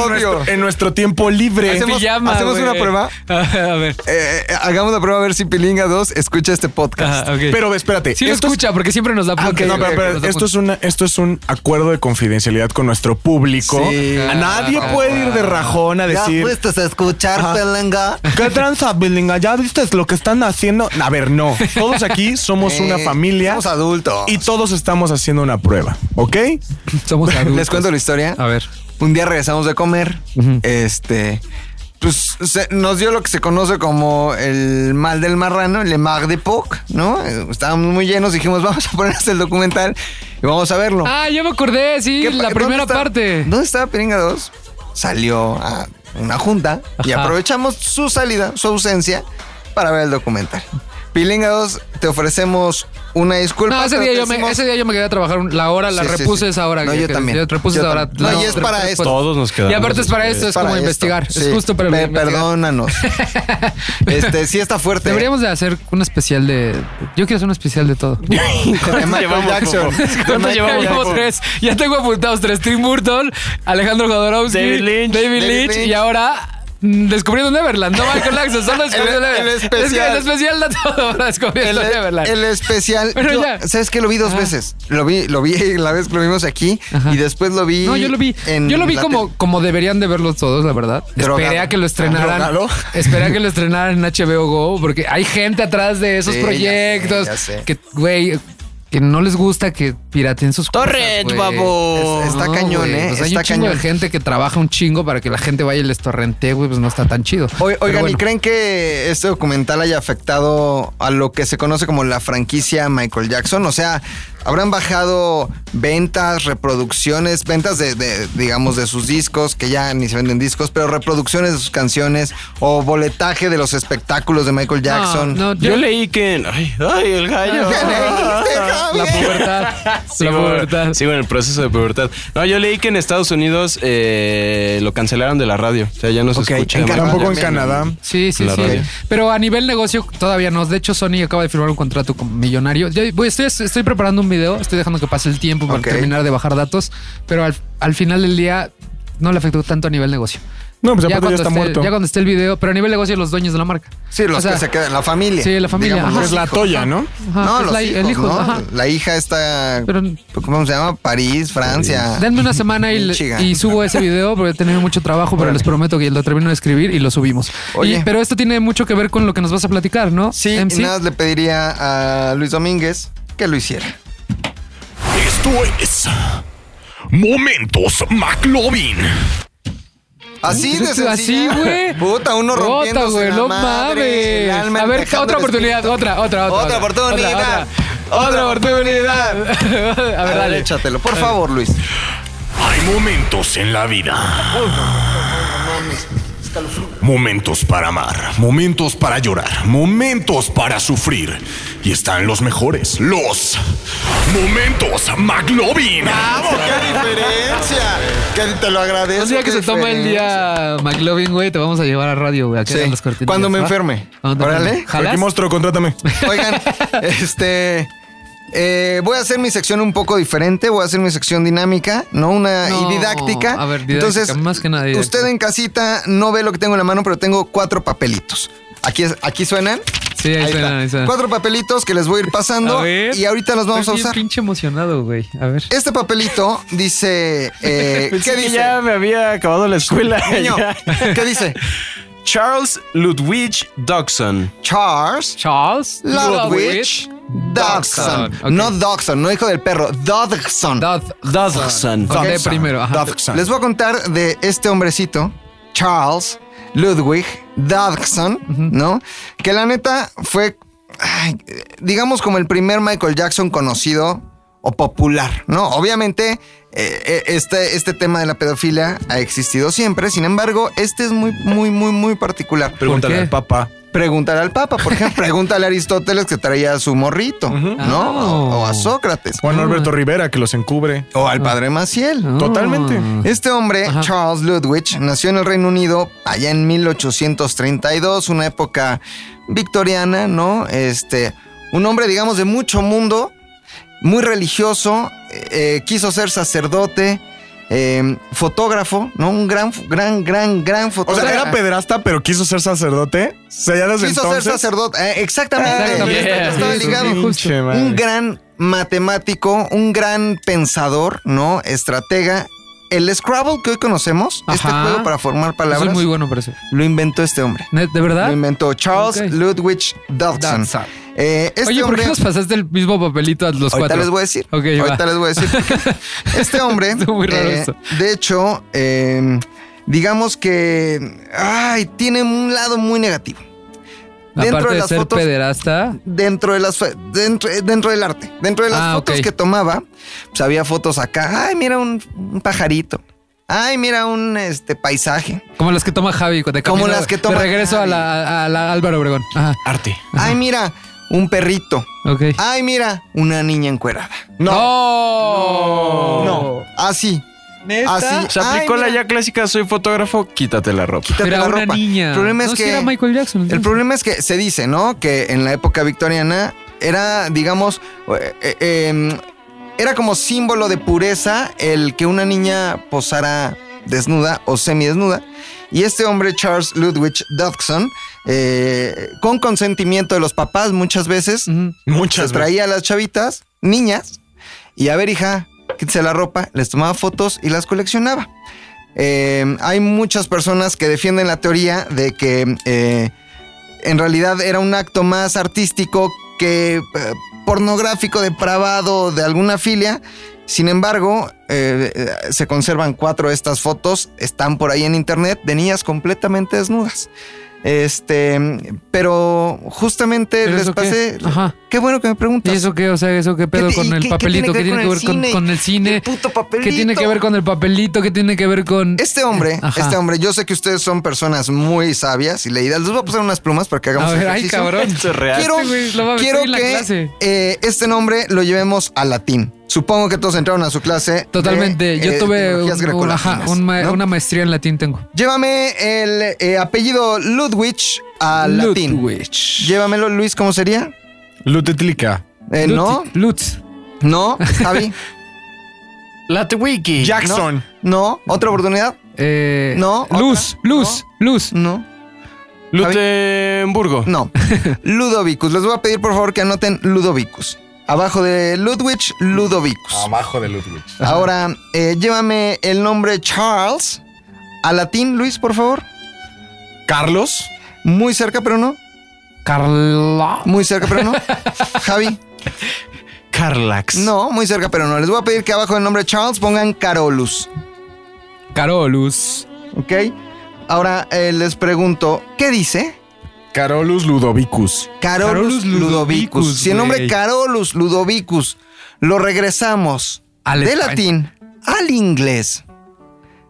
Speaker 3: Obvio.
Speaker 1: En nuestro tiempo libre.
Speaker 3: Hacemos-
Speaker 2: Pijama,
Speaker 3: hacemos
Speaker 2: güey.
Speaker 3: una prueba.
Speaker 2: a ver.
Speaker 3: Eh, eh, hagamos la prueba a ver si Pilinga 2 escucha este podcast.
Speaker 2: Ajá, ok.
Speaker 1: Pero espérate,
Speaker 2: sí lo
Speaker 1: esto es- Ah,
Speaker 2: escucha, porque siempre nos da puntos,
Speaker 1: no,
Speaker 2: güey,
Speaker 1: pero, pero
Speaker 2: nos da
Speaker 1: esto
Speaker 2: puntos.
Speaker 1: es una, esto es un acuerdo de confidencialidad con nuestro público.
Speaker 3: Sí.
Speaker 1: A Nadie
Speaker 2: Ah,
Speaker 1: puede ir de rajón a
Speaker 3: ¿Ya
Speaker 1: decir.
Speaker 3: puestos a escuchar,
Speaker 1: Ajá.
Speaker 3: Pilinga?
Speaker 1: ¿Qué tranza, Bilinga? ¿Ya viste lo que están haciendo? A ver, no. Todos aquí somos
Speaker 3: Eh,
Speaker 1: una familia.
Speaker 3: somos adultos.
Speaker 1: Y todos estamos haciendo una prueba, ¿ok?
Speaker 2: Somos adultos.
Speaker 3: Les cuento la historia.
Speaker 2: A ver.
Speaker 3: Un día regresamos de comer. Este. pues se- nos dio lo que se conoce como el mal del marrano, el mar de Poc, ¿no? Eh, Estábamos muy llenos, dijimos, vamos a ponerse el documental y vamos a verlo.
Speaker 2: Ah, ya me acordé, sí,
Speaker 3: ¿Qué pa-
Speaker 2: la
Speaker 3: dónde
Speaker 2: primera
Speaker 3: está-
Speaker 2: parte.
Speaker 3: ¿Dónde estaba Piringa 2? Salió a una junta y
Speaker 2: Ajá.
Speaker 3: aprovechamos su salida, su ausencia, para ver el documental. Piringa 2, te ofrecemos una disculpa.
Speaker 2: No, ese
Speaker 3: pero
Speaker 2: día,
Speaker 3: te
Speaker 2: yo me,
Speaker 3: decimos-
Speaker 2: ese día yo me quedé a trabajar un- la hora, la
Speaker 3: Sí, sí,
Speaker 2: repuse
Speaker 3: sí.
Speaker 2: esa hora.
Speaker 3: No,
Speaker 2: que-
Speaker 3: yo
Speaker 2: que-
Speaker 3: también.
Speaker 2: yo repuse
Speaker 3: Yo
Speaker 2: esa hora.
Speaker 3: también. No, y es para esto. Todos
Speaker 8: nos
Speaker 2: Y aparte es para esto, es
Speaker 3: para
Speaker 2: como
Speaker 3: esto.
Speaker 2: investigar.
Speaker 3: Sí.
Speaker 2: Es justo para
Speaker 3: Pe-
Speaker 2: investigar.
Speaker 3: Perdónanos. Este, sí está fuerte.
Speaker 2: Deberíamos de hacer un especial de... Yo quiero hacer un especial de todo.
Speaker 3: De ¿eh? Michael Jackson. De
Speaker 2: ¿Cuántos
Speaker 3: Michael
Speaker 2: llevamos?
Speaker 3: Jackson.
Speaker 2: tres. Ya tengo apuntados tres. Tim Burton, Alejandro Jodorowsky,
Speaker 8: David Lynch.
Speaker 2: David
Speaker 3: David
Speaker 2: Lynch,
Speaker 3: Lynch.
Speaker 2: y ahora mm, Descubriendo Neverland. No Michael Jackson, solo Descubriendo
Speaker 3: El- el
Speaker 2: Neverland. Es que
Speaker 3: especial.
Speaker 2: el especial da todo para
Speaker 3: El, e-
Speaker 2: Descubriendo Neverland.
Speaker 3: el especial.
Speaker 2: Pero
Speaker 3: yo-
Speaker 2: ya. Ah.
Speaker 3: ¿Sabes qué? Lo vi dos
Speaker 2: Ajá.
Speaker 3: veces. Lo vi, lo vi la vez que lo vimos aquí y después lo vi.
Speaker 2: No, yo lo vi.
Speaker 3: en
Speaker 2: yo lo vi
Speaker 3: la
Speaker 2: como, como deberían de verlos todos, la verdad.
Speaker 3: Drogado. Ah,
Speaker 2: Esperé a que lo estrenaran.
Speaker 3: Drogado.
Speaker 2: Esperé a que lo estrenaran en HBO Go, porque hay gente atrás de esos
Speaker 3: Sí, ya sé,
Speaker 2: proyectos.
Speaker 3: ya sé.
Speaker 2: Que, güey, que no les gusta que piraten sus
Speaker 8: Torrent,
Speaker 2: cosas, güey.
Speaker 8: babo.
Speaker 3: Es- está
Speaker 2: No,
Speaker 3: cañón,
Speaker 2: güey,
Speaker 3: ¿eh?
Speaker 2: pues hay
Speaker 3: Está
Speaker 2: un chingo
Speaker 3: cañón.
Speaker 2: de gente que trabaja un chingo para que la gente vaya y les torrentee, güey, pues no está tan chido.
Speaker 3: O-
Speaker 2: Pero
Speaker 3: Oigan, ¿y
Speaker 2: bueno.
Speaker 3: creen que este documental haya afectado a lo que se conoce como la franquicia Michael Jackson? O sea, ¿habrán bajado ventas, reproducciones, ventas de, de, digamos, de sus discos, que ya ni se venden discos, pero reproducciones de sus canciones o boletaje de los espectáculos de Michael Jackson?
Speaker 2: No,
Speaker 8: Yo
Speaker 2: yo,
Speaker 8: leí que. Ay, ay, el gallo.
Speaker 2: la pubertad. la
Speaker 8: Sigo-
Speaker 2: pubertad.
Speaker 8: Sigo en el proceso de pubertad. No, yo leí que en Estados Unidos eh, lo cancelaron de la radio. O sea, ya no se
Speaker 3: Ok,
Speaker 8: escucha.
Speaker 3: en
Speaker 8: Michael
Speaker 3: Canadá
Speaker 1: Tampoco en
Speaker 8: Jackson.
Speaker 1: Canadá.
Speaker 2: Sí, sí,
Speaker 8: La
Speaker 2: sí.
Speaker 8: radio.
Speaker 2: Pero a nivel negocio todavía no. De hecho, Sony acaba de firmar un contrato con millonario. Ya voy- estoy, estoy preparando un video, estoy dejando que pase el tiempo para
Speaker 3: Ok.
Speaker 2: terminar de bajar datos, pero al, al final del día no le afectó tanto a nivel negocio.
Speaker 1: No, pues aparte ya,
Speaker 2: cuando
Speaker 1: está
Speaker 2: esté,
Speaker 1: muerto.
Speaker 2: ya cuando esté el video, pero a nivel negocio los dueños de la marca.
Speaker 3: Sí, los
Speaker 2: O sea,
Speaker 3: que se quedan, la familia.
Speaker 2: sí, la familia,
Speaker 3: digamos,
Speaker 2: ajá.
Speaker 3: los
Speaker 1: es la
Speaker 3: hijos.
Speaker 1: toya, ¿no?
Speaker 2: ajá,
Speaker 3: no,
Speaker 2: es
Speaker 3: los
Speaker 2: la-
Speaker 3: hijos,
Speaker 2: el hijo.
Speaker 3: ¿no?
Speaker 2: ajá.
Speaker 3: La hija está,
Speaker 2: Pero-
Speaker 3: ¿cómo se llama? París, Francia.
Speaker 2: Denme una semana y, le-
Speaker 3: Michigan.
Speaker 2: y subo ese video porque he tenido mucho trabajo, pero les prometo que lo termino de escribir y lo subimos. Y-
Speaker 3: Oye.
Speaker 2: pero esto tiene mucho que ver con lo que nos vas a platicar, ¿no?
Speaker 3: Sí, y
Speaker 2: MC?
Speaker 3: nada más le pediría a Luis Domínguez que lo hiciera.
Speaker 13: Esto es Momentos McLovin.
Speaker 3: Así de sencillo.
Speaker 2: Pues Así, güey.
Speaker 3: Puta, uno
Speaker 2: Rota,
Speaker 3: rompiéndose
Speaker 2: güey,
Speaker 3: la
Speaker 2: no
Speaker 3: madre, el
Speaker 2: mames.
Speaker 3: alma
Speaker 2: A ver,
Speaker 3: dejando
Speaker 2: otra
Speaker 3: el
Speaker 2: oportunidad,
Speaker 3: espíritu.
Speaker 2: otra, otra, otra.
Speaker 3: Otra oportunidad.
Speaker 2: Otra,
Speaker 3: Otra
Speaker 2: oportunidad. A ver,
Speaker 3: A ver,
Speaker 2: dale.
Speaker 3: échatelo, por favor, Luis.
Speaker 13: Hay momentos en la vida. Momentos para amar, momentos para llorar, momentos para sufrir. Y están los mejores, los momentos McLovin.
Speaker 3: ¡Qué diferencia! Que te lo agradezco.
Speaker 2: Un día que
Speaker 3: qué
Speaker 2: se toma el
Speaker 3: diferencia.
Speaker 2: día McLovin, güey, te vamos a llevar a radio, güey. a que
Speaker 3: Sí.
Speaker 2: hagan las cortinillas,
Speaker 3: Cuando me
Speaker 2: ¿va?
Speaker 3: enferme.
Speaker 2: Cuando te
Speaker 3: Órale.
Speaker 2: enfermes.
Speaker 1: Aquí
Speaker 2: ¿Jalas?
Speaker 1: monstruo, contrátame.
Speaker 3: Oigan, este. eh, voy a hacer mi sección un poco diferente, voy a hacer mi sección dinámica, no una
Speaker 2: No,
Speaker 3: y didáctica.
Speaker 2: a ver, didáctica, más que nada didáctica.
Speaker 3: usted en casita no ve lo que tengo en la mano, pero tengo cuatro papelitos. Aquí, es- aquí suenan.
Speaker 2: Sí, ahí,
Speaker 3: Ahí
Speaker 2: suena,
Speaker 3: está.
Speaker 2: ahí suena.
Speaker 3: Cuatro papelitos que les voy a ir pasando
Speaker 2: A ver.
Speaker 3: y ahorita los vamos a
Speaker 2: Estoy bien
Speaker 3: usar.
Speaker 2: pinche emocionado, güey. A ver.
Speaker 3: Este papelito dice. eh,
Speaker 8: Pensé
Speaker 3: ¿Qué
Speaker 8: que
Speaker 3: dice?
Speaker 8: ya me había acabado la escuela.
Speaker 3: Niño,
Speaker 8: Ya.
Speaker 3: ¿Qué dice?
Speaker 8: Charles Ludwig Dodson.
Speaker 3: Charles
Speaker 2: Charles
Speaker 3: Ludwig Dodson.
Speaker 2: Dodson, ok.
Speaker 3: No Dodson, no hijo del perro. Dodson.
Speaker 2: Dodson.
Speaker 8: Dodson.
Speaker 2: Con D primero, ajá.
Speaker 1: Dodson.
Speaker 3: Les voy a contar de este hombrecito, Charles Ludwig Dodson, ¿no? Que la neta fue, ay, digamos, como el primer Michael Jackson conocido o popular, ¿no? Obviamente, eh, eh, este, este tema de la pedofilia ha existido siempre, sin embargo, este es muy, muy, muy, muy particular.
Speaker 8: Pregúntale
Speaker 2: qué?
Speaker 8: al papá.
Speaker 3: Pregúntale al Papa, por ejemplo, pregúntale a Aristóteles que traía a su morrito, ¿no? O- o a Sócrates.
Speaker 1: Juan Alberto Rivera, que los encubre.
Speaker 3: O al padre Maciel.
Speaker 1: Totalmente.
Speaker 2: Mm.
Speaker 3: Este hombre, Charles Ludwig, nació en el Reino Unido allá en 1832, una época victoriana, ¿no? Este, un hombre, digamos, de mucho mundo, muy religioso, eh, eh, quiso ser sacerdote, eh, fotógrafo, ¿no? Un gran, gran, gran, gran
Speaker 1: O
Speaker 3: fotógrafo.
Speaker 1: sea, era pedrasta, pero quiso ser sacerdote. O sea, ya desde
Speaker 3: Quiso
Speaker 1: entonces.
Speaker 3: ser sacerdote, eh, exactamente.
Speaker 2: Exactamente.
Speaker 3: Estaba- estaba
Speaker 2: Sí, sí,
Speaker 3: ligado.
Speaker 2: sí, justo.
Speaker 1: Pinche madre.
Speaker 3: Un gran matemático, un gran pensador, ¿no? Estratega. El Scrabble que hoy conocemos, este
Speaker 2: Ajá.
Speaker 3: juego para formar
Speaker 2: Soy
Speaker 3: palabras,
Speaker 2: muy bueno para eso.
Speaker 3: lo inventó este hombre.
Speaker 2: ¿Ne- ¿De verdad?
Speaker 3: Lo inventó Charles
Speaker 2: Ok.
Speaker 3: Ludwig Dodson.
Speaker 2: Dodson.
Speaker 3: Eh, este
Speaker 2: Oye, ¿por
Speaker 3: hombre,
Speaker 2: qué nos pasaste el mismo papelito a los
Speaker 3: ahorita
Speaker 2: cuatro?
Speaker 3: les voy a decir.
Speaker 2: Ok, va.
Speaker 3: ahorita les voy a decir. Este hombre,
Speaker 2: Estuvo muy raro
Speaker 3: eh,
Speaker 2: eso.
Speaker 3: de hecho, eh, digamos que, ay, tiene un lado muy negativo.
Speaker 2: Aparte de, ser pederasta.
Speaker 3: dentro de las fo- dentro, eh, dentro del arte, dentro de las
Speaker 2: Ah,
Speaker 3: fotos
Speaker 2: ok.
Speaker 3: que tomaba, pues había fotos acá, ay, mira un, un pajarito. Ay, mira un este paisaje.
Speaker 2: Como las que toma Javi. De
Speaker 3: Como
Speaker 2: camino-
Speaker 3: las que toma
Speaker 2: De regreso a la, a la Álvaro Obregón. Ajá.
Speaker 8: Arte.
Speaker 3: Ay, mira un perrito.
Speaker 2: Ok.
Speaker 3: Ay, mira una niña encuerada.
Speaker 2: No.
Speaker 3: No, así. Así.
Speaker 8: Se aplicó
Speaker 3: Ay,
Speaker 8: la
Speaker 3: mira,
Speaker 8: ya clásica, soy fotógrafo, quítate la ropa.
Speaker 3: quítate
Speaker 2: Era
Speaker 3: la
Speaker 2: una
Speaker 3: ropa.
Speaker 2: niña.
Speaker 3: El problema es
Speaker 2: No, sí
Speaker 3: que
Speaker 2: era Michael Jackson.
Speaker 3: El problema es que se dice, ¿no? Que en la época victoriana era, digamos, eh, eh, eh, era como símbolo de pureza el que una niña posara desnuda o semidesnuda. Y este hombre, Charles Ludwig Dodgson, eh, con consentimiento de los papás muchas veces,
Speaker 1: Muchas
Speaker 3: se traía a las chavitas, niñas, y a ver, hija, quítese la ropa, les tomaba fotos y las coleccionaba. Eh, hay muchas personas que defienden la teoría de que eh, en realidad era un acto más artístico que eh, pornográfico, depravado de alguna filia. Sin embargo, eh, eh, se conservan cuatro de estas fotos, están por ahí en internet, de niñas completamente desnudas. Este, pero justamente
Speaker 2: ¿Pero
Speaker 3: les
Speaker 2: eso qué?
Speaker 3: pasé.
Speaker 2: Ajá.
Speaker 3: Qué bueno que me preguntas.
Speaker 2: ¿Y eso qué? O sea, ¿eso qué pedo
Speaker 3: ¿Qué te- y
Speaker 2: con el
Speaker 3: qué- qué
Speaker 2: papelito? ¿Qué tiene que ver con, con el cine?
Speaker 3: puto
Speaker 2: ¿Qué tiene que
Speaker 3: papelito?
Speaker 2: ver con el papelito? ¿Qué tiene que ver con...?
Speaker 3: Este hombre,
Speaker 2: Ajá.
Speaker 3: este hombre, yo sé que ustedes son personas muy sabias y leídas. Les voy a pasar unas plumas para que hagamos
Speaker 2: A ver, ay,
Speaker 3: ejercicio.
Speaker 2: cabrón.
Speaker 8: Esto es real.
Speaker 3: Quiero,
Speaker 2: Este güey lo va a meter
Speaker 3: quiero
Speaker 2: en la
Speaker 3: que
Speaker 2: clase.
Speaker 3: eh, este nombre lo llevemos al latín. Supongo que todos entraron a su clase. de,
Speaker 2: Totalmente. Yo
Speaker 3: eh,
Speaker 2: tuve
Speaker 3: teologías
Speaker 2: un- un- ajá,
Speaker 3: grecolatinas,
Speaker 2: un ma-
Speaker 3: ¿no?
Speaker 2: una maestría en latín tengo.
Speaker 3: Llévame el eh, apellido Ludwig al latín. Llévamelo, Luis, ¿cómo sería?
Speaker 1: Lutetlica.
Speaker 3: Eh, no,
Speaker 2: Lutz.
Speaker 3: no, Javi.
Speaker 8: Latwiki.
Speaker 1: Jackson.
Speaker 3: No, otra oportunidad.
Speaker 2: Eh,
Speaker 3: No, otra.
Speaker 2: Luz, luz, luz.
Speaker 3: No.
Speaker 8: Lutemburgo.
Speaker 3: No. Ludovicus. Les voy a pedir por favor que anoten Ludovicus. Abajo de Ludwig, Ludovicus.
Speaker 1: Abajo de Ludwig.
Speaker 3: Ahora, eh, llévame el nombre Charles a latín, Luis, por favor.
Speaker 1: Carlos.
Speaker 3: Muy cerca, pero no.
Speaker 2: Carla.
Speaker 3: Muy cerca, pero no. Javi.
Speaker 8: Carlax.
Speaker 3: No, muy cerca, pero no. Les voy a pedir que abajo del nombre Charles pongan Carolus.
Speaker 2: Carolus.
Speaker 3: ¿Ok? Ahora eh, les pregunto, ¿qué dice?
Speaker 1: Carolus Ludovicus.
Speaker 3: Carolus,
Speaker 2: Carolus
Speaker 3: Ludovicus.
Speaker 2: Ludovicus,
Speaker 3: Si el nombre
Speaker 2: güey.
Speaker 3: Carolus Ludovicus lo regresamos
Speaker 2: Al
Speaker 3: de
Speaker 2: español.
Speaker 3: latín al inglés,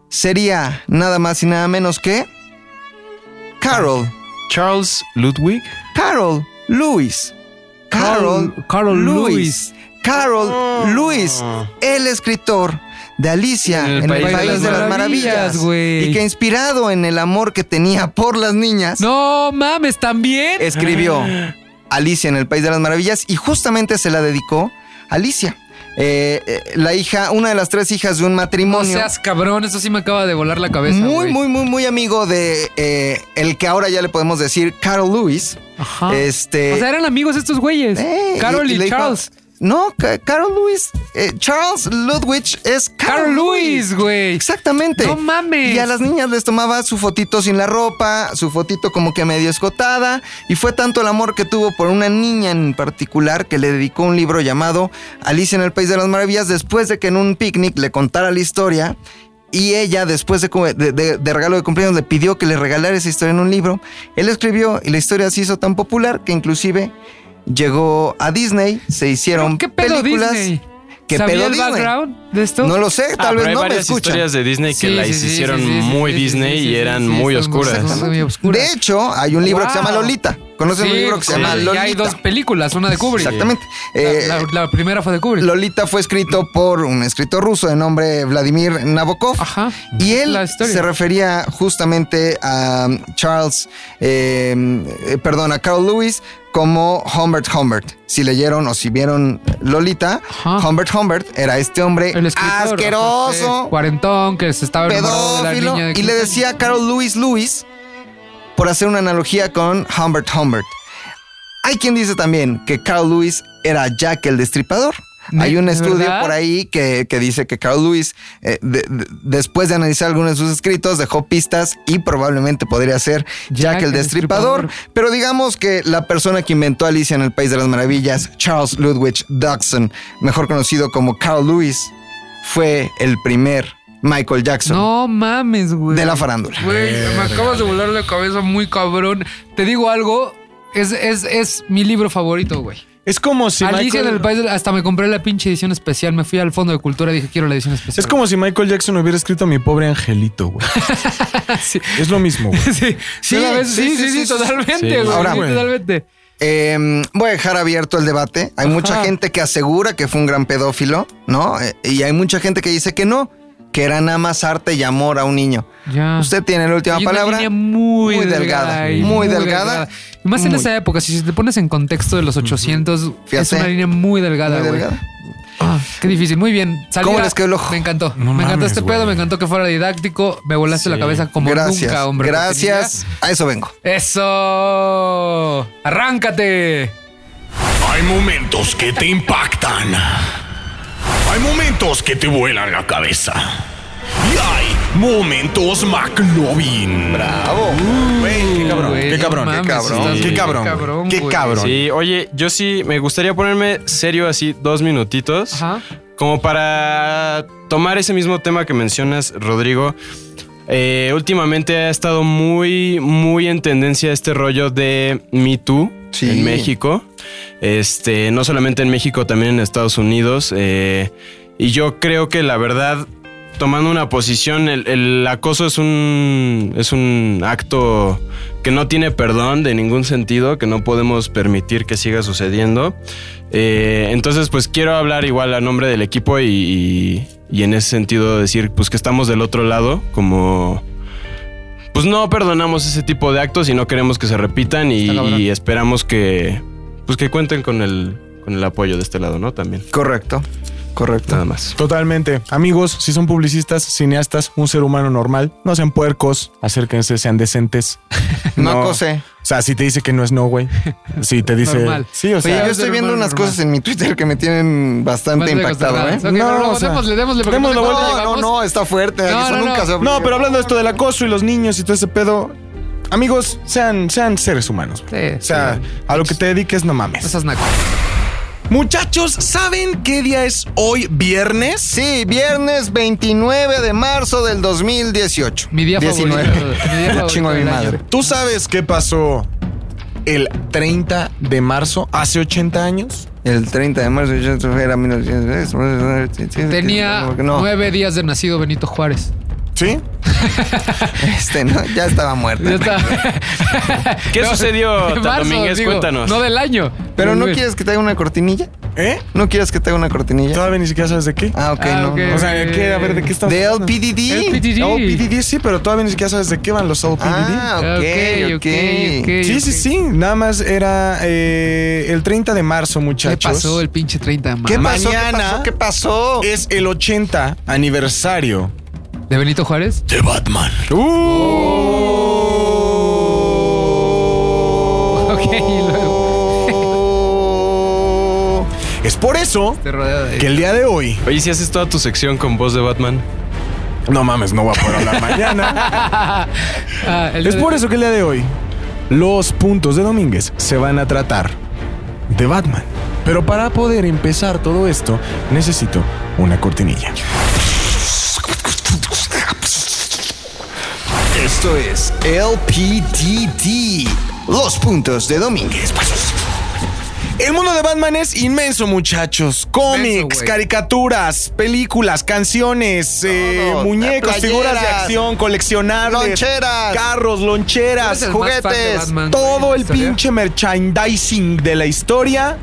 Speaker 3: sería nada más y nada menos que Carol,
Speaker 8: Charles Ludwig.
Speaker 2: Eh,
Speaker 3: Carol, Luis, Carol,
Speaker 2: Carol
Speaker 3: Luis, Carol, Luis, el escritor de Alicia en el, País, de las Maravillas,
Speaker 2: güey.
Speaker 3: y que inspirado en el amor que tenía por las niñas,
Speaker 2: No mames,
Speaker 3: Eh,
Speaker 2: también.
Speaker 3: escribió Alicia en el País de las Maravillas y justamente se la dedicó a Alicia. Eh, eh, la hija, una de las tres hijas de
Speaker 2: No
Speaker 3: un matrimonio.
Speaker 2: seas cabrón, eso sí me acaba de volar la cabeza.
Speaker 3: muy,
Speaker 2: güey.
Speaker 3: muy, muy, muy amigo de eh, el que ahora ya le podemos decir Carol Lewis.
Speaker 2: Ajá.
Speaker 3: Este.
Speaker 2: o sea, eran amigos estos güeyes.
Speaker 3: eh,
Speaker 2: Carol y,
Speaker 3: le dijo-
Speaker 2: Charles.
Speaker 3: no, Ca- Carol Lewis. eh, Charles Ludwig es
Speaker 2: Carol Lewis, güey.
Speaker 3: Exactamente.
Speaker 2: No mames.
Speaker 3: Y a las niñas les tomaba su fotito sin la ropa, su fotito como que medio escotada. Y fue tanto el amor que tuvo por una niña en particular que le dedicó un libro llamado Alicia en el País de las Maravillas después de que en un picnic le contara la historia. Y ella, después de, cum- de- de- de regalo de cumpleaños, le pidió que le regalara esa historia en un libro. Él escribió y la historia se hizo tan popular que inclusive llegó a Disney, se hicieron
Speaker 2: ¿Qué pedo
Speaker 3: películas.
Speaker 2: Disney?
Speaker 3: ¿Qué
Speaker 2: ¿Sabía
Speaker 3: pedo
Speaker 2: el
Speaker 3: Disney?
Speaker 2: background de esto?
Speaker 3: No lo sé,
Speaker 8: Ah,
Speaker 3: tal
Speaker 8: pero
Speaker 3: vez
Speaker 8: hay
Speaker 3: no me
Speaker 8: varias
Speaker 3: escuchan.
Speaker 8: historias de Disney que
Speaker 2: Sí,
Speaker 8: las
Speaker 2: sí, sí,
Speaker 8: hicieron
Speaker 2: sí, sí, sí,
Speaker 8: muy
Speaker 2: sí, sí,
Speaker 8: Disney
Speaker 2: sí,
Speaker 8: y
Speaker 2: sí,
Speaker 8: eran
Speaker 2: sí,
Speaker 8: muy
Speaker 2: son
Speaker 8: oscuras.
Speaker 2: cosas muy oscuras.
Speaker 3: De hecho, hay un libro que se llama
Speaker 2: Wow.
Speaker 3: Lolita. ¿Conocen
Speaker 2: Sí,
Speaker 3: un libro que se
Speaker 2: sí,
Speaker 3: llama Lolita?
Speaker 2: Ya hay dos películas, una de Kubrick.
Speaker 3: Exactamente.
Speaker 2: La,
Speaker 3: Eh,
Speaker 2: la- la primera fue de Kubrick.
Speaker 3: Lolita fue escrito por un escritor ruso de nombre Vladimir Nabokov.
Speaker 2: Ajá.
Speaker 3: Y él
Speaker 2: La historia.
Speaker 3: se refería justamente a um, Charles, eh, eh, perdón, a Carl Lewis como Humbert Humbert. Si leyeron o si vieron Lolita,
Speaker 2: Ajá.
Speaker 3: Humbert Humbert era este hombre
Speaker 2: El escritor.
Speaker 3: asqueroso,
Speaker 2: ajá, sí, Cuarentón, que se estaba enamorado de la
Speaker 3: pedófilo.
Speaker 2: niña. de
Speaker 3: y le
Speaker 2: Kubrick.
Speaker 3: decía a Carol Lewis Lewis por hacer una analogía con Humbert Humbert. Hay quien dice también que Carol Lewis era Jack el Destripador.
Speaker 2: Ne-
Speaker 3: Hay un
Speaker 2: ¿de
Speaker 3: estudio
Speaker 2: verdad?
Speaker 3: por ahí que, que dice que Carol Lewis, eh, de- de- después de analizar algunos de sus escritos, dejó pistas y probablemente podría ser Jack, el, Destripador. Pero digamos que la persona que inventó Alicia en el País de las Maravillas, Charles Ludwig Dodson, mejor conocido como Carl Lewis, fue el primer Michael Jackson.
Speaker 2: No mames, güey.
Speaker 3: De la farándula.
Speaker 2: Güey, me acabas de volar la cabeza muy cabrón. Te digo algo, es, es, es mi libro favorito, güey.
Speaker 1: Es como si
Speaker 2: Alicia
Speaker 1: Michael-
Speaker 2: en el País, del- hasta me compré la pinche edición especial. Me fui al Fondo de Cultura y dije, quiero la edición especial.
Speaker 1: Es como si Michael Jackson hubiera escrito Mi pobre angelito, güey. Es lo mismo, güey.
Speaker 2: Sí, sí, a veces- sí, sí, sí, totalmente, güey.
Speaker 3: Ahora,
Speaker 2: Sí, totalmente.
Speaker 3: eh, voy a dejar abierto el debate. Hay mucha gente que asegura que fue un gran pedófilo, ¿no? Eh, y hay mucha gente que dice que no, que era nada más arte y amor a un niño.
Speaker 2: Ya.
Speaker 3: Usted tiene la última
Speaker 2: Ah. Hay una
Speaker 3: palabra.
Speaker 2: línea muy,
Speaker 3: muy
Speaker 2: delgada.
Speaker 3: delgada,
Speaker 2: y
Speaker 3: muy delgada,
Speaker 2: Y más en
Speaker 3: muy-
Speaker 2: esa época, si te pones en contexto de los 800, es
Speaker 3: Fíjate.
Speaker 2: una línea muy delgada,
Speaker 3: Muy
Speaker 2: güey.
Speaker 3: delgada.
Speaker 2: Ah, qué difícil. Muy bien. Salida,
Speaker 3: ¿Cómo les quedó el ojo?
Speaker 2: Me encantó. me encantó
Speaker 3: mames,
Speaker 2: este pedo, me encantó que fuera didáctico. Me volaste la cabeza como
Speaker 3: Gracias,
Speaker 2: nunca, hombre.
Speaker 3: Gracias. A eso vengo.
Speaker 2: Cochinilla. Eso. Arráncate.
Speaker 13: Hay momentos que te impactan. Hay momentos que te vuelan la cabeza. Y hay momentos McLovin.
Speaker 3: Bravo.
Speaker 1: Uh, qué cabrón.
Speaker 8: Güey,
Speaker 1: qué
Speaker 8: no
Speaker 1: cabrón.
Speaker 8: mames,
Speaker 1: qué cabrón.
Speaker 8: estás
Speaker 1: Qué
Speaker 8: bien
Speaker 1: cabrón. güey.
Speaker 2: cabrón,
Speaker 1: Qué
Speaker 2: güey.
Speaker 1: cabrón.
Speaker 8: Sí, oye, yo sí me gustaría ponerme serio así dos minutitos. Como para tomar ese mismo tema que mencionas, Rodrigo. Eh, últimamente ha estado muy, muy en tendencia este rollo de Me Too
Speaker 3: Sí.
Speaker 8: en México. Este, no solamente en México, también en Estados Unidos. Eh, y yo creo que la verdad, tomando una posición, el, el acoso es un, es un acto que no tiene perdón de ningún sentido, que no podemos permitir que siga sucediendo. Eh, entonces, pues quiero hablar igual a nombre del equipo y, y- y en ese sentido decir, pues que estamos del otro lado, como... Pues no perdonamos ese tipo de actos y no queremos que se repitan y,
Speaker 2: cabrón.
Speaker 8: y esperamos que, pues que cuenten con el, con el apoyo de este lado, ¿no? También.
Speaker 3: Correcto. Correcto.
Speaker 8: Nada más.
Speaker 1: Totalmente. Amigos, si son publicistas, cineastas, un ser humano normal, no sean puercos, acérquense, sean decentes.
Speaker 3: No acose.
Speaker 1: O sea, si te dice que no es no, güey. Si te dice.
Speaker 2: Normal.
Speaker 1: Sí, o
Speaker 2: Oye,
Speaker 1: sea.
Speaker 3: yo
Speaker 2: es
Speaker 3: estoy
Speaker 2: normal,
Speaker 3: viendo unas
Speaker 2: normal.
Speaker 3: cosas en mi Twitter que me tienen bastante
Speaker 2: Bastante
Speaker 3: impactado, ¿eh?
Speaker 2: consternadas. Ok, pero luego démosle, démosle, porque
Speaker 1: demos
Speaker 2: no
Speaker 1: la
Speaker 2: sé
Speaker 1: vuelta.
Speaker 2: cuánto
Speaker 3: No,
Speaker 2: llevamos.
Speaker 3: no, está fuerte.
Speaker 2: No,
Speaker 3: eso
Speaker 2: no,
Speaker 3: nunca
Speaker 2: no.
Speaker 3: se
Speaker 1: No, pero hablando de esto del acoso y los niños y todo ese pedo, amigos, sean, sean seres humanos. güey.
Speaker 2: Sí,
Speaker 1: o sea, a lo que te dediques, no mames.
Speaker 2: No seas naco.
Speaker 1: Muchachos, ¿saben qué día es hoy viernes?
Speaker 3: Sí, viernes 29 de marzo del 2018.
Speaker 2: Mi día
Speaker 3: 19.
Speaker 2: favorito. Mi día favorito
Speaker 3: Chingo a mi
Speaker 2: del año.
Speaker 3: madre.
Speaker 1: ¿Tú sabes qué pasó el 30 de marzo, hace 80 años?
Speaker 3: El 30 de marzo yo era 1910.
Speaker 2: Tenía
Speaker 3: no,
Speaker 2: nueve días de nacido Benito Juárez.
Speaker 1: ¿Sí?
Speaker 3: este, no, ya estaba muerta.
Speaker 2: Ya está.
Speaker 8: ¿Qué
Speaker 2: No,
Speaker 8: sucedió,
Speaker 2: de
Speaker 8: Tata
Speaker 2: marzo,
Speaker 8: Domínguez?
Speaker 2: digo,
Speaker 8: Cuéntanos.
Speaker 2: No del año.
Speaker 3: Pero no
Speaker 2: Muy bien.
Speaker 3: quieres que te haga una cortinilla?
Speaker 1: ¿Eh?
Speaker 3: ¿No quieres que te haga una cortinilla?
Speaker 1: Todavía ni siquiera sabes de qué.
Speaker 3: Ah, ok,
Speaker 2: Ah,
Speaker 3: no.
Speaker 2: ok,
Speaker 3: no.
Speaker 1: O sea, ¿de ¿qué? A ver, ¿de qué estamos
Speaker 3: De
Speaker 1: hablando?
Speaker 3: LPDD.
Speaker 2: LPDD.
Speaker 1: LPDD, sí, pero todavía ni siquiera sabes de qué van los LPDD.
Speaker 3: Ah, ok, ok.
Speaker 2: ok,
Speaker 1: sí, sí,
Speaker 2: ok.
Speaker 1: sí. Nada más era eh, el 30 de marzo,
Speaker 2: ¿Qué
Speaker 1: muchachos.
Speaker 2: pasó el pinche 30 de marzo?
Speaker 3: ¿Qué pasó?
Speaker 1: Mañana-
Speaker 3: ¿Qué pasó? ¿Qué pasó?
Speaker 1: Es el 80 aniversario
Speaker 2: ¿De Benito Juárez?
Speaker 13: De Batman.
Speaker 1: Uh. Oh.
Speaker 2: Ok, y luego.
Speaker 1: Es por eso
Speaker 2: Te rodea de.
Speaker 1: que el día de hoy.
Speaker 8: Oye, si haces toda tu sección con voz de Batman.
Speaker 1: No mames, no voy a poder hablar mañana.
Speaker 2: Ah, el-
Speaker 1: Es por eso que el día de hoy los puntos de Domínguez se van a tratar de Batman. Pero para poder empezar todo esto, necesito una cortinilla.
Speaker 3: Esto es LPDD. Los puntos de Domínguez.
Speaker 1: El mundo de Batman es inmenso, muchachos. Cómics,
Speaker 2: güey.
Speaker 1: caricaturas, películas, canciones, eh,
Speaker 3: Todo,
Speaker 1: muñecos,
Speaker 3: playeras,
Speaker 1: figuras de acción, coleccionables,
Speaker 3: loncheras.
Speaker 1: carros,
Speaker 2: ¿Tú eres
Speaker 1: loncheras,
Speaker 2: el más
Speaker 1: juguetes,
Speaker 2: fan de Batman,
Speaker 1: todo
Speaker 2: güey,
Speaker 1: el
Speaker 2: en historia?
Speaker 1: pinche merchandising de la historia.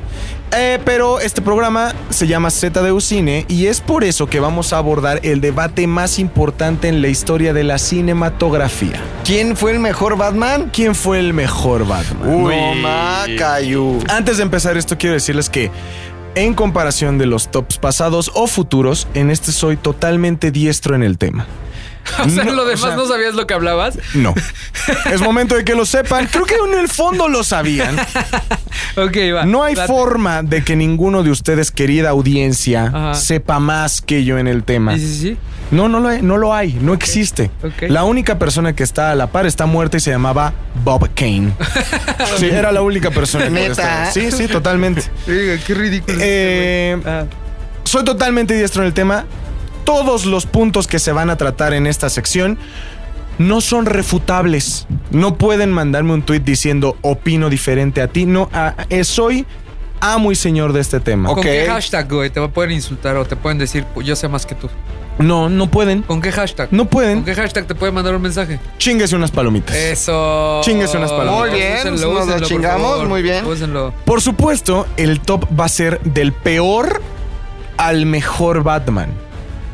Speaker 1: Eh, pero este programa se llama ZDU Cine y es por eso que vamos a abordar el debate más importante en la historia de la cinematografía.
Speaker 3: ¿Quién fue el mejor Batman?
Speaker 1: ¿Quién fue el mejor Batman?
Speaker 3: No, Macayu.
Speaker 1: Antes de empezar esto, quiero decirles que en comparación de los tops pasados o futuros, en este soy totalmente diestro en el tema.
Speaker 2: o sea,
Speaker 1: no,
Speaker 2: lo
Speaker 1: o
Speaker 2: demás
Speaker 1: sea-
Speaker 2: no sabías lo que hablabas.
Speaker 1: No. Es momento de que lo sepan. Creo que en el fondo lo sabían.
Speaker 2: Ok, va.
Speaker 1: No hay
Speaker 2: Date.
Speaker 1: forma de que ninguno de ustedes, querida audiencia,
Speaker 2: Ajá.
Speaker 1: sepa más que yo en el tema.
Speaker 2: Sí, sí, sí.
Speaker 1: No, no lo hay, no lo hay, no existe.
Speaker 2: ok.
Speaker 1: La única persona que está a la par está muerta y se llamaba Bob Kane. sí, era la única persona. que
Speaker 3: Neta.
Speaker 1: estaba. Sí, sí, totalmente.
Speaker 2: Oiga, qué ridículo.
Speaker 1: Eh,
Speaker 2: Ah.
Speaker 1: soy totalmente diestro en el tema. todos los puntos que se van a tratar en esta sección no son refutables. No pueden mandarme un tweet diciendo opino diferente a ti. No, a- eh, soy amo y señor de este tema.
Speaker 2: ¿Con qué hashtag, güey? Te pueden insultar o te pueden decir, "Pues, yo sé más que tú.
Speaker 1: No, no pueden.
Speaker 2: ¿Con qué hashtag?
Speaker 1: No pueden.
Speaker 2: ¿Con qué hashtag te pueden mandar un mensaje?
Speaker 1: Chinguese unas palomitas.
Speaker 2: Eso.
Speaker 1: Chinguese Pues, unas palomitas.
Speaker 2: Muy bien, Úsenlo, nos lo úsenlo, por chingamos, favor. muy bien. Úsenlo.
Speaker 1: Por supuesto, el top va a ser del peor al mejor Batman.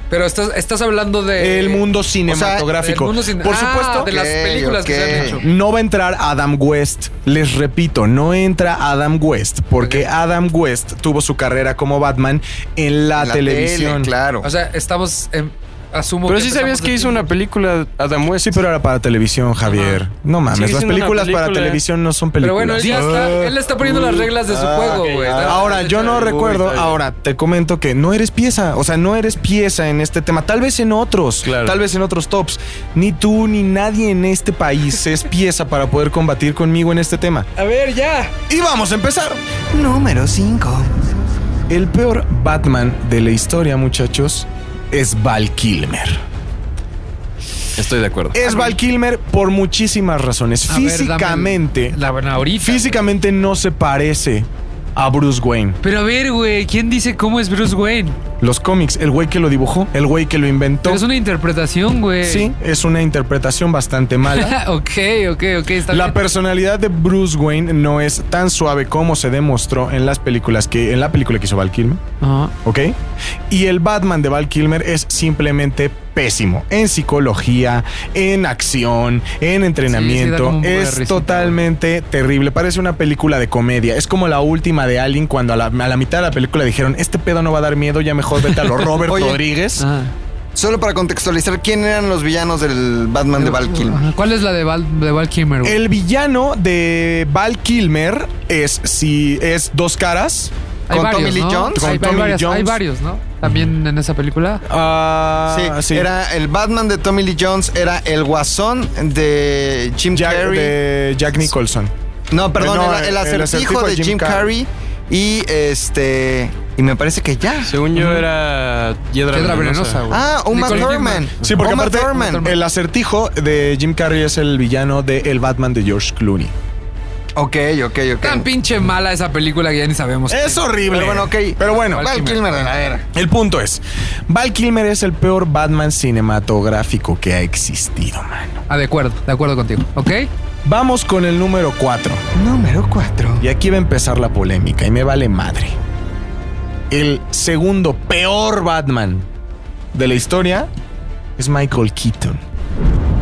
Speaker 2: Pero estás, estás hablando de.
Speaker 1: El mundo cinematográfico.
Speaker 2: Eh, del mundo cine-
Speaker 1: Por
Speaker 2: Ah,
Speaker 1: supuesto.
Speaker 2: de las películas que se han hecho.
Speaker 1: No va a entrar Adam West. Les repito, no entra Adam West porque Adam West tuvo su carrera como Batman en la, televisión.
Speaker 2: O sea, estamos. en- asumo
Speaker 8: Pero sí sabías
Speaker 2: empezamos
Speaker 8: que
Speaker 2: de-
Speaker 8: hizo una película Adam West.
Speaker 1: Pues Sí, pero era para televisión, Javier. No mames,
Speaker 8: Sigue
Speaker 1: las
Speaker 8: siendo una
Speaker 1: películas para
Speaker 8: película.
Speaker 1: televisión no son
Speaker 2: Pero
Speaker 1: películas.
Speaker 2: bueno, él ya
Speaker 1: Ah.
Speaker 2: está. Él está poniendo las reglas de su juego, güey.
Speaker 1: Ahora, yo no
Speaker 2: Uy,
Speaker 1: recuerdo.
Speaker 2: está bien.
Speaker 1: Ahora, te comento que no eres pieza. O sea, no eres pieza en este tema. Tal vez en otros. Tal vez en otros tops. Ni tú ni nadie en este país es pieza para poder combatir conmigo en este tema.
Speaker 2: A ver, ya.
Speaker 1: Y vamos a empezar. Número 5. El peor Batman de la historia, muchachos, es Val Kilmer.
Speaker 8: Estoy de acuerdo.
Speaker 2: Eh,
Speaker 1: Es Val Kilmer por muchísimas razones.
Speaker 2: A ver, dame
Speaker 1: físicamente, físicamente no se parece a Bruce Wayne.
Speaker 2: Pero a ver, güey, ¿quién dice cómo es Bruce Wayne?
Speaker 1: Los cómics, el güey que lo dibujó, el güey que lo inventó.
Speaker 2: Pero es una interpretación, güey.
Speaker 1: Sí, es una interpretación bastante mala.
Speaker 2: ok, ok, ok. Está
Speaker 1: La
Speaker 2: bien.
Speaker 1: personalidad de Bruce Wayne no es tan suave como se demostró en las películas que en la película que hizo Val Kilmer.
Speaker 2: Ah,
Speaker 1: ¿Ok? Y el Batman de Val Kilmer es simplemente pésimo en psicología, en acción, en
Speaker 2: da como
Speaker 1: entrenamiento.
Speaker 2: un poco de
Speaker 1: es
Speaker 2: risita,
Speaker 1: totalmente terrible. Parece una película de comedia. Es como la última de Alien cuando a la, a la mitad de la película dijeron, este pedo no va a dar miedo, ya mejor vete a lo Robert
Speaker 3: Oye,
Speaker 1: Rodríguez.
Speaker 2: ah,
Speaker 3: Solo para contextualizar, ¿quién eran los villanos del Batman de Val Kilmer?
Speaker 2: Ajá, ¿Cuál es la de Val, de Val Kilmer, güey?
Speaker 1: El villano de Val Kilmer es si es dos caras.
Speaker 2: Hay
Speaker 1: con
Speaker 2: varios,
Speaker 1: Tommy Lee
Speaker 2: ¿no?
Speaker 1: Jones.
Speaker 2: Hay, hay
Speaker 1: con Tommy Lee
Speaker 2: varias- hay
Speaker 1: Jones.
Speaker 2: varios, ¿no? También en esa película.
Speaker 1: Ah,
Speaker 3: Sí,
Speaker 1: sí.
Speaker 3: era el Batman de Tommy Lee Jones, era el guasón de Jim Carrey.
Speaker 1: de Jack Nicholson.
Speaker 3: No, perdón,
Speaker 1: No,
Speaker 3: el, el
Speaker 1: el
Speaker 3: acertijo
Speaker 1: acertijo
Speaker 3: de Jim, Carrey. y este y me parece que ya.
Speaker 8: Según yo era Hiedra,
Speaker 3: Hiedra venenosa,
Speaker 8: venenosa.
Speaker 3: güey. Ah, Uma
Speaker 8: Nicole Kidman.
Speaker 3: Thurman.
Speaker 1: Sí, porque
Speaker 3: Uma
Speaker 1: aparte
Speaker 3: Thurman.
Speaker 1: el acertijo de Jim Carrey es el villano de El Batman de George Clooney.
Speaker 3: Ok, ok, ok.
Speaker 2: Tan pinche mala esa película que ya ni sabemos.
Speaker 1: Es horrible.
Speaker 2: Pero bueno, ok.
Speaker 1: Pero bueno,
Speaker 2: Val Val Kilmer. Kilmer, a ver.
Speaker 1: El punto es, Val Kilmer es el peor Batman cinematográfico que ha existido, mano.
Speaker 2: Ah, de acuerdo, de acuerdo contigo. ¿Ok?
Speaker 1: Eh, Vamos con el número 4.
Speaker 3: Número 4.
Speaker 1: Y aquí va a empezar la polémica y me vale madre. El segundo peor Batman de la historia es Michael Keaton.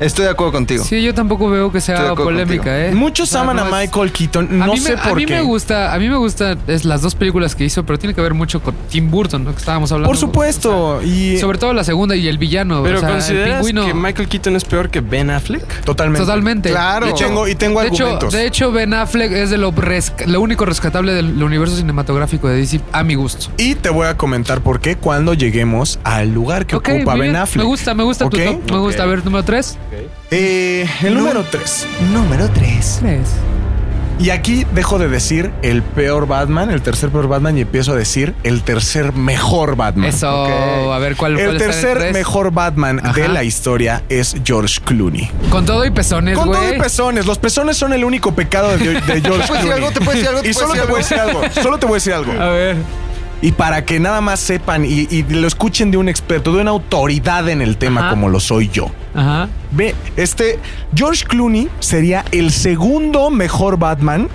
Speaker 3: Estoy de acuerdo contigo.
Speaker 2: Sí, yo tampoco veo que
Speaker 3: Estoy de
Speaker 2: sea
Speaker 3: acuerdo
Speaker 2: polémica,
Speaker 3: contigo.
Speaker 2: ¿eh?
Speaker 1: Muchos
Speaker 2: O sea,
Speaker 1: aman
Speaker 2: no
Speaker 1: a
Speaker 2: es-
Speaker 1: Michael Keaton,
Speaker 2: a
Speaker 1: no
Speaker 2: mí
Speaker 1: sé
Speaker 2: me,
Speaker 1: por
Speaker 2: a mí
Speaker 1: qué.
Speaker 2: me gusta, a mí me gusta es las dos películas que hizo, pero tiene que ver mucho con Tim Burton, ¿no? Que estábamos hablando.
Speaker 1: Por supuesto, y
Speaker 2: Sobre todo la segunda y el villano.
Speaker 8: Pero
Speaker 2: o sea, el
Speaker 8: ¿consideras
Speaker 2: pingüino.
Speaker 8: que Michael Keaton es peor que Ben Affleck?
Speaker 1: totalmente.
Speaker 2: Totalmente.
Speaker 1: Y tengo, y tengo
Speaker 2: de
Speaker 1: argumentos.
Speaker 2: Hecho, de hecho, Ben Affleck es de lo, resca- lo único rescatable del universo cinematográfico de DC, a mi gusto.
Speaker 1: Y te voy a comentar por qué cuando lleguemos al lugar que
Speaker 2: Ok,
Speaker 1: ocupa
Speaker 2: muy
Speaker 1: Ben
Speaker 2: bien.
Speaker 1: Affleck.
Speaker 2: Me gusta, me gusta tu
Speaker 1: ¿Ok?
Speaker 2: top, Me gusta. A ver, número 3.
Speaker 1: Eh, el número 3.
Speaker 3: Número 3.
Speaker 2: 3.
Speaker 1: Y aquí dejo de decir el peor Batman, el tercer peor Batman, y empiezo a decir el tercer mejor Batman.
Speaker 2: Eso, a ver, ¿cuál
Speaker 1: El
Speaker 2: cuál está en
Speaker 1: tercer
Speaker 2: tres?
Speaker 1: mejor Batman de la historia es George Clooney.
Speaker 2: Con todo y pezones,
Speaker 1: Con
Speaker 2: güey.
Speaker 1: todo y pezones. Los pezones son el único pecado de, de George
Speaker 3: Te puedo decir
Speaker 1: Clooney.
Speaker 3: algo, te puedo decir algo, te
Speaker 1: Y
Speaker 3: puedo
Speaker 1: solo te voy a
Speaker 3: decir
Speaker 1: decir
Speaker 3: algo.
Speaker 1: algo. Solo te voy a decir algo.
Speaker 2: A ver.
Speaker 1: Y para que nada más sepan y, y lo escuchen de un experto, de una autoridad en el tema
Speaker 2: Ajá.
Speaker 1: como lo soy yo.
Speaker 2: Ajá.
Speaker 1: Ve, este George Clooney sería el segundo mejor Batman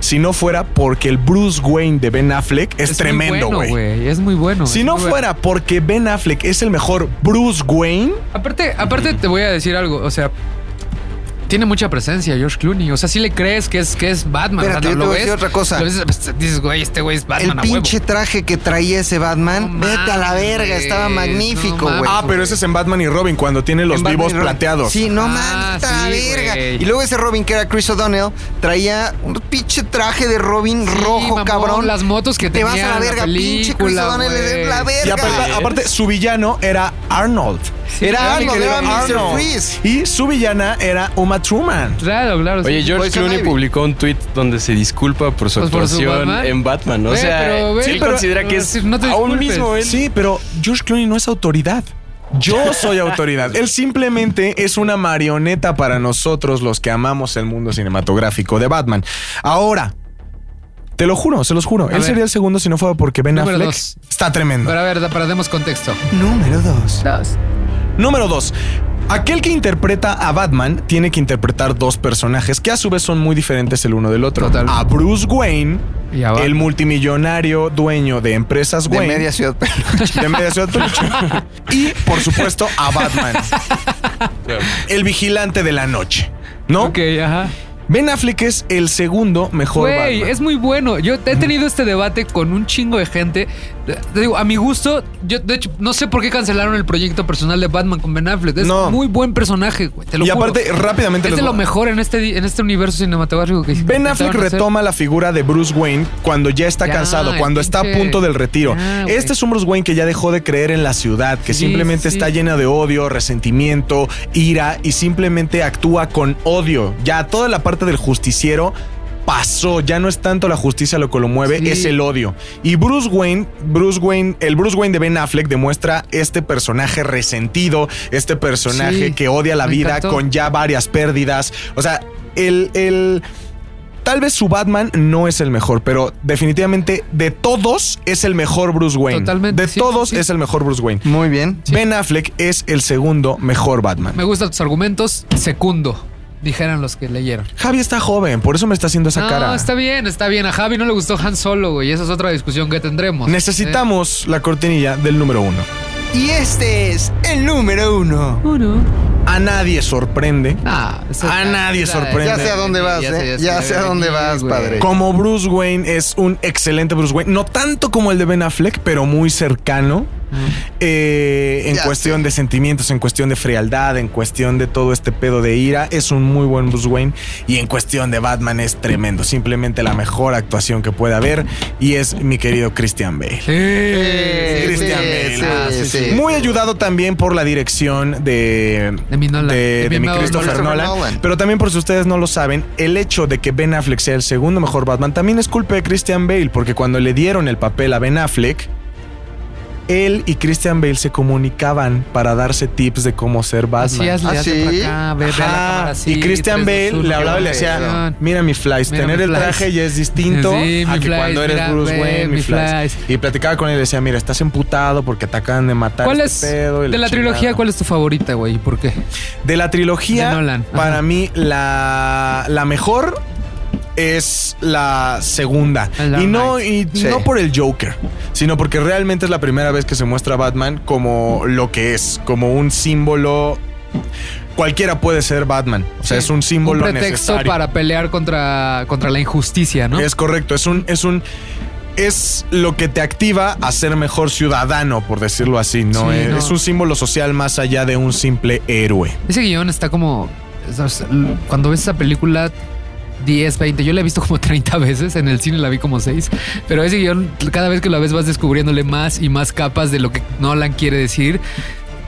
Speaker 1: si no fuera porque el Bruce Wayne de Ben Affleck es,
Speaker 2: Es muy
Speaker 1: tremendo, güey.
Speaker 2: bueno, güey. Es muy bueno.
Speaker 1: si
Speaker 2: es
Speaker 1: no
Speaker 2: muy bueno.
Speaker 1: fuera porque Ben Affleck es el mejor Bruce Wayne,
Speaker 2: Aparte, aparte te voy a decir algo, o sea, tiene mucha presencia George Clooney, o sea, si le crees que es que es Batman,
Speaker 3: Espérate,
Speaker 2: o sea,
Speaker 3: yo
Speaker 2: ¿no?
Speaker 3: te
Speaker 2: lo
Speaker 3: voy a
Speaker 2: ves,
Speaker 3: decir otra cosa.
Speaker 2: lo ves, pues, dices, güey, este güey es Batman
Speaker 3: El
Speaker 2: a
Speaker 3: pinche traje que traía ese Batman,
Speaker 2: No
Speaker 3: vete a la
Speaker 2: mames,
Speaker 3: verga, estaba
Speaker 2: no
Speaker 3: magnífico,
Speaker 2: mames,
Speaker 3: güey.
Speaker 1: Ah, pero ese es en Batman y Robin cuando tiene los
Speaker 3: En Batman
Speaker 1: vivos
Speaker 3: y Robin.
Speaker 1: plateados.
Speaker 3: Sí, no
Speaker 2: Ah,
Speaker 3: mames, está la
Speaker 2: sí,
Speaker 3: verga.
Speaker 2: güey.
Speaker 3: Y luego ese Robin que era Chris O'Donnell traía un pinche traje de Robin
Speaker 2: huevo. Sí,
Speaker 3: rojo,
Speaker 2: mamón,
Speaker 3: cabrón.
Speaker 2: las motos que
Speaker 3: Te vas a
Speaker 2: tenían,
Speaker 3: la verga, pinche Chris
Speaker 2: película,
Speaker 3: O'Donnell,
Speaker 2: güey.
Speaker 3: es la verga.
Speaker 1: Y aparte, aparte, su villano era Arnold.
Speaker 2: Sí,
Speaker 3: Era
Speaker 1: mi
Speaker 3: Arnold,
Speaker 1: querido
Speaker 3: era Mr. Freeze.
Speaker 1: Y su villana era Uma Truman.
Speaker 2: Claro, claro.
Speaker 8: Oye, George Clooney publicó un tweet donde se disculpa por su
Speaker 2: Pues por su
Speaker 8: actuación
Speaker 2: Batman.
Speaker 8: en Batman. O
Speaker 2: Güey,
Speaker 8: sea,
Speaker 2: pero, güey,
Speaker 8: sí él
Speaker 2: pero-
Speaker 8: considera que es
Speaker 2: sí, no te
Speaker 8: aún
Speaker 2: disculpes.
Speaker 8: mismo él.
Speaker 1: Sí, pero George Clooney no es autoridad. Yo soy autoridad. Él simplemente es una marioneta para nosotros los que amamos el mundo cinematográfico de Batman. Ahora, te lo juro, se los juro. él
Speaker 2: ver.
Speaker 1: sería el segundo si no fuera porque Ben
Speaker 2: Número
Speaker 1: Affleck
Speaker 2: dos.
Speaker 1: está tremendo.
Speaker 2: Pero a ver, da- para demos contexto.
Speaker 1: Número 2. Número 2. Aquel que interpreta a Batman tiene que interpretar dos personajes que a su vez son muy diferentes el uno del otro. A Bruce Wayne,
Speaker 2: Y a Batman.
Speaker 1: el multimillonario dueño de empresas
Speaker 3: De
Speaker 1: Wayne.
Speaker 3: media ciudad.
Speaker 1: de media ciudad peluche. Y, por supuesto, a Batman. El vigilante de la noche. ¿No?
Speaker 2: Ok, ajá.
Speaker 1: Ben Affleck es el segundo mejor
Speaker 2: Güey,
Speaker 1: Batman.
Speaker 2: es muy bueno. Yo he tenido este debate con un chingo de gente. Te digo, a mi gusto, yo de hecho no sé por qué cancelaron el proyecto personal de Batman con Ben Affleck. Es
Speaker 1: No.
Speaker 2: muy buen personaje, güey. Te lo
Speaker 1: Y
Speaker 2: juro.
Speaker 1: aparte, rápidamente
Speaker 2: Es
Speaker 1: les
Speaker 2: de
Speaker 1: voy-
Speaker 2: lo mejor en este, di- en este universo cinematográfico que
Speaker 1: Ben Affleck
Speaker 2: intentaron hacer.
Speaker 1: retoma la figura de Bruce Wayne cuando ya está
Speaker 2: Ya,
Speaker 1: cansado,
Speaker 2: el
Speaker 1: cuando está a
Speaker 2: pinche-
Speaker 1: punto del retiro.
Speaker 2: Ya, güey.
Speaker 1: este es un Bruce Wayne que ya dejó de creer en la ciudad, que
Speaker 2: Sí,
Speaker 1: simplemente
Speaker 2: sí.
Speaker 1: está llena de odio, resentimiento, ira y simplemente actúa con odio. Ya toda la parte del justiciero pasó, ya no es tanto la justicia lo que lo mueve,
Speaker 2: Sí.
Speaker 1: es el odio. Y Bruce Wayne, Bruce Wayne, el Bruce Wayne de Ben Affleck demuestra este personaje resentido, este personaje
Speaker 2: Sí,
Speaker 1: que odia la
Speaker 2: me
Speaker 1: vida
Speaker 2: encantó.
Speaker 1: con ya varias pérdidas. O sea, el, el- Tal vez su Batman no es el mejor, pero definitivamente de todos es el mejor Bruce Wayne.
Speaker 2: Totalmente,
Speaker 1: De
Speaker 2: sí,
Speaker 1: todos
Speaker 2: sí.
Speaker 1: es el mejor Bruce Wayne.
Speaker 3: Muy bien.
Speaker 1: Ben Affleck es el segundo mejor Batman.
Speaker 2: Me gustan tus argumentos. Secundo, dijeran los que leyeron.
Speaker 1: Javi está joven, por eso me está haciendo esa
Speaker 2: no,
Speaker 1: cara.
Speaker 2: está bien, está bien. A Javi no le gustó Han Solo, güey. Esa es otra discusión que tendremos. ¿eh?
Speaker 1: Necesitamos la cortinilla del número uno.
Speaker 3: Y este es el número uno.
Speaker 1: A nadie sorprende.
Speaker 2: Ah, eso-
Speaker 1: A nadie
Speaker 2: ya-
Speaker 1: sorprende.
Speaker 3: Ya sé a dónde vas,
Speaker 2: Ya sé,
Speaker 3: ¿eh?
Speaker 2: ya sé,
Speaker 3: Ya sé a dónde vas,
Speaker 2: güey.
Speaker 3: padre.
Speaker 1: Como Bruce Wayne es un excelente Bruce Wayne, no tanto como el de Ben Affleck, pero muy cercano. eh, en
Speaker 3: Mm. Ya
Speaker 1: cuestión de sentimientos, en cuestión de frialdad, en cuestión de todo este pedo de ira, es un muy buen Bruce Wayne. Y en cuestión de Batman es tremendo, simplemente la mejor actuación que puede haber. Y es mi querido Christian Bale.
Speaker 2: Eh,
Speaker 3: Sí,
Speaker 1: Christian
Speaker 3: sí,
Speaker 1: Bale.
Speaker 3: sí,
Speaker 1: Ah,
Speaker 3: sí, sí.
Speaker 1: Muy ayudado también por la dirección de,
Speaker 2: De mi Nolan.
Speaker 1: de-
Speaker 2: De
Speaker 1: de
Speaker 2: mi
Speaker 1: mi
Speaker 2: Nolan.
Speaker 1: Christopher
Speaker 3: Christopher
Speaker 1: Nolan.
Speaker 3: Nolan.
Speaker 1: Pero también, por si ustedes no lo saben, el hecho de que Ben Affleck sea el segundo mejor Batman también es culpa de Christian Bale, porque cuando le dieron el papel a Ben Affleck, él y Christian Bale se comunicaban para darse tips de cómo ser Batman.
Speaker 2: Así hazle,
Speaker 3: ¿Ah,
Speaker 2: hazle
Speaker 3: sí?
Speaker 2: para acá, ve, ve a la
Speaker 1: Ajá.
Speaker 2: cámara así,
Speaker 1: y Christian
Speaker 2: tres,
Speaker 1: Bale
Speaker 2: dos, uno,
Speaker 1: le hablaba y le
Speaker 2: qué
Speaker 1: decía,
Speaker 2: chingón.
Speaker 1: mira mi flies,
Speaker 2: Mira
Speaker 1: tener
Speaker 2: mi
Speaker 1: el
Speaker 2: flies.
Speaker 1: traje ya es distinto
Speaker 2: Sí,
Speaker 1: a
Speaker 2: mi
Speaker 1: que
Speaker 2: flies,
Speaker 1: cuando
Speaker 2: mira,
Speaker 1: eres Bruce
Speaker 2: ve,
Speaker 1: Wayne, mi
Speaker 2: mi
Speaker 1: flies.
Speaker 2: flies.
Speaker 1: Y platicaba con él y le decía, mira, estás emputado porque te acaban de matar.
Speaker 2: ¿Cuál es
Speaker 1: este pedo y
Speaker 2: de la trilogía?
Speaker 1: chingada".
Speaker 2: ¿Cuál es tu favorita, güey? ¿Y por qué?
Speaker 1: De la trilogía,
Speaker 2: De Nolan, ajá.
Speaker 1: para mí, la, la mejor es la segunda.
Speaker 2: El Dark
Speaker 1: Y no, y
Speaker 3: Sí.
Speaker 1: no por el Joker, sino porque realmente es la primera vez que se muestra a Batman como lo que es, como un símbolo. Cualquiera puede ser Batman. O sea,
Speaker 2: Sí,
Speaker 1: es un símbolo
Speaker 2: Un pretexto
Speaker 1: necesario.
Speaker 2: para pelear contra, contra la injusticia, ¿no?
Speaker 1: Es correcto, es un, es un. Es lo que te activa a ser mejor ciudadano, por decirlo así. No,
Speaker 2: Sí,
Speaker 1: es,
Speaker 2: no.
Speaker 1: es un símbolo social más allá de un simple héroe.
Speaker 2: Ese guión está como. o sea, Cuando ves esa película 10, 20, yo la he visto como 30 veces, en el cine la vi como 6, pero ese guión, cada vez que la ves vas descubriéndole más y más capas de lo que Nolan quiere decir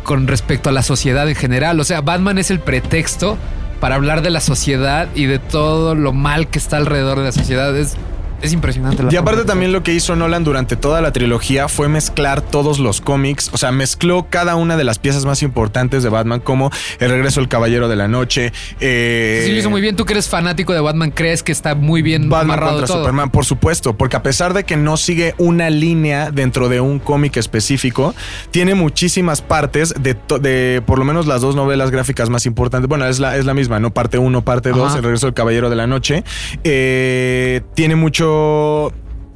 Speaker 2: con respecto a la sociedad en general. O sea, Batman es el pretexto para hablar de la sociedad y de todo lo mal que está alrededor de la sociedad. Es, es impresionante. La
Speaker 1: Y aparte
Speaker 2: forma en
Speaker 1: también lo que hizo Nolan durante toda la trilogía fue mezclar todos los cómics, o sea, mezcló cada una de las piezas más importantes de Batman como El regreso del Caballero de la Noche, eh,
Speaker 2: que- Sí, lo hizo muy bien. Tú que eres fanático de Batman, crees que está muy bien
Speaker 1: Batman
Speaker 2: amarrado
Speaker 1: contra
Speaker 2: todo?
Speaker 1: Superman, por supuesto, porque a pesar de que no sigue una línea dentro de un cómic específico, tiene muchísimas partes de, to- de por lo menos las dos novelas gráficas más importantes. Bueno, es la, es la misma, ¿no? Parte 1, parte
Speaker 2: Ajá.
Speaker 1: 2, El regreso del Caballero de la Noche. Eh, tiene mucho...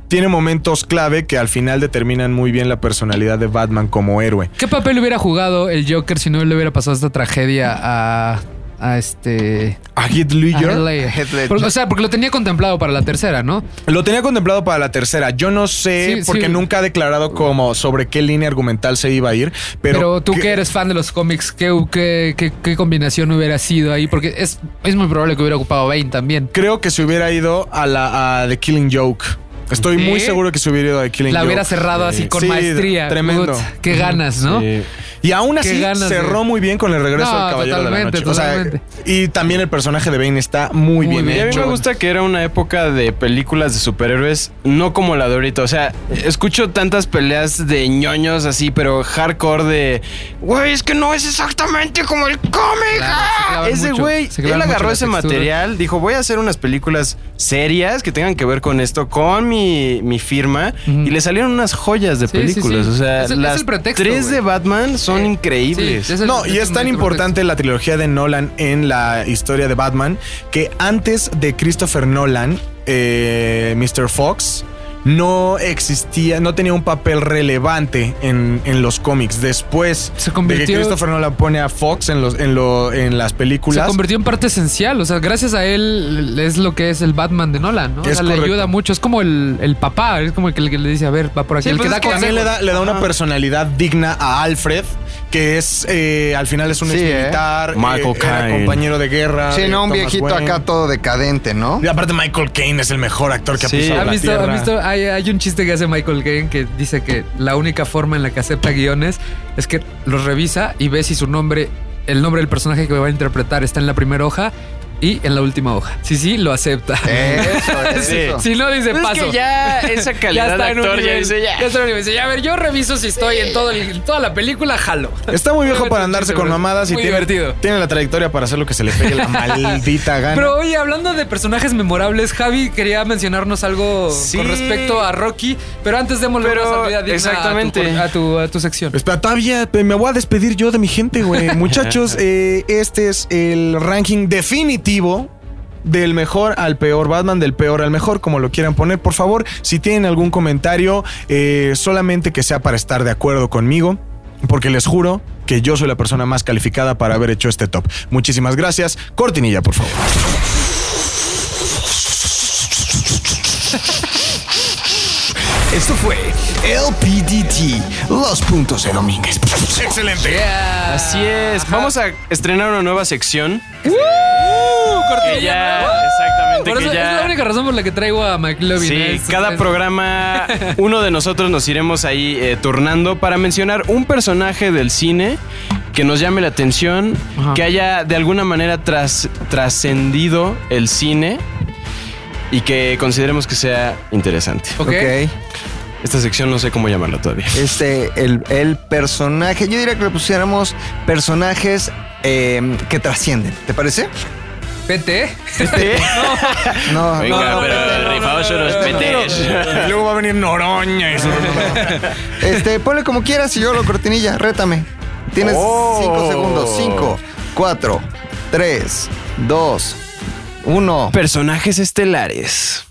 Speaker 1: Tiene momentos clave que al final determinan muy bien la personalidad de Batman como héroe.
Speaker 2: ¿Qué papel hubiera jugado el Joker si no le hubiera pasado esta tragedia a, a este.
Speaker 1: A Heath
Speaker 2: a
Speaker 1: Ledger-
Speaker 2: Heath Ledger?
Speaker 3: Heath Ledger.
Speaker 2: Porque, o sea, porque lo tenía contemplado para la tercera, ¿no?
Speaker 1: Lo tenía contemplado para la tercera. Yo no sé,
Speaker 2: Sí,
Speaker 1: porque
Speaker 2: sí.
Speaker 1: nunca ha declarado como sobre qué línea argumental se iba a ir. Pero,
Speaker 2: Pero, tú
Speaker 1: que-
Speaker 2: que eres fan de los cómics, ¿qué, qué, qué- qué combinación hubiera sido ahí? Porque es, es muy probable que hubiera ocupado Bane también.
Speaker 1: Creo que se hubiera ido a la a The Killing Joke. Estoy
Speaker 2: ¿Sí?
Speaker 1: muy seguro que se hubiera ido a The Killing
Speaker 2: La
Speaker 1: Joke.
Speaker 2: hubiera cerrado así con
Speaker 1: Sí,
Speaker 2: maestría.
Speaker 1: Tremendo.
Speaker 2: Ut, qué ganas, ¿no?
Speaker 8: Sí.
Speaker 1: Y aún
Speaker 2: Qué
Speaker 1: así
Speaker 2: ganas de-
Speaker 1: cerró muy bien con el regreso
Speaker 2: No,
Speaker 1: del Caballero de la
Speaker 2: totalmente,
Speaker 1: Noche. O sea,
Speaker 2: totalmente.
Speaker 1: y también el personaje de Bane está muy, bien,
Speaker 8: Y a mí
Speaker 1: hecho.
Speaker 8: me gusta que era una época de películas de superhéroes, no como la de ahorita. O sea, escucho tantas peleas de ñoños así, pero hardcore de. Güey, es que no es exactamente como el cómic. ah".
Speaker 2: clavan
Speaker 8: Ese
Speaker 2: mucho,
Speaker 8: güey,
Speaker 2: se
Speaker 8: él
Speaker 2: clavan mucho
Speaker 8: agarró
Speaker 2: la
Speaker 8: ese
Speaker 2: textura.
Speaker 8: material, dijo, voy a hacer unas películas serias que tengan que ver con esto, con mi, mi firma, y le salieron unas joyas de
Speaker 2: Sí, sí,
Speaker 8: películas.
Speaker 2: sí.
Speaker 8: O sea,
Speaker 2: Es el- es
Speaker 8: las
Speaker 2: el pretexto,
Speaker 8: tres
Speaker 2: güey.
Speaker 8: de Batman son increíbles.
Speaker 1: no, y es tan importante la trilogía de Nolan en la historia de Batman que antes de Christopher Nolan, eh, Mr. Fox no existía, no tenía un papel relevante en, en los cómics. Después de que
Speaker 2: convirtió-
Speaker 1: Christopher Nolan pone a Fox en, los, en, lo- en las
Speaker 2: Se
Speaker 1: películas.
Speaker 2: convirtió en parte esencial. O sea, gracias a él es lo que es el Batman de Nolan, ¿no? O
Speaker 1: Es
Speaker 2: sea, le
Speaker 1: correcto.
Speaker 2: ayuda mucho. Es como el, el papá, es como el que, le- que le dice, a ver, va por aquí. el que da
Speaker 1: consejos. pues También le da, le da una personalidad digna a Alfred, que es, eh, al final es un
Speaker 3: Sí, ¿eh?
Speaker 1: militar,
Speaker 3: Michael Caine.
Speaker 1: compañero de guerra.
Speaker 3: Sí,
Speaker 1: de
Speaker 3: no, un
Speaker 1: Thomas
Speaker 3: viejito
Speaker 1: Wayne.
Speaker 3: acá todo decadente, ¿no?
Speaker 1: Y aparte Michael Caine es el mejor actor que ha pisado
Speaker 2: ¿Ha
Speaker 1: la
Speaker 2: visto,
Speaker 1: tierra.
Speaker 2: ha visto? Hay, hay un chiste que hace Michael Caine que dice que la única forma en la que acepta guiones es que los revisa y ve si su nombre, el nombre del personaje que va a interpretar está en la primera hoja y en la última hoja. Sí, sí, lo acepta.
Speaker 3: Eso, eso.
Speaker 2: Si no, dice
Speaker 8: Eh. Es que
Speaker 2: paso.
Speaker 8: ya esa calidad de actor ya dice, ya.
Speaker 2: está en un nivel. Dice, "Ya, a ver, yo reviso si estoy en, todo el- en toda la película, jalo.
Speaker 1: Está muy viejo para andarse
Speaker 2: chiste,
Speaker 1: con
Speaker 2: bro.
Speaker 1: mamadas y
Speaker 2: Muy
Speaker 1: tiene,
Speaker 2: divertido.
Speaker 1: tiene la trayectoria para hacer lo que se le pegue la maldita gana.
Speaker 2: Pero oye, hablando de personajes memorables, Javi quería mencionarnos algo con respecto a Rocky, pero antes démosle una salida digna
Speaker 8: exactamente.
Speaker 2: a tu, cor- a tu- a tu sección.
Speaker 1: Espera, todavía pe- me voy a despedir yo de mi gente, güey. Muchachos, eh, este es el ranking definitivo del mejor al peor Batman, del peor al mejor, como lo quieran poner. Por favor, si tienen algún comentario, eh, solamente que sea para estar de acuerdo conmigo, porque les juro que yo soy la persona más calificada para haber hecho este top. Muchísimas gracias. Cortinilla, por favor.
Speaker 3: Esto fue LPDT, los puntos de Domínguez.
Speaker 13: Excelente.
Speaker 8: Así es. Vamos a estrenar una nueva sección.
Speaker 2: Uh, cortinilla
Speaker 8: Que ya,
Speaker 2: nueva.
Speaker 8: exactamente,
Speaker 2: Por
Speaker 8: que
Speaker 2: eso
Speaker 8: ya-
Speaker 2: es la única razón por la que traigo a McLovin. ¿eh? Este,
Speaker 8: Sí,
Speaker 2: Es-
Speaker 8: cada
Speaker 2: es-
Speaker 8: programa, uno de nosotros nos iremos ahí eh, turnando para mencionar un personaje del cine que nos llame la atención, que haya de alguna manera tras- trascendido el cine y que consideremos que sea interesante.
Speaker 3: Ok. Ok.
Speaker 8: Esta sección no sé cómo llamarla todavía.
Speaker 3: Este, el, el personaje, yo diría que le pusiéramos personajes eh, que trascienden, ¿te parece?
Speaker 2: ¿PT?
Speaker 3: No,
Speaker 8: Venga,
Speaker 3: no, no,
Speaker 8: pero rifaos unos petes.
Speaker 1: Y luego va a venir Noroña. Y su-
Speaker 3: Este, ponle como quieras y yo lo cortinilla, rétame. Tienes
Speaker 8: Oh.
Speaker 3: cinco segundos. Cinco, cuatro, tres, dos, uno.
Speaker 8: Personajes estelares.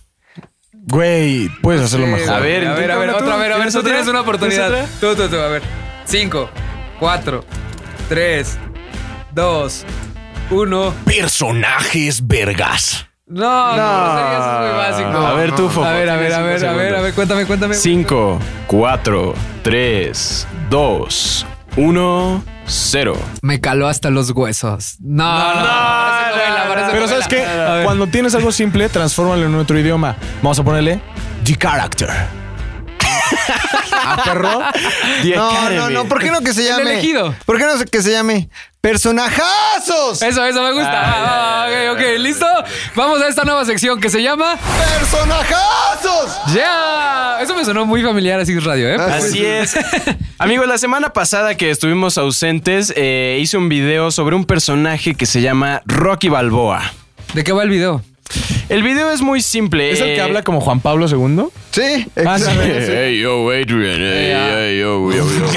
Speaker 1: Güey, puedes hacerlo
Speaker 2: Sí,
Speaker 1: mejor.
Speaker 2: A ver, a ver, a ver,
Speaker 8: inténtalo tú.
Speaker 2: otra vez, a ver,
Speaker 8: ¿Tienes
Speaker 2: tú tienes
Speaker 8: otra?
Speaker 2: una oportunidad.
Speaker 8: ¿Tienes
Speaker 2: Tú, tú, tú, a ver. Cinco, cuatro, tres, dos, uno.
Speaker 13: Personajes vergas.
Speaker 2: No, no, eso es muy básico.
Speaker 8: A ver, tú, Fofo,
Speaker 2: A ver, a ver,
Speaker 8: tienes
Speaker 2: a ver,
Speaker 8: cinco
Speaker 2: a ver, a
Speaker 8: segundos.
Speaker 2: ver, cuéntame, cuéntame.
Speaker 8: 5, 4, 3, 2, 1, 0.
Speaker 2: Me caló hasta los huesos. No, no, parece novela, parece
Speaker 1: Pero ¿sabes
Speaker 2: novela.
Speaker 1: qué?
Speaker 2: A ver.
Speaker 1: Cuando tienes algo simple, transfórmalo en otro idioma. Vamos a ponerle The Character. ¿A perro?
Speaker 3: No, no, no, ¿por qué no que se
Speaker 2: El
Speaker 3: llame?
Speaker 2: elegido.
Speaker 3: ¿Por qué no que se llame? ¡Personajazos!
Speaker 2: Eso, eso me gusta. Va, va, va, ok, ok, listo. Vamos a esta nueva sección que se llama
Speaker 3: ¡Personajazos!
Speaker 2: Ya. Eso me sonó muy familiar así radio, ¿eh?
Speaker 8: Así es. Amigos, la semana pasada que estuvimos ausentes, eh, hice un video sobre un personaje que se llama Rocky Balboa.
Speaker 2: ¿De qué va el video?
Speaker 8: El video es muy simple.
Speaker 1: ¿Es el que
Speaker 8: eh,
Speaker 1: habla como Juan Pablo II?
Speaker 3: Sí,
Speaker 1: Ah, sí.
Speaker 3: exactamente, sí.
Speaker 13: Hey yo, Adrian. Hey, hey yo, yo, yo.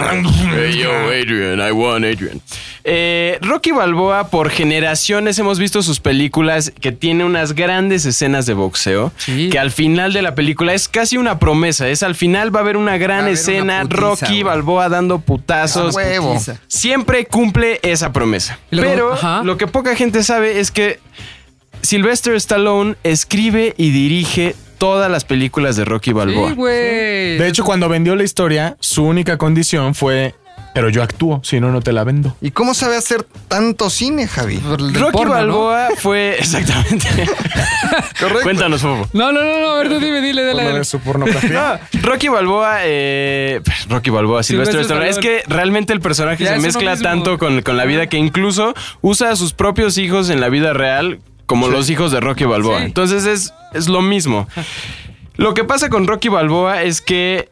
Speaker 13: Hey yo, Adrian. I want Adrian.
Speaker 8: Eh, Rocky Balboa, por generaciones hemos visto sus películas que tiene unas grandes escenas de boxeo, que al final de la película es casi una promesa, es al final va a haber una gran
Speaker 2: haber una
Speaker 8: escena,
Speaker 2: putiza,
Speaker 8: Rocky
Speaker 2: güey.
Speaker 8: Balboa dando putazos.
Speaker 3: A huevo.
Speaker 2: Putiza.
Speaker 8: Siempre cumple esa promesa.
Speaker 2: Y luego-
Speaker 8: Pero
Speaker 2: ajá.
Speaker 8: lo que poca gente sabe es que Sylvester Stallone escribe y dirige todas las películas de Rocky Balboa.
Speaker 2: Sí, güey.
Speaker 1: De hecho, cuando vendió la historia, su única condición fue
Speaker 13: Pero yo actúo, si no, no te la vendo.
Speaker 3: ¿Y cómo sabe hacer tanto cine, Javi?
Speaker 8: Rocky Balboa fue exactamente. Correcto. Cuéntanos, Fofo.
Speaker 2: No, no, no, no, a ver, tú dime, dile, dile.
Speaker 1: Uno
Speaker 2: dile.
Speaker 1: de su pornografía.
Speaker 8: No, Rocky Balboa, eh, Rocky Balboa, Silvestre
Speaker 2: Sylvester
Speaker 8: Stallone. Es que realmente el personaje
Speaker 2: Ya
Speaker 8: se
Speaker 2: es uno
Speaker 8: mezcla
Speaker 2: mismo.
Speaker 8: tanto con, con la vida que incluso usa a sus propios hijos en la vida real como los hijos de Rocky Balboa.
Speaker 2: Sí.
Speaker 8: Entonces es, es lo mismo. Lo que pasa con Rocky Balboa es que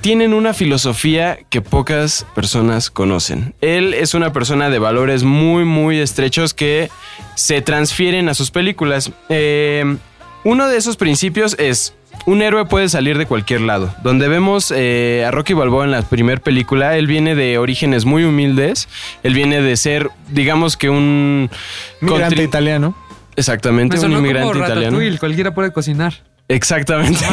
Speaker 8: tienen una filosofía que pocas personas conocen. Él es una persona de valores muy, muy estrechos que se transfieren a sus películas. Eh, uno de esos principios es... Un héroe puede salir de cualquier lado. Donde vemos eh, a Rocky Balboa en la primera película, él viene de orígenes muy humildes. Él viene de ser, digamos que un...
Speaker 1: Migrante
Speaker 8: contri-
Speaker 1: italiano.
Speaker 8: Exactamente,
Speaker 2: Me
Speaker 8: un
Speaker 2: sonó
Speaker 8: inmigrante
Speaker 2: como
Speaker 8: italiano.
Speaker 2: Ratatouille, cualquiera puede cocinar.
Speaker 8: Exactamente.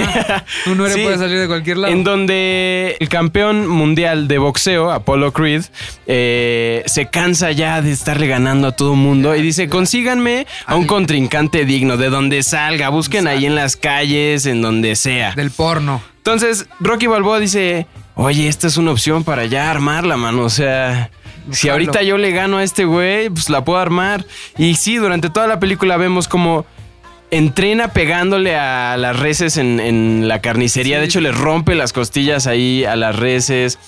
Speaker 2: Un héroe
Speaker 8: Sí.
Speaker 2: puede salir de cualquier lado.
Speaker 8: En donde el campeón mundial de boxeo, Apollo Creed, eh, se cansa ya de estarle ganando a todo mundo y dice: Consíganme a un contrincante digno, de donde salga, busquen ahí en las calles, en donde sea.
Speaker 2: Del porno.
Speaker 8: Entonces, Rocky Balboa dice: Oye, esta es una opción para ya armarla, mano. O sea. Si
Speaker 2: Jalo.
Speaker 8: ahorita yo le gano a este güey, pues la puedo armar. Y sí, durante toda la película vemos como entrena pegándole a las reses en, en la carnicería. De hecho, le rompe las costillas ahí a las reses.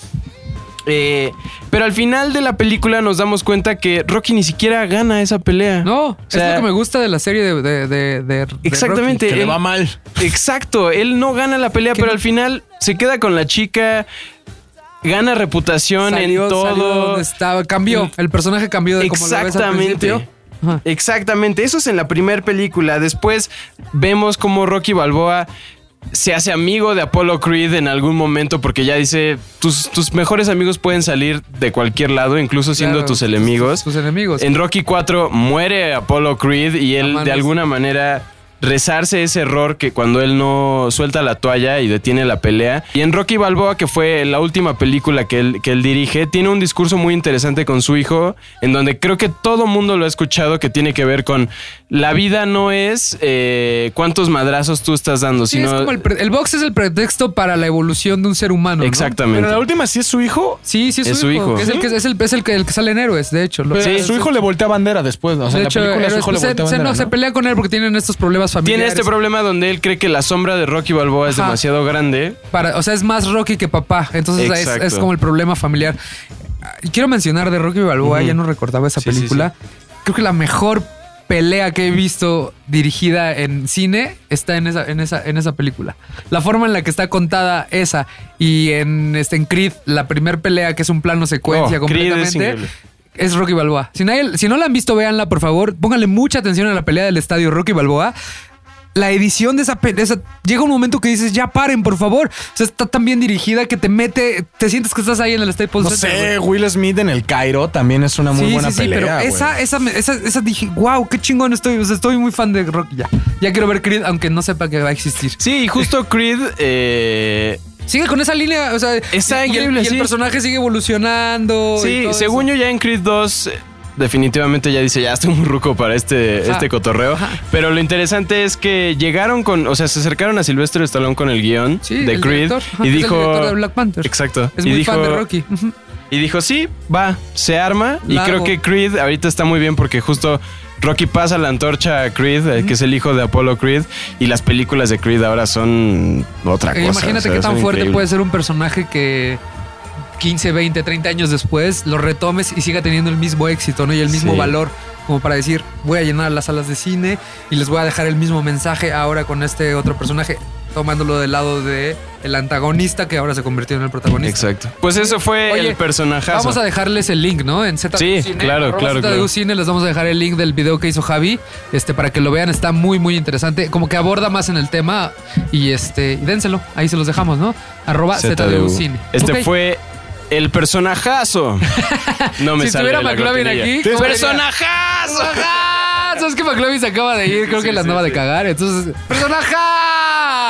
Speaker 8: Eh, pero al final de la película nos damos cuenta que Rocky ni siquiera gana esa pelea.
Speaker 2: No,
Speaker 8: sea,
Speaker 2: es lo que me gusta de la serie de. de, de- de- de
Speaker 8: Exactamente.
Speaker 2: Rocky.
Speaker 8: él- Exacto. Él no gana la pelea, pero al final se queda con la chica. Gana reputación
Speaker 2: Salió-
Speaker 8: en todo.
Speaker 2: salió donde estaba. Cambió. El personaje cambió de como lo ves al principio.
Speaker 8: Exactamente. Exactamente. Eso es en la primera película. Después vemos cómo Rocky Balboa se hace amigo de Apollo Creed en algún momento porque ya dice, tus, tus mejores amigos pueden salir de cualquier lado, incluso siendo
Speaker 2: Claro,
Speaker 8: tus enemigos.
Speaker 2: Sus enemigos.
Speaker 8: En Rocky 4 muere Apollo Creed y él
Speaker 2: mames.
Speaker 8: de alguna manera rezarse ese error que cuando él no suelta la toalla y detiene la pelea. Y en Rocky Balboa, que fue la última película que él, que él dirige, tiene un discurso muy interesante con su hijo, en donde creo que todo mundo lo ha escuchado, que tiene que ver con la vida no es eh, cuántos madrazos tú estás dando,
Speaker 2: Sí,
Speaker 8: sino...
Speaker 2: es como el, pre- el box es el pretexto para la evolución de un ser humano. ¿no?
Speaker 8: Exactamente.
Speaker 1: Pero la última sí es su hijo.
Speaker 2: Sí, sí, es, su hijo. que es, el que, es, el, es el que- el que sale en héroes, de hecho. Lo-
Speaker 1: Pero
Speaker 2: Sí.
Speaker 1: su hijo le voltea bandera después. O sea, en
Speaker 2: de
Speaker 1: la
Speaker 2: hecho,
Speaker 1: película su
Speaker 2: héroes,
Speaker 1: hijo le
Speaker 2: pues, se,
Speaker 1: voltea
Speaker 2: se- no,
Speaker 1: bandera.
Speaker 2: se
Speaker 1: ¿no?
Speaker 2: pelea con él porque tienen estos problemas
Speaker 8: Tiene
Speaker 2: familiares.
Speaker 8: este problema donde él cree que la sombra de Rocky Balboa es
Speaker 2: Ajá.
Speaker 8: demasiado grande.
Speaker 2: Para, o sea, es más Rocky que papá. Entonces es,
Speaker 8: Exacto.
Speaker 2: es como el problema familiar. Ah, Quiero mencionar de Rocky Balboa,
Speaker 8: Ujú.
Speaker 2: ya no recordaba esa
Speaker 8: Sí, sí,
Speaker 2: película. Creo que la mejor pelea que he visto dirigida en cine está en esa, en esa, en esa película. La forma en la que está contada esa y en, este, en Creed, la primer pelea que es un plano secuencia
Speaker 8: Oh, Creed es
Speaker 2: completamente.
Speaker 8: increíble.
Speaker 2: Es Rocky Balboa. Si, nadie- si no la han visto, véanla, por favor. Pónganle mucha atención a la pelea del estadio Rocky Balboa. La edición de esa, pe- de esa- Llega un momento que dices, ya paren, por favor. O sea, está tan bien dirigida que te mete... Te sientes que estás ahí en el Staples
Speaker 1: No
Speaker 2: Center,
Speaker 1: sé,
Speaker 2: güey.
Speaker 1: Will Smith en el Cairo también es una muy
Speaker 2: sí,
Speaker 1: buena
Speaker 2: sí, sí,
Speaker 1: pelea.
Speaker 2: pero
Speaker 1: güey.
Speaker 2: esa, esa, me- esa, esa dije, wow, qué chingón estoy. O sea, estoy muy fan de Rocky ya. Ya quiero ver Creed, aunque no sepa que va a existir.
Speaker 8: Sí, y justo Creed... eh,
Speaker 2: Sigue con esa línea, o sea,
Speaker 8: Está
Speaker 2: y el-
Speaker 8: increíble,
Speaker 2: y el,
Speaker 8: sí.
Speaker 2: personaje sigue evolucionando.
Speaker 8: Sí, según yo ya en Creed 2 eh, definitivamente ya dice, ya estoy muy ruco para este,
Speaker 2: Ajá.
Speaker 8: este cotorreo. Pero lo interesante es que llegaron con, o sea, se acercaron a Silvestre Stallone con el guión
Speaker 2: Sí,
Speaker 8: de
Speaker 2: el
Speaker 8: Creed
Speaker 2: director, ajá,
Speaker 8: y
Speaker 2: que es el
Speaker 8: dijo...
Speaker 2: director de Black Panther.
Speaker 8: Exacto.
Speaker 2: Es
Speaker 8: y
Speaker 2: muy
Speaker 8: dijo,
Speaker 2: fan de Rocky. Ujú.
Speaker 8: Y dijo, sí, va, se arma.
Speaker 2: La
Speaker 8: y creo
Speaker 2: hago.
Speaker 8: que Creed ahorita está muy bien porque justo Rocky pasa la antorcha a Creed, eh, que es el hijo de Apollo Creed, y las películas de Creed ahora son otra
Speaker 2: Eh,
Speaker 8: cosa.
Speaker 2: Imagínate
Speaker 8: o sea,
Speaker 2: qué tan
Speaker 8: son
Speaker 2: fuerte
Speaker 8: increíbles.
Speaker 2: puede ser un personaje que 15, 20, 30 años después lo retomes y siga teniendo el mismo éxito, ¿no? Y el mismo
Speaker 8: Sí.
Speaker 2: valor, como para decir, voy a llenar las salas de cine y les voy a dejar el mismo mensaje ahora con este otro personaje, tomándolo del lado de el antagonista que ahora se convirtió en el protagonista.
Speaker 8: Exacto. Pues eso fue
Speaker 2: Oye,
Speaker 8: el personaje.
Speaker 2: Vamos a dejarles el link, ¿no? En Z
Speaker 8: Sí, claro,
Speaker 2: arroba
Speaker 8: claro,
Speaker 2: ZDU
Speaker 8: claro.
Speaker 2: Cine, les vamos a dejar el link del video que hizo Javi, este, para que lo vean, está muy, muy interesante. Como que aborda más en el tema y este, y dénselo, ahí se los dejamos, ¿no? Arroba ZDU Cine.
Speaker 8: Este
Speaker 2: Ok.
Speaker 8: fue el personajazo. No me
Speaker 2: Si
Speaker 8: sale
Speaker 2: estuviera
Speaker 8: la
Speaker 2: McLovin
Speaker 8: cortinilla.
Speaker 2: aquí, ¿cómo
Speaker 8: ¡Personajazo!
Speaker 2: ¡Personajazo! Es que McLovin se acaba de ir, creo que la andaba de cagar, entonces. ¡Personajazo!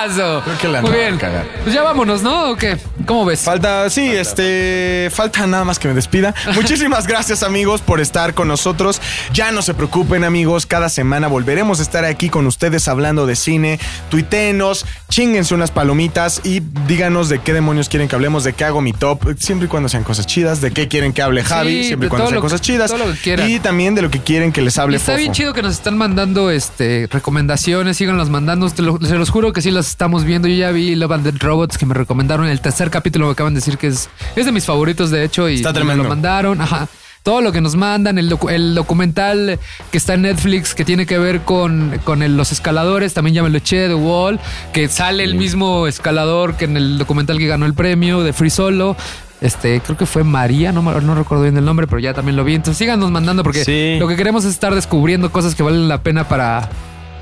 Speaker 2: Eso.
Speaker 1: Creo que la
Speaker 2: Muy
Speaker 1: van a
Speaker 2: bien.
Speaker 1: cagar.
Speaker 2: Pues ya vámonos, ¿no? ¿O qué? ¿Cómo ves?
Speaker 1: Falta, sí, este, falta nada más que me despida. Muchísimas gracias amigos por estar con nosotros. Ya no se preocupen amigos, cada semana volveremos a estar aquí con ustedes hablando de cine. Tuiteenos, chinguense unas palomitas y díganos de qué demonios quieren que hablemos, de qué hago mi top, siempre y cuando sean cosas chidas, de qué quieren que hable Javi,
Speaker 2: Sí,
Speaker 1: siempre
Speaker 2: de
Speaker 1: y cuando
Speaker 2: todo
Speaker 1: sean
Speaker 2: lo que-
Speaker 1: cosas chidas.
Speaker 2: todo lo que quieran.
Speaker 1: Y también de lo que quieren que les
Speaker 2: Y
Speaker 1: hable
Speaker 2: está bien
Speaker 1: Fofo.
Speaker 2: chido que nos están mandando este recomendaciones, sigan las mandando, te lo- se los juro que sí las estamos viendo. Yo ya vi Love and Dead Robots que me recomendaron el tercer capítulo, me acaban de decir que es, es de mis favoritos, de hecho, y
Speaker 1: Está
Speaker 2: me
Speaker 1: tremendo.
Speaker 2: lo mandaron, ajá. Todo lo que nos mandan, el, docu- el documental que está en Netflix que tiene que ver con, con el- los escaladores, también ya me lo eché, The Wall, que sale el mismo escalador que en el documental que ganó el premio de Free Solo. Este, creo que fue María, no, me- no recuerdo bien el nombre, pero ya también lo vi. Entonces síganos mandando porque
Speaker 8: Sí.
Speaker 2: lo que queremos es estar descubriendo cosas que valen la pena para,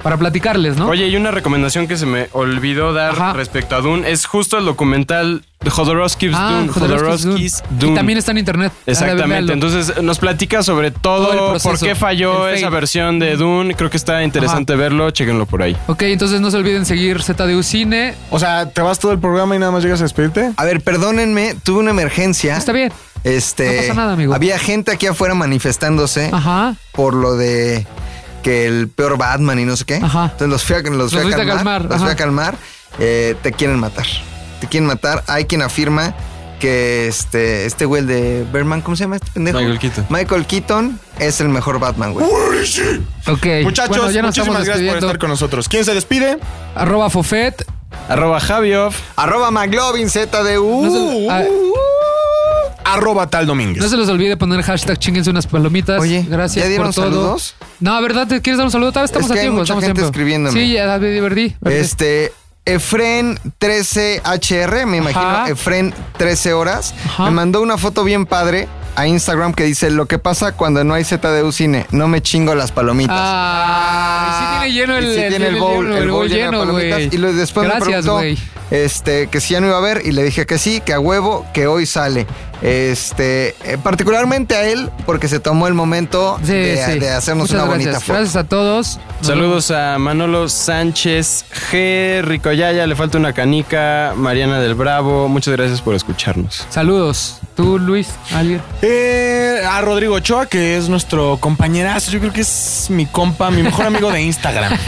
Speaker 2: para platicarles, ¿no?
Speaker 8: Oye, y una recomendación que se me olvidó dar respecto a Dune es justo el documental de Jodorowsky's
Speaker 2: Ah,
Speaker 8: pues, Dune.
Speaker 2: Jodorowsky's
Speaker 8: Jodorowsky's
Speaker 2: Dune.
Speaker 8: Dune.
Speaker 2: Y también está en internet.
Speaker 8: Exactamente. Entonces nos platica sobre todo,
Speaker 2: Todo el proceso,
Speaker 8: por qué falló
Speaker 2: el
Speaker 8: esa
Speaker 2: fate.
Speaker 8: versión de Dune. Creo que está interesante verlo. Chéquenlo por ahí.
Speaker 2: Ok, entonces no se olviden seguir ZDU Cine.
Speaker 1: O sea, ¿te vas todo el programa y nada más llegas a despedirte?
Speaker 3: A ver, perdónenme, tuve una emergencia. Está
Speaker 2: bien.
Speaker 3: Este,
Speaker 2: No pasa nada, amigo.
Speaker 3: Había gente aquí afuera manifestándose
Speaker 2: Ajá.
Speaker 3: por lo de que el peor Batman y no sé qué. Entonces los fui a, los fui a
Speaker 2: fuiste a
Speaker 3: calmar.
Speaker 2: calmar,
Speaker 3: Los fui
Speaker 2: ajá.
Speaker 3: a calmar. Eh, te quieren matar. Te quieren matar. Hay quien afirma que este, este güey el de Berman, ¿cómo se llama este pendejo?
Speaker 8: Michael Keaton.
Speaker 3: Michael Keaton es el mejor Batman, güey.
Speaker 2: Uh. Ok.
Speaker 1: Muchachos,
Speaker 2: bueno, ya nos estamos
Speaker 1: muchísimas gracias por
Speaker 2: despidiendo.
Speaker 1: estar con nosotros. ¿Quién se despide?
Speaker 2: Arroba Fofet.
Speaker 8: Arroba Javioff.
Speaker 3: Arroba McLovin ZDU.
Speaker 1: Uh.
Speaker 2: No se- ah,
Speaker 1: Arroba tal Domínguez.
Speaker 2: No se les olvide poner hashtag chinguense unas palomitas. Oye, gracias
Speaker 3: ¿ya dieron
Speaker 2: por todo.
Speaker 3: saludos?
Speaker 2: No, ¿verdad? ¿Te quieres dar un saludo? Todavía estamos
Speaker 3: Es que
Speaker 2: a
Speaker 3: hay
Speaker 2: tiempo.
Speaker 3: mucha
Speaker 2: estamos a
Speaker 3: gente
Speaker 2: tiempo.
Speaker 3: escribiéndome.
Speaker 2: Sí, ya me divertí.
Speaker 3: Este, Efren 13HR, me imagino,
Speaker 2: Ajá.
Speaker 3: Efren 13 horas, me mandó una foto bien padre a Instagram que dice, lo que pasa cuando no hay ZDU cine, no me chingo las palomitas.
Speaker 2: Ah, y sí tiene lleno
Speaker 3: Y
Speaker 2: el,
Speaker 3: sí tiene el bowl, el bowl lleno de palomitas.
Speaker 2: güey.
Speaker 3: Y lo- después me
Speaker 2: Gracias,
Speaker 3: preguntó,
Speaker 2: güey.
Speaker 3: este, que si ya no iba a ver, y le dije que sí, que a huevo, que hoy sale. Este, eh, particularmente a él, porque se tomó el momento
Speaker 2: Sí,
Speaker 3: de,
Speaker 2: sí.
Speaker 3: de hacernos
Speaker 2: Muchas
Speaker 3: una
Speaker 2: gracias.
Speaker 3: bonita foto.
Speaker 2: Gracias a todos. Nos
Speaker 8: Saludos a Manolo Sánchez G, Ricoyaya, le falta una canica, Mariana del Bravo, muchas gracias por escucharnos.
Speaker 2: Saludos. Tú, Luis, alguien.
Speaker 1: Eh, a Rodrigo Ochoa, que es nuestro compañerazo. Yo creo que es mi compa, mi mejor amigo de Instagram.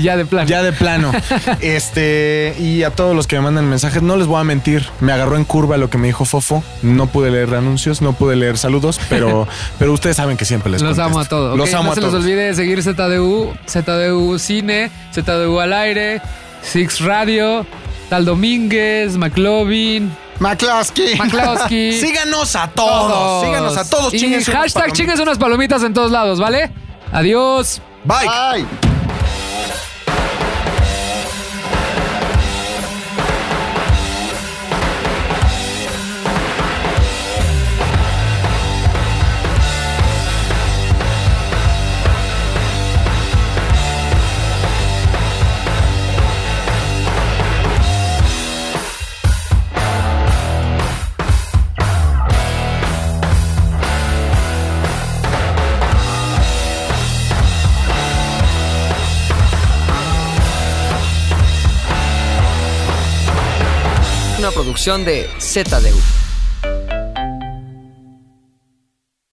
Speaker 2: ya de plano.
Speaker 1: Ya de plano. Este, y a todos los que me mandan mensajes, no les voy a mentir. Me agarró en curva lo que me dijo Fofo. No pude leer anuncios, no pude leer saludos, pero, pero ustedes saben que siempre les
Speaker 2: Los amo a
Speaker 1: contesto.
Speaker 2: todos.
Speaker 1: Los
Speaker 2: ok.
Speaker 1: amo
Speaker 2: no
Speaker 1: a
Speaker 2: se
Speaker 1: todos.
Speaker 2: les olvide seguir ZDU, ZDU Cine, ZDU al aire, Six Radio, Tal Domínguez, McLovin.
Speaker 3: McCloskey.
Speaker 2: McCloskey.
Speaker 1: Síganos a todos, síganos a todos,
Speaker 2: Y
Speaker 1: chinguense unas
Speaker 2: hashtag
Speaker 1: palomitas.
Speaker 2: chinguense unas palomitas en todos lados, ¿vale? Adiós.
Speaker 3: Bye.
Speaker 14: Una producción de ZDU.